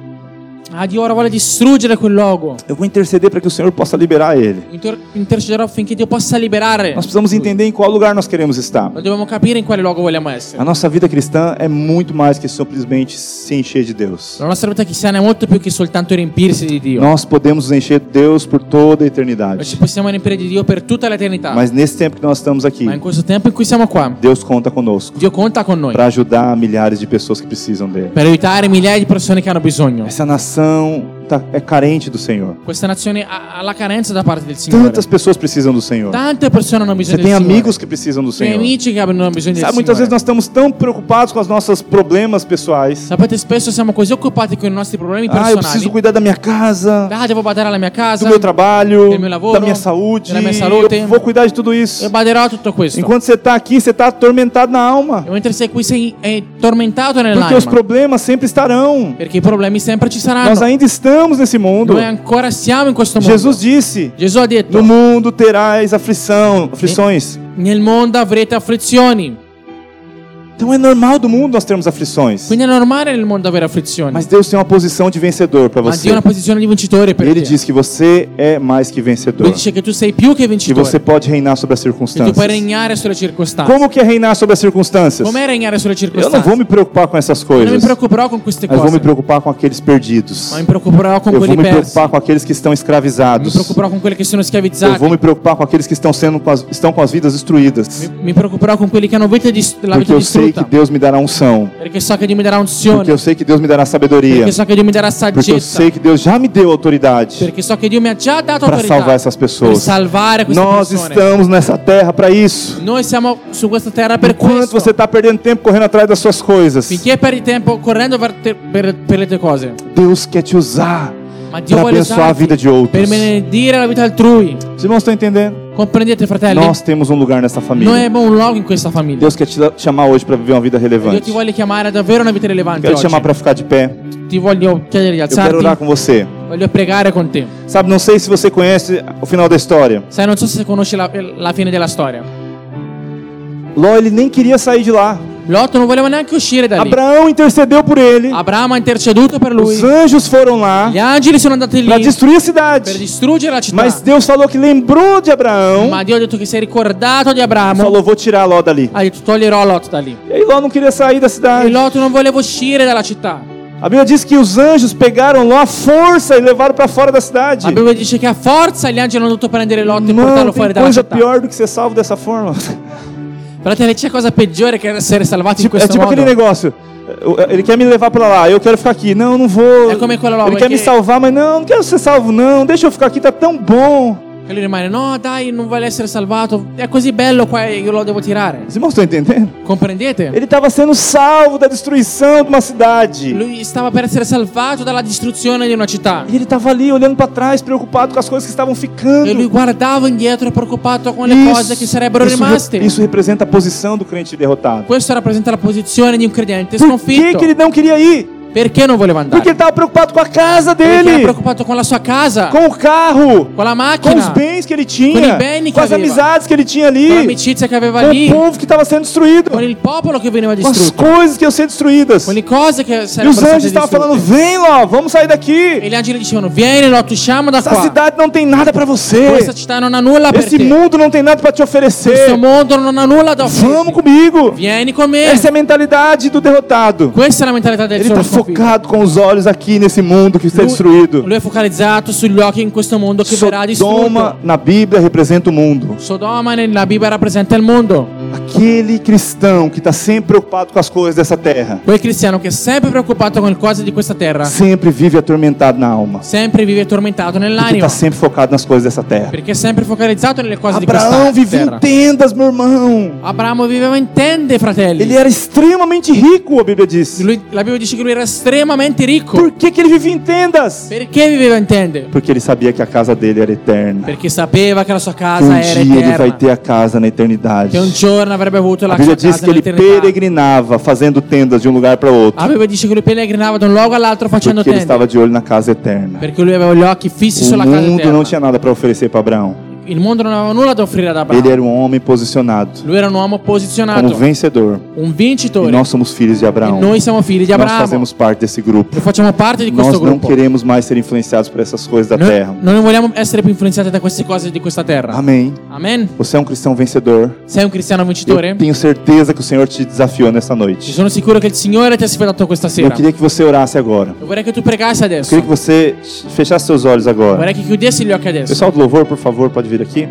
Speaker 1: Ah, Dio ora vuole distruggere quel luogo.
Speaker 2: Eu vou interceder para que o Senhor possa liberar ele.
Speaker 1: Inter- intercederò affinché Dio possa liberare.
Speaker 2: Nós precisamos entender em qual lugar nós queremos estar.
Speaker 1: Noi dobbiamo capire in quale luogo vogliamo essere.
Speaker 2: A nossa vida cristã é muito mais que simplesmente se encher de Deus.
Speaker 1: La nostra vita cristiana è molto più che soltanto riempirsi di Dio.
Speaker 2: Nós podemos nos encher de Deus por toda a
Speaker 1: Noi ci
Speaker 2: eternidade.
Speaker 1: possiamo riempire di Dio per tutta l'eternità.
Speaker 2: Mas nesse tempo que nós estamos aqui,
Speaker 1: Ma in questo tempo in cui siamo qua,
Speaker 2: Deus conta conosco
Speaker 1: Dio conta con noi
Speaker 2: para ajudar milhares de pessoas que precisam dele.
Speaker 1: per aiutare migliaia di persone che hanno bisogno.
Speaker 2: Essa nação tá- é carente do Senhor.
Speaker 1: Questa nazione ha, ha la carenza da parte del Signore.
Speaker 2: Tantas pessoas precisam do Senhor.
Speaker 1: Tante persone hanno
Speaker 2: Você
Speaker 1: bisogno
Speaker 2: tem
Speaker 1: del Signore.
Speaker 2: amigos que precisam do
Speaker 1: Ci sono
Speaker 2: Senhor.
Speaker 1: amici che hanno bisogno del
Speaker 2: Sabe, muitas
Speaker 1: Signore.
Speaker 2: vezes nós estamos tão preocupados com os nossos problemas pessoais.
Speaker 1: Sapete, spesso siamo così occupati con i nostri problemi
Speaker 2: Ah, eu
Speaker 1: Tá. personali.
Speaker 2: preciso cuidar da minha casa,
Speaker 1: Ah, devo badare alla mia
Speaker 2: do
Speaker 1: casa,
Speaker 2: meu trabalho,
Speaker 1: do meu lavoro,
Speaker 2: da minha saúde.
Speaker 1: da minha saúde.
Speaker 2: Eu vou cuidar de tudo
Speaker 1: e
Speaker 2: isso.
Speaker 1: baderò a tutto questo.
Speaker 2: Enquanto você está aqui, você está atormentado na alma.
Speaker 1: E mentre sei qui sei eh, tormentato
Speaker 2: Porque os
Speaker 1: nell'anima.
Speaker 2: problemas sempre estarão.
Speaker 1: Perché i problemi sempre ci
Speaker 2: Nós
Speaker 1: saranno.
Speaker 2: ainda estamos nesse mundo.
Speaker 1: Noi ancora siamo in questo mondo.
Speaker 2: Jesus disse:
Speaker 1: Gesù ha detto,
Speaker 2: No mundo terás aflição, aflições.
Speaker 1: nel mondo avrete afflizioni.
Speaker 2: Então é normal do mundo nós termos aflições.
Speaker 1: Quindi è normale nel mondo avere afflizioni.
Speaker 2: Mas Deus tem uma posição de vencedor para
Speaker 1: Ma
Speaker 2: você.
Speaker 1: Dio ha una posizione di vincitore per
Speaker 2: Ele
Speaker 1: te.
Speaker 2: diz que você é mais que vencedor.
Speaker 1: Lui dice che tu sei più che
Speaker 2: Que
Speaker 1: vincitore.
Speaker 2: você pode reinar sobre as
Speaker 1: che tu puoi
Speaker 2: circunstâncias.
Speaker 1: regnare sulle circostanze.
Speaker 2: Como que é reinar sobre as circunstâncias?
Speaker 1: Com'è regnare sulle
Speaker 2: Eu não
Speaker 1: circostanze?
Speaker 2: vou é me preocupar com essas
Speaker 1: Non mi
Speaker 2: coisas.
Speaker 1: preoccuperò con queste
Speaker 2: Mas vou
Speaker 1: cose.
Speaker 2: me preocupar com aqueles perdidos.
Speaker 1: Ma mi preoccuperò con
Speaker 2: Eu vou
Speaker 1: quelli
Speaker 2: me
Speaker 1: persi.
Speaker 2: preocupar com aqueles que estão
Speaker 1: Mi
Speaker 2: escravizados.
Speaker 1: preoccuperò con quelli che sono
Speaker 2: Eu
Speaker 1: schiavizzati.
Speaker 2: vou me preocupar com aqueles que estão sendo com as, estão com as vidas destruídas.
Speaker 1: Mi, mi preoccuperò con quelli che hanno vita dis- la
Speaker 2: Porque
Speaker 1: vita
Speaker 2: eu sei que
Speaker 1: distrutta.
Speaker 2: Deus me dará unção.
Speaker 1: Perché so che Dio mi darà
Speaker 2: Porque
Speaker 1: unzione.
Speaker 2: eu sei que Deus me dará sabedoria.
Speaker 1: Perché so che Dio mi darà
Speaker 2: Porque eu
Speaker 1: saggezza.
Speaker 2: sei que Deus já me deu autoridade
Speaker 1: Perché so che Dio mi ha già dato
Speaker 2: para salvar
Speaker 1: autorità
Speaker 2: essas
Speaker 1: per
Speaker 2: pessoas.
Speaker 1: salvare queste
Speaker 2: Nós
Speaker 1: persone.
Speaker 2: estamos nessa terra para isso.
Speaker 1: Noi siamo su questa terra per
Speaker 2: Enquanto você
Speaker 1: questo.
Speaker 2: está perdendo tempo correndo atrás das suas coisas,
Speaker 1: Finché perdi tempo correndo per, te- per- per le tue cose.
Speaker 2: Deus quer te usar
Speaker 1: Ma Dio
Speaker 2: para
Speaker 1: vuole
Speaker 2: abençoar a
Speaker 1: usarti
Speaker 2: vida de outros.
Speaker 1: per benedire la vita altrui.
Speaker 2: Os irmãos estão entendendo?
Speaker 1: Comprendete, fratelli?
Speaker 2: Nós temos um lugar nessa
Speaker 1: Noi
Speaker 2: família.
Speaker 1: abbiamo un luogo in questa famiglia.
Speaker 2: Deus quer te chamar hoje para viver uma vida
Speaker 1: Dio
Speaker 2: relevante.
Speaker 1: ti voglio chiamare a davvero una vita rilevante
Speaker 2: Quero te
Speaker 1: oggi.
Speaker 2: chamar para ficar de pé.
Speaker 1: Ti voglio chiedere di
Speaker 2: Eu
Speaker 1: alzarti.
Speaker 2: quero orar com você.
Speaker 1: Voglio pregare con te.
Speaker 2: Sabe, não sei se você conhece o final da história.
Speaker 1: Sai, non so se conosci la, la fine della storia.
Speaker 2: Ló, ele nem queria sair de lá.
Speaker 1: Lotto non voleva neanche uscire da lì.
Speaker 2: Abraão intercedeu por ele.
Speaker 1: Abramo ha interceduto per lui.
Speaker 2: Os anjos foram lá
Speaker 1: Gli angeli sono andati
Speaker 2: para
Speaker 1: lì
Speaker 2: destruir a
Speaker 1: per
Speaker 2: cidade.
Speaker 1: distruggere la città.
Speaker 2: Mas Deus falou que lembrou de Abraão.
Speaker 1: Ma Dio ha detto che si è ricordato di
Speaker 2: e
Speaker 1: Abramo.
Speaker 2: Falou, vou tirar Ló dali.
Speaker 1: Ha detto toglierò Lot da lì.
Speaker 2: E aí Ló não queria sair da
Speaker 1: E
Speaker 2: cidade.
Speaker 1: Lot non voleva uscire dalla città.
Speaker 2: A Bíblia diz que os anjos pegaram Ló à força e levaram para fora da cidade.
Speaker 1: La Bibbia dice che a forza gli angeli hanno dovuto prendere Lot e
Speaker 2: Mano,
Speaker 1: portarlo fuori
Speaker 2: tem
Speaker 1: dalla
Speaker 2: coisa
Speaker 1: città.
Speaker 2: pior do que ser salvo dessa forma.
Speaker 1: Fratelli, c'è cosa peggiore che essere salvati in
Speaker 2: É
Speaker 1: questo
Speaker 2: tipo aquele
Speaker 1: modo.
Speaker 2: negócio. eh, Ele quer me levar pra lá, eu quero ficar aqui. Não, não vou.
Speaker 1: É como aquela lá,
Speaker 2: Ele quer me
Speaker 1: porque-
Speaker 2: salvar, mas não, não quero ser salvo, não. Deixa eu ficar aqui, tá tão bom.
Speaker 1: Che lui rimane, no dai, non vuole essere salvato. È così bello qua e io lo devo tirare.
Speaker 2: Os irmãos estão entendendo?
Speaker 1: Comprendete?
Speaker 2: Ele tava sendo salvo da destruição de uma cidade.
Speaker 1: Lui stava per essere salvato dalla distruzione di una città.
Speaker 2: E ele tava ali olhando pra trás, preocupado com as coisas que estavam
Speaker 1: E lui
Speaker 2: ficando.
Speaker 1: guardava indietro preoccupato con le cose che sarebbero
Speaker 2: isso,
Speaker 1: rimaste.
Speaker 2: re- isso representa a posição do crente derrotado.
Speaker 1: Questo rappresenta la posizione di un credente
Speaker 2: Por que,
Speaker 1: sconfitto.
Speaker 2: que ele não queria ir?
Speaker 1: Perché non voleva
Speaker 2: Porque
Speaker 1: andare?
Speaker 2: ele tava preocupado com a casa
Speaker 1: Perché era
Speaker 2: dele,
Speaker 1: preoccupato con la sua casa,
Speaker 2: com o carro,
Speaker 1: con la
Speaker 2: com os
Speaker 1: macchina, con
Speaker 2: bens que ele
Speaker 1: Com
Speaker 2: tinha,
Speaker 1: o bem que
Speaker 2: com as
Speaker 1: havia.
Speaker 2: amizades que ele tinha ali.
Speaker 1: l'amicizia che aveva
Speaker 2: com
Speaker 1: lì,
Speaker 2: o povo que estava sendo destruído,
Speaker 1: con il popolo che veniva
Speaker 2: com as
Speaker 1: distrutto,
Speaker 2: coisas que iam ser destruídas.
Speaker 1: con le
Speaker 2: E
Speaker 1: cose che sarebbero
Speaker 2: os
Speaker 1: state
Speaker 2: anjos estavam falando:
Speaker 1: distrutte.
Speaker 2: Vem, Ló, vamos sair
Speaker 1: E
Speaker 2: daqui.
Speaker 1: gli angeli dicevano, vieni Lot, usciamo da
Speaker 2: Essa
Speaker 1: qua.
Speaker 2: cidade não tem nada para
Speaker 1: Questa
Speaker 2: você.
Speaker 1: città non ha nulla per
Speaker 2: Esse
Speaker 1: te.
Speaker 2: mundo não tem nada para te
Speaker 1: Questo
Speaker 2: oferecer.
Speaker 1: mondo non ha nulla da
Speaker 2: Vamos
Speaker 1: offrirti.
Speaker 2: comigo.
Speaker 1: Vieni con me.
Speaker 2: Essa é a mentalidade do derrotado.
Speaker 1: Questa è la mentalità del
Speaker 2: Ele está
Speaker 1: solo sconfitto.
Speaker 2: focado com os olhos aqui nesse mundo que está
Speaker 1: Lui,
Speaker 2: destruído.
Speaker 1: lui è focalizzato sugli occhi in questo mondo che verrà
Speaker 2: Sodoma
Speaker 1: distrutto.
Speaker 2: na Bíblia representa o mundo.
Speaker 1: Sodoma nella Bibbia rappresenta il mondo.
Speaker 2: Aquele cristão que está sempre preocupado com as coisas dessa terra,
Speaker 1: Quel cristiano che è sempre preoccupato con le cose di questa terra,
Speaker 2: sempre vive atormentado na alma.
Speaker 1: sempre vive tormentato
Speaker 2: Porque
Speaker 1: nell'anima,
Speaker 2: está sempre focado nas coisas dessa terra.
Speaker 1: perché è sempre focalizzato nelle cose
Speaker 2: Abraão
Speaker 1: di
Speaker 2: vivia
Speaker 1: questa terra.
Speaker 2: em tendas, meu irmão.
Speaker 1: Abramo viveva in tende, fratelli.
Speaker 2: Ele era extremamente rico, a Bíblia diz.
Speaker 1: Lui- la Bibbia dice che lui era estremamente ricco.
Speaker 2: Por que, que ele vivia em tendas?
Speaker 1: Perché viveva in tende?
Speaker 2: Porque ele sabia que a casa dele era eterna.
Speaker 1: Perché sapeva che la sua
Speaker 2: Que
Speaker 1: casa
Speaker 2: um
Speaker 1: era
Speaker 2: dia ele vai
Speaker 1: eterna. um
Speaker 2: ter a casa na eternidade.
Speaker 1: Che un giorno avrebbe avuto
Speaker 2: A
Speaker 1: la sua
Speaker 2: Bíblia diz
Speaker 1: casa é
Speaker 2: que ele
Speaker 1: nell'eternità.
Speaker 2: peregrinava fazendo tendas de um lugar para outro.
Speaker 1: La Bibbia dice che lui peregrinava da un luogo all'altro facendo
Speaker 2: Porque ele
Speaker 1: tende.
Speaker 2: estava de olho na casa eterna.
Speaker 1: Perché lui aveva gli occhi fissi
Speaker 2: O
Speaker 1: sulla casa
Speaker 2: mundo
Speaker 1: eterna.
Speaker 2: não tinha nada para oferecer para Abraão.
Speaker 1: Il mondo non aveva nulla da offrire ad Abramo.
Speaker 2: Ele era um homem posicionado
Speaker 1: Lui era un uomo
Speaker 2: como
Speaker 1: posizionato,
Speaker 2: vencedor.
Speaker 1: un
Speaker 2: E
Speaker 1: vincitore.
Speaker 2: nós somos filhos de
Speaker 1: E
Speaker 2: Abraão.
Speaker 1: noi siamo figli di
Speaker 2: Nós
Speaker 1: Abramo.
Speaker 2: fazemos parte desse grupo.
Speaker 1: Noi facciamo parte di questo
Speaker 2: Nós não
Speaker 1: gruppo.
Speaker 2: queremos mais ser influenciados por essas coisas da
Speaker 1: Noi,
Speaker 2: terra.
Speaker 1: noi non vogliamo essere più influenzati da queste cose di questa terra.
Speaker 2: Amém.
Speaker 1: Amen.
Speaker 2: Você é um cristão vencedor.
Speaker 1: Sei un cristiano vincitore?
Speaker 2: Eu tenho certeza que o Senhor te desafiou nessa
Speaker 1: Ci
Speaker 2: noite.
Speaker 1: sono sicuro che il Signore ti ha sfidato questa
Speaker 2: Eu
Speaker 1: sera.
Speaker 2: queria que você orasse agora.
Speaker 1: Io vorrei che tu pregassi
Speaker 2: Eu
Speaker 1: adesso.
Speaker 2: queria que você fechasse seus olhos agora.
Speaker 1: Vorrei che chiudessi gli occhi adesso.
Speaker 2: Pessoal do louvor, por favor, pode vir aqui.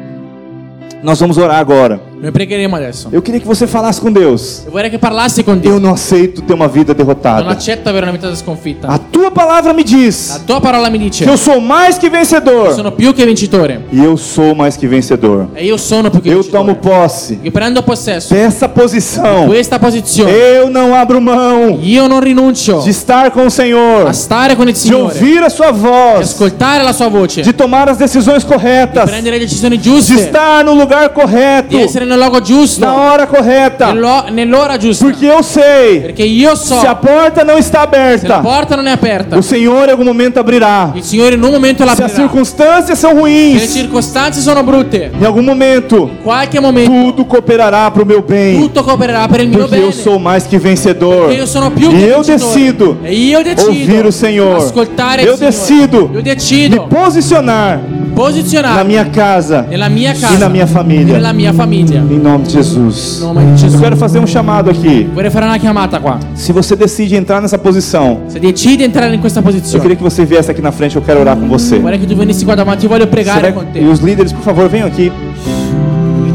Speaker 2: Nós vamos orar agora.
Speaker 1: Noi pregheremo adesso.
Speaker 2: Eu queria que você falasse com Deus.
Speaker 1: E vorrei che parlassi con Dio.
Speaker 2: Eu não aceito ter uma vida
Speaker 1: Non
Speaker 2: derrotada.
Speaker 1: accetto avere una vita da sconfitta.
Speaker 2: A tua palavra me
Speaker 1: La
Speaker 2: diz
Speaker 1: tua parola mi
Speaker 2: que
Speaker 1: dice:
Speaker 2: eu sou mais que vencedor.
Speaker 1: Sono più che vincitore.
Speaker 2: E eu sou mais que vencedor.
Speaker 1: E io sono più che
Speaker 2: Eu tomo
Speaker 1: vincitore.
Speaker 2: posse
Speaker 1: Io prendo possesso
Speaker 2: dessa posição.
Speaker 1: questa posizione.
Speaker 2: Eu não abro mão
Speaker 1: Io non rinuncio
Speaker 2: de estar com o Assim, Senhor,
Speaker 1: a stare con il
Speaker 2: de
Speaker 1: Signore, di
Speaker 2: ouvir a sua voz,
Speaker 1: ascoltare la sua voce,
Speaker 2: de
Speaker 1: di
Speaker 2: tomar as decisões corretas,
Speaker 1: prendere le decisioni
Speaker 2: de
Speaker 1: giuste,
Speaker 2: estar no lugar correto,
Speaker 1: di essere nel luogo giusto,
Speaker 2: na hora correta.
Speaker 1: nell'o- nell'ora giusta.
Speaker 2: Porque eu sei,
Speaker 1: Perché io so
Speaker 2: se a porta é não está
Speaker 1: se la
Speaker 2: aberta,
Speaker 1: porta non è aperta,
Speaker 2: o Senhor em algum momento abrirá.
Speaker 1: il Signore in un momento la
Speaker 2: Se as
Speaker 1: aprirà.
Speaker 2: circunstâncias são
Speaker 1: Se le
Speaker 2: ruins,
Speaker 1: circostanze sono brutte,
Speaker 2: em algum momento,
Speaker 1: in qualche momento
Speaker 2: tudo cooperará para o meu bem.
Speaker 1: tutto coopererà per il mio
Speaker 2: Porque eu
Speaker 1: bene.
Speaker 2: sou mais que vencedor.
Speaker 1: Perché io sono più che
Speaker 2: E eu
Speaker 1: vincitore.
Speaker 2: decido
Speaker 1: e io decido
Speaker 2: ouvir o Senhor.
Speaker 1: ascoltare
Speaker 2: Eu
Speaker 1: il Signore.
Speaker 2: decido
Speaker 1: io
Speaker 2: Me
Speaker 1: decido
Speaker 2: posicionar na
Speaker 1: posizionarmi
Speaker 2: minha casa,
Speaker 1: nella mia casa
Speaker 2: e É na minha família.
Speaker 1: e nella mia famiglia.
Speaker 2: em nome de Jesus.
Speaker 1: In nome di Gesù.
Speaker 2: Eu quero fazer um chamado aqui.
Speaker 1: Vorrei fare una chiamata qua.
Speaker 2: Se você decide entrar nessa posição,
Speaker 1: Se decidi di entrare in questa
Speaker 2: eu
Speaker 1: posizione,
Speaker 2: queria que você viesse aqui na frente, eu quero orar com você.
Speaker 1: vorrei che tu venissi qua davanti. Io voglio
Speaker 2: Você
Speaker 1: pregare
Speaker 2: vai-
Speaker 1: con te.
Speaker 2: E os líderes, por favor, venham aqui.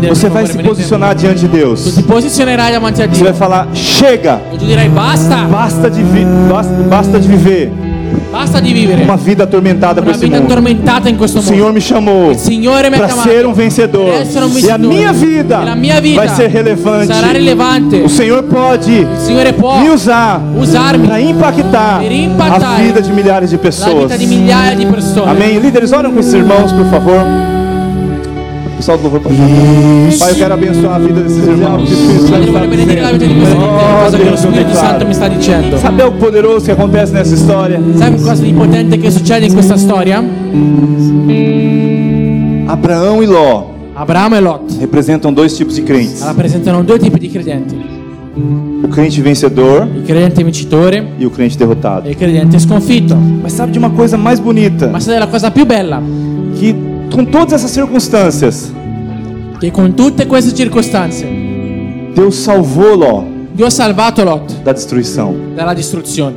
Speaker 2: Você vai se posicionar diante de Deus.
Speaker 1: Tu ti posizionerai davanti a
Speaker 2: Você vai
Speaker 1: Dio.
Speaker 2: falar: chega,
Speaker 1: E tu dirai basta,
Speaker 2: basta de, vi- bas- basta de viver
Speaker 1: basta di vivere.
Speaker 2: uma vida atormentada por
Speaker 1: Una
Speaker 2: esse
Speaker 1: vita
Speaker 2: mundo.
Speaker 1: tormentata in questo
Speaker 2: O Senhor
Speaker 1: mondo.
Speaker 2: me chamou
Speaker 1: Il Signore mi ha
Speaker 2: para
Speaker 1: chiamato
Speaker 2: ser um vencedor.
Speaker 1: per essere un
Speaker 2: E a
Speaker 1: vincitore.
Speaker 2: minha vida
Speaker 1: E la mia vita
Speaker 2: vai ser relevante.
Speaker 1: sarà rilevante.
Speaker 2: O Senhor pode
Speaker 1: Il Signore può
Speaker 2: me usar
Speaker 1: usarmi
Speaker 2: para impactar
Speaker 1: per impactare
Speaker 2: a vida de milhares de
Speaker 1: la
Speaker 2: pessoas.
Speaker 1: vita di migliaia di persone.
Speaker 2: Amém. Líderes, oram com esses irmãos, por favor. Pessoal do louvor pode cantar. Pai, eu quero abençoar a vida desses irmãos. que o Espírito Santo
Speaker 1: Io
Speaker 2: está
Speaker 1: voglio benedire la vita di
Speaker 2: dizendo.
Speaker 1: questo fratello,
Speaker 2: Oh,
Speaker 1: cosa che lo
Speaker 2: Deus, eu
Speaker 1: Spirito Santo mi
Speaker 2: declaro.
Speaker 1: sta dicendo.
Speaker 2: Sabe o poderoso que acontece nessa história?
Speaker 1: Sai cosa di potente che succede in questa storia?
Speaker 2: Abraão e Ló
Speaker 1: Abramo e Lot
Speaker 2: representam dois tipos de crentes:
Speaker 1: rappresentano due tipi di credenti,
Speaker 2: o crente vencedor
Speaker 1: il credente vincitore
Speaker 2: e o crente
Speaker 1: e
Speaker 2: derrotado.
Speaker 1: il credente sconfitto.
Speaker 2: Mas sabe de uma coisa mais bonita?
Speaker 1: Ma sai la cosa più bella?
Speaker 2: Que com todas essas circunstâncias,
Speaker 1: Che con tutte queste circostanze
Speaker 2: Deus salvou Ló
Speaker 1: Dio ha salvato Lot
Speaker 2: da destruição.
Speaker 1: dalla distruzione.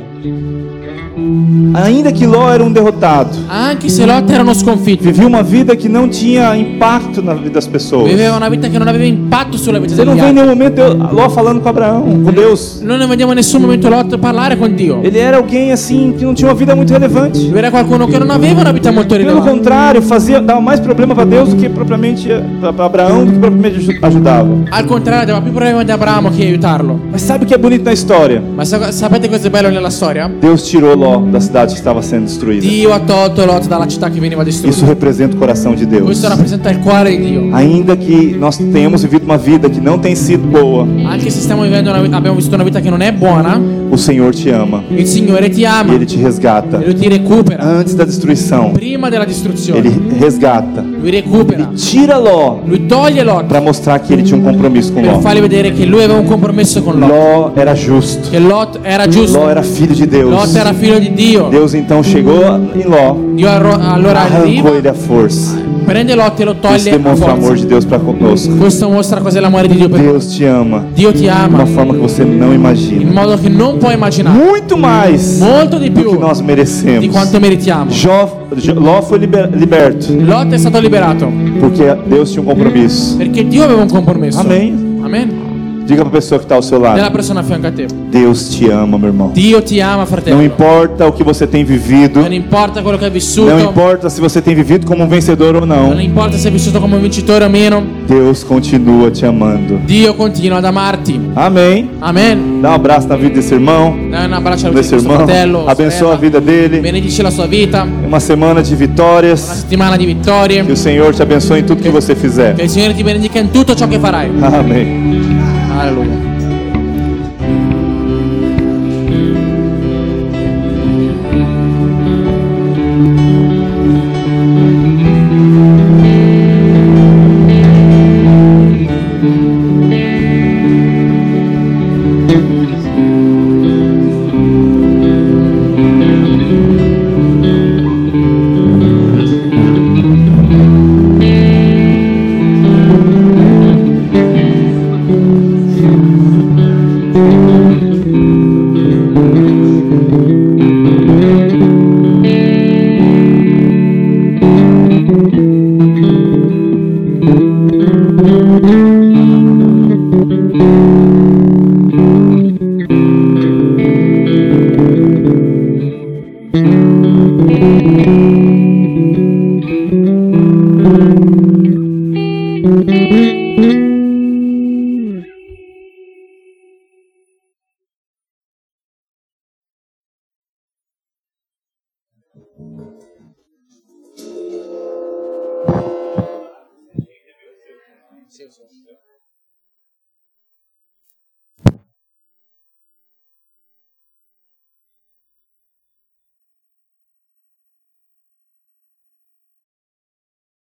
Speaker 2: Ainda que Ló era um derrotado,
Speaker 1: Anche se Lot era uno sconfitto,
Speaker 2: vivia uma vida que não tinha impacto na vida das pessoas.
Speaker 1: viveva una vita che non aveva impatto sulla vita
Speaker 2: Você não
Speaker 1: degli
Speaker 2: vê em
Speaker 1: altri.
Speaker 2: nenhum momento Deus- Ló falando com Abraão, com Deus.
Speaker 1: Noi non vediamo in nessun momento Lot parlare con Dio.
Speaker 2: Ele era alguém assim que não tinha uma vida muito relevante.
Speaker 1: Lui era qualcuno che non aveva una vita molto
Speaker 2: Pelo
Speaker 1: rilevante.
Speaker 2: contrário, fazia dava mais problema para Deus do que propriamente para Abraão do que propriamente aju- ajudava.
Speaker 1: Al contrario, aveva più problemi di Abramo che aiutarlo.
Speaker 2: Mas sabe o que é bonito na história?
Speaker 1: Ma sa- sapete cosa è bello nella storia?
Speaker 2: Deus tirou Ló da cidade que estava sendo destruída.
Speaker 1: Dio ha tolto Lot dalla città che veniva
Speaker 2: Isso
Speaker 1: distrutta.
Speaker 2: representa o coração de Deus.
Speaker 1: Questo rappresenta il cuore di Dio.
Speaker 2: Ainda que nós tenhamos vivido uma vida que não tem sido boa,
Speaker 1: Anche se stiamo vivendo una, vi- abbiamo vissuto una vita che non è buona,
Speaker 2: o Senhor te ama
Speaker 1: il Signore ti
Speaker 2: e
Speaker 1: ama
Speaker 2: Ele
Speaker 1: e
Speaker 2: te resgata.
Speaker 1: Lui ti recupera.
Speaker 2: Antes da destruição,
Speaker 1: Prima della
Speaker 2: Ele
Speaker 1: distruzione,
Speaker 2: resgata.
Speaker 1: Lui recupera.
Speaker 2: Tira Ló
Speaker 1: Lui toglie Lot
Speaker 2: para mostrar que ele tinha um compromisso com
Speaker 1: per
Speaker 2: Ló.
Speaker 1: fargli vedere che lui aveva un compromesso con Lot.
Speaker 2: Ló era justo.
Speaker 1: Che Lot era giusto.
Speaker 2: Ló era filho de Deus.
Speaker 1: Lot era figlio di Dio.
Speaker 2: Deus então chegou em Ló,
Speaker 1: Dio arro- allora
Speaker 2: arrancou
Speaker 1: arriva,
Speaker 2: ele à força.
Speaker 1: prende Lot e lo
Speaker 2: Isso
Speaker 1: toglie a
Speaker 2: demonstra o
Speaker 1: forza.
Speaker 2: amor de Deus para conosco.
Speaker 1: Questo mostra cos'è l'amore di Dio per te.
Speaker 2: Deus te ama
Speaker 1: Dio ti
Speaker 2: de
Speaker 1: ama
Speaker 2: uma forma que você não
Speaker 1: in
Speaker 2: imagina.
Speaker 1: modo che non puoi immaginare,
Speaker 2: Muito mais
Speaker 1: molto di
Speaker 2: do que
Speaker 1: più
Speaker 2: nós merecemos.
Speaker 1: di quanto meritiamo.
Speaker 2: Jó, Jó- Ló foi liber- liberto
Speaker 1: Lot è stato liberato
Speaker 2: porque Deus tinha um compromisso.
Speaker 1: perché Dio aveva un compromesso.
Speaker 2: Amém.
Speaker 1: Amen.
Speaker 2: Diga para a pessoa que está ao seu
Speaker 1: Della
Speaker 2: lado:
Speaker 1: persona a fianco a te.
Speaker 2: Deus te ama, meu irmão.
Speaker 1: Dio ti ama,
Speaker 2: Não
Speaker 1: fratello.
Speaker 2: importa o que você tem vivido,
Speaker 1: Non importa quello che hai vissuto,
Speaker 2: não importa se você tem vivido como um vencedor ou
Speaker 1: non
Speaker 2: não.
Speaker 1: importa se hai vissuto come un vincitore o meno,
Speaker 2: Deus continua te amando.
Speaker 1: Dio continua ad amarti.
Speaker 2: Amém.
Speaker 1: Amen.
Speaker 2: Dá um abraço na vida desse irmão,
Speaker 1: Dai un abbraccio alla vita
Speaker 2: desse
Speaker 1: di questo
Speaker 2: irmão.
Speaker 1: fratello.
Speaker 2: Abençoa
Speaker 1: sorella.
Speaker 2: a vida dele.
Speaker 1: Benedici la sua vita, una
Speaker 2: Uma semana de vitórias.
Speaker 1: settimana di vittorie.
Speaker 2: Que o Senhor te abençoe em tudo que você
Speaker 1: Che
Speaker 2: fizer.
Speaker 1: il Signore ti benedica in tutto ciò che farai.
Speaker 2: Amém.
Speaker 1: Alleluia.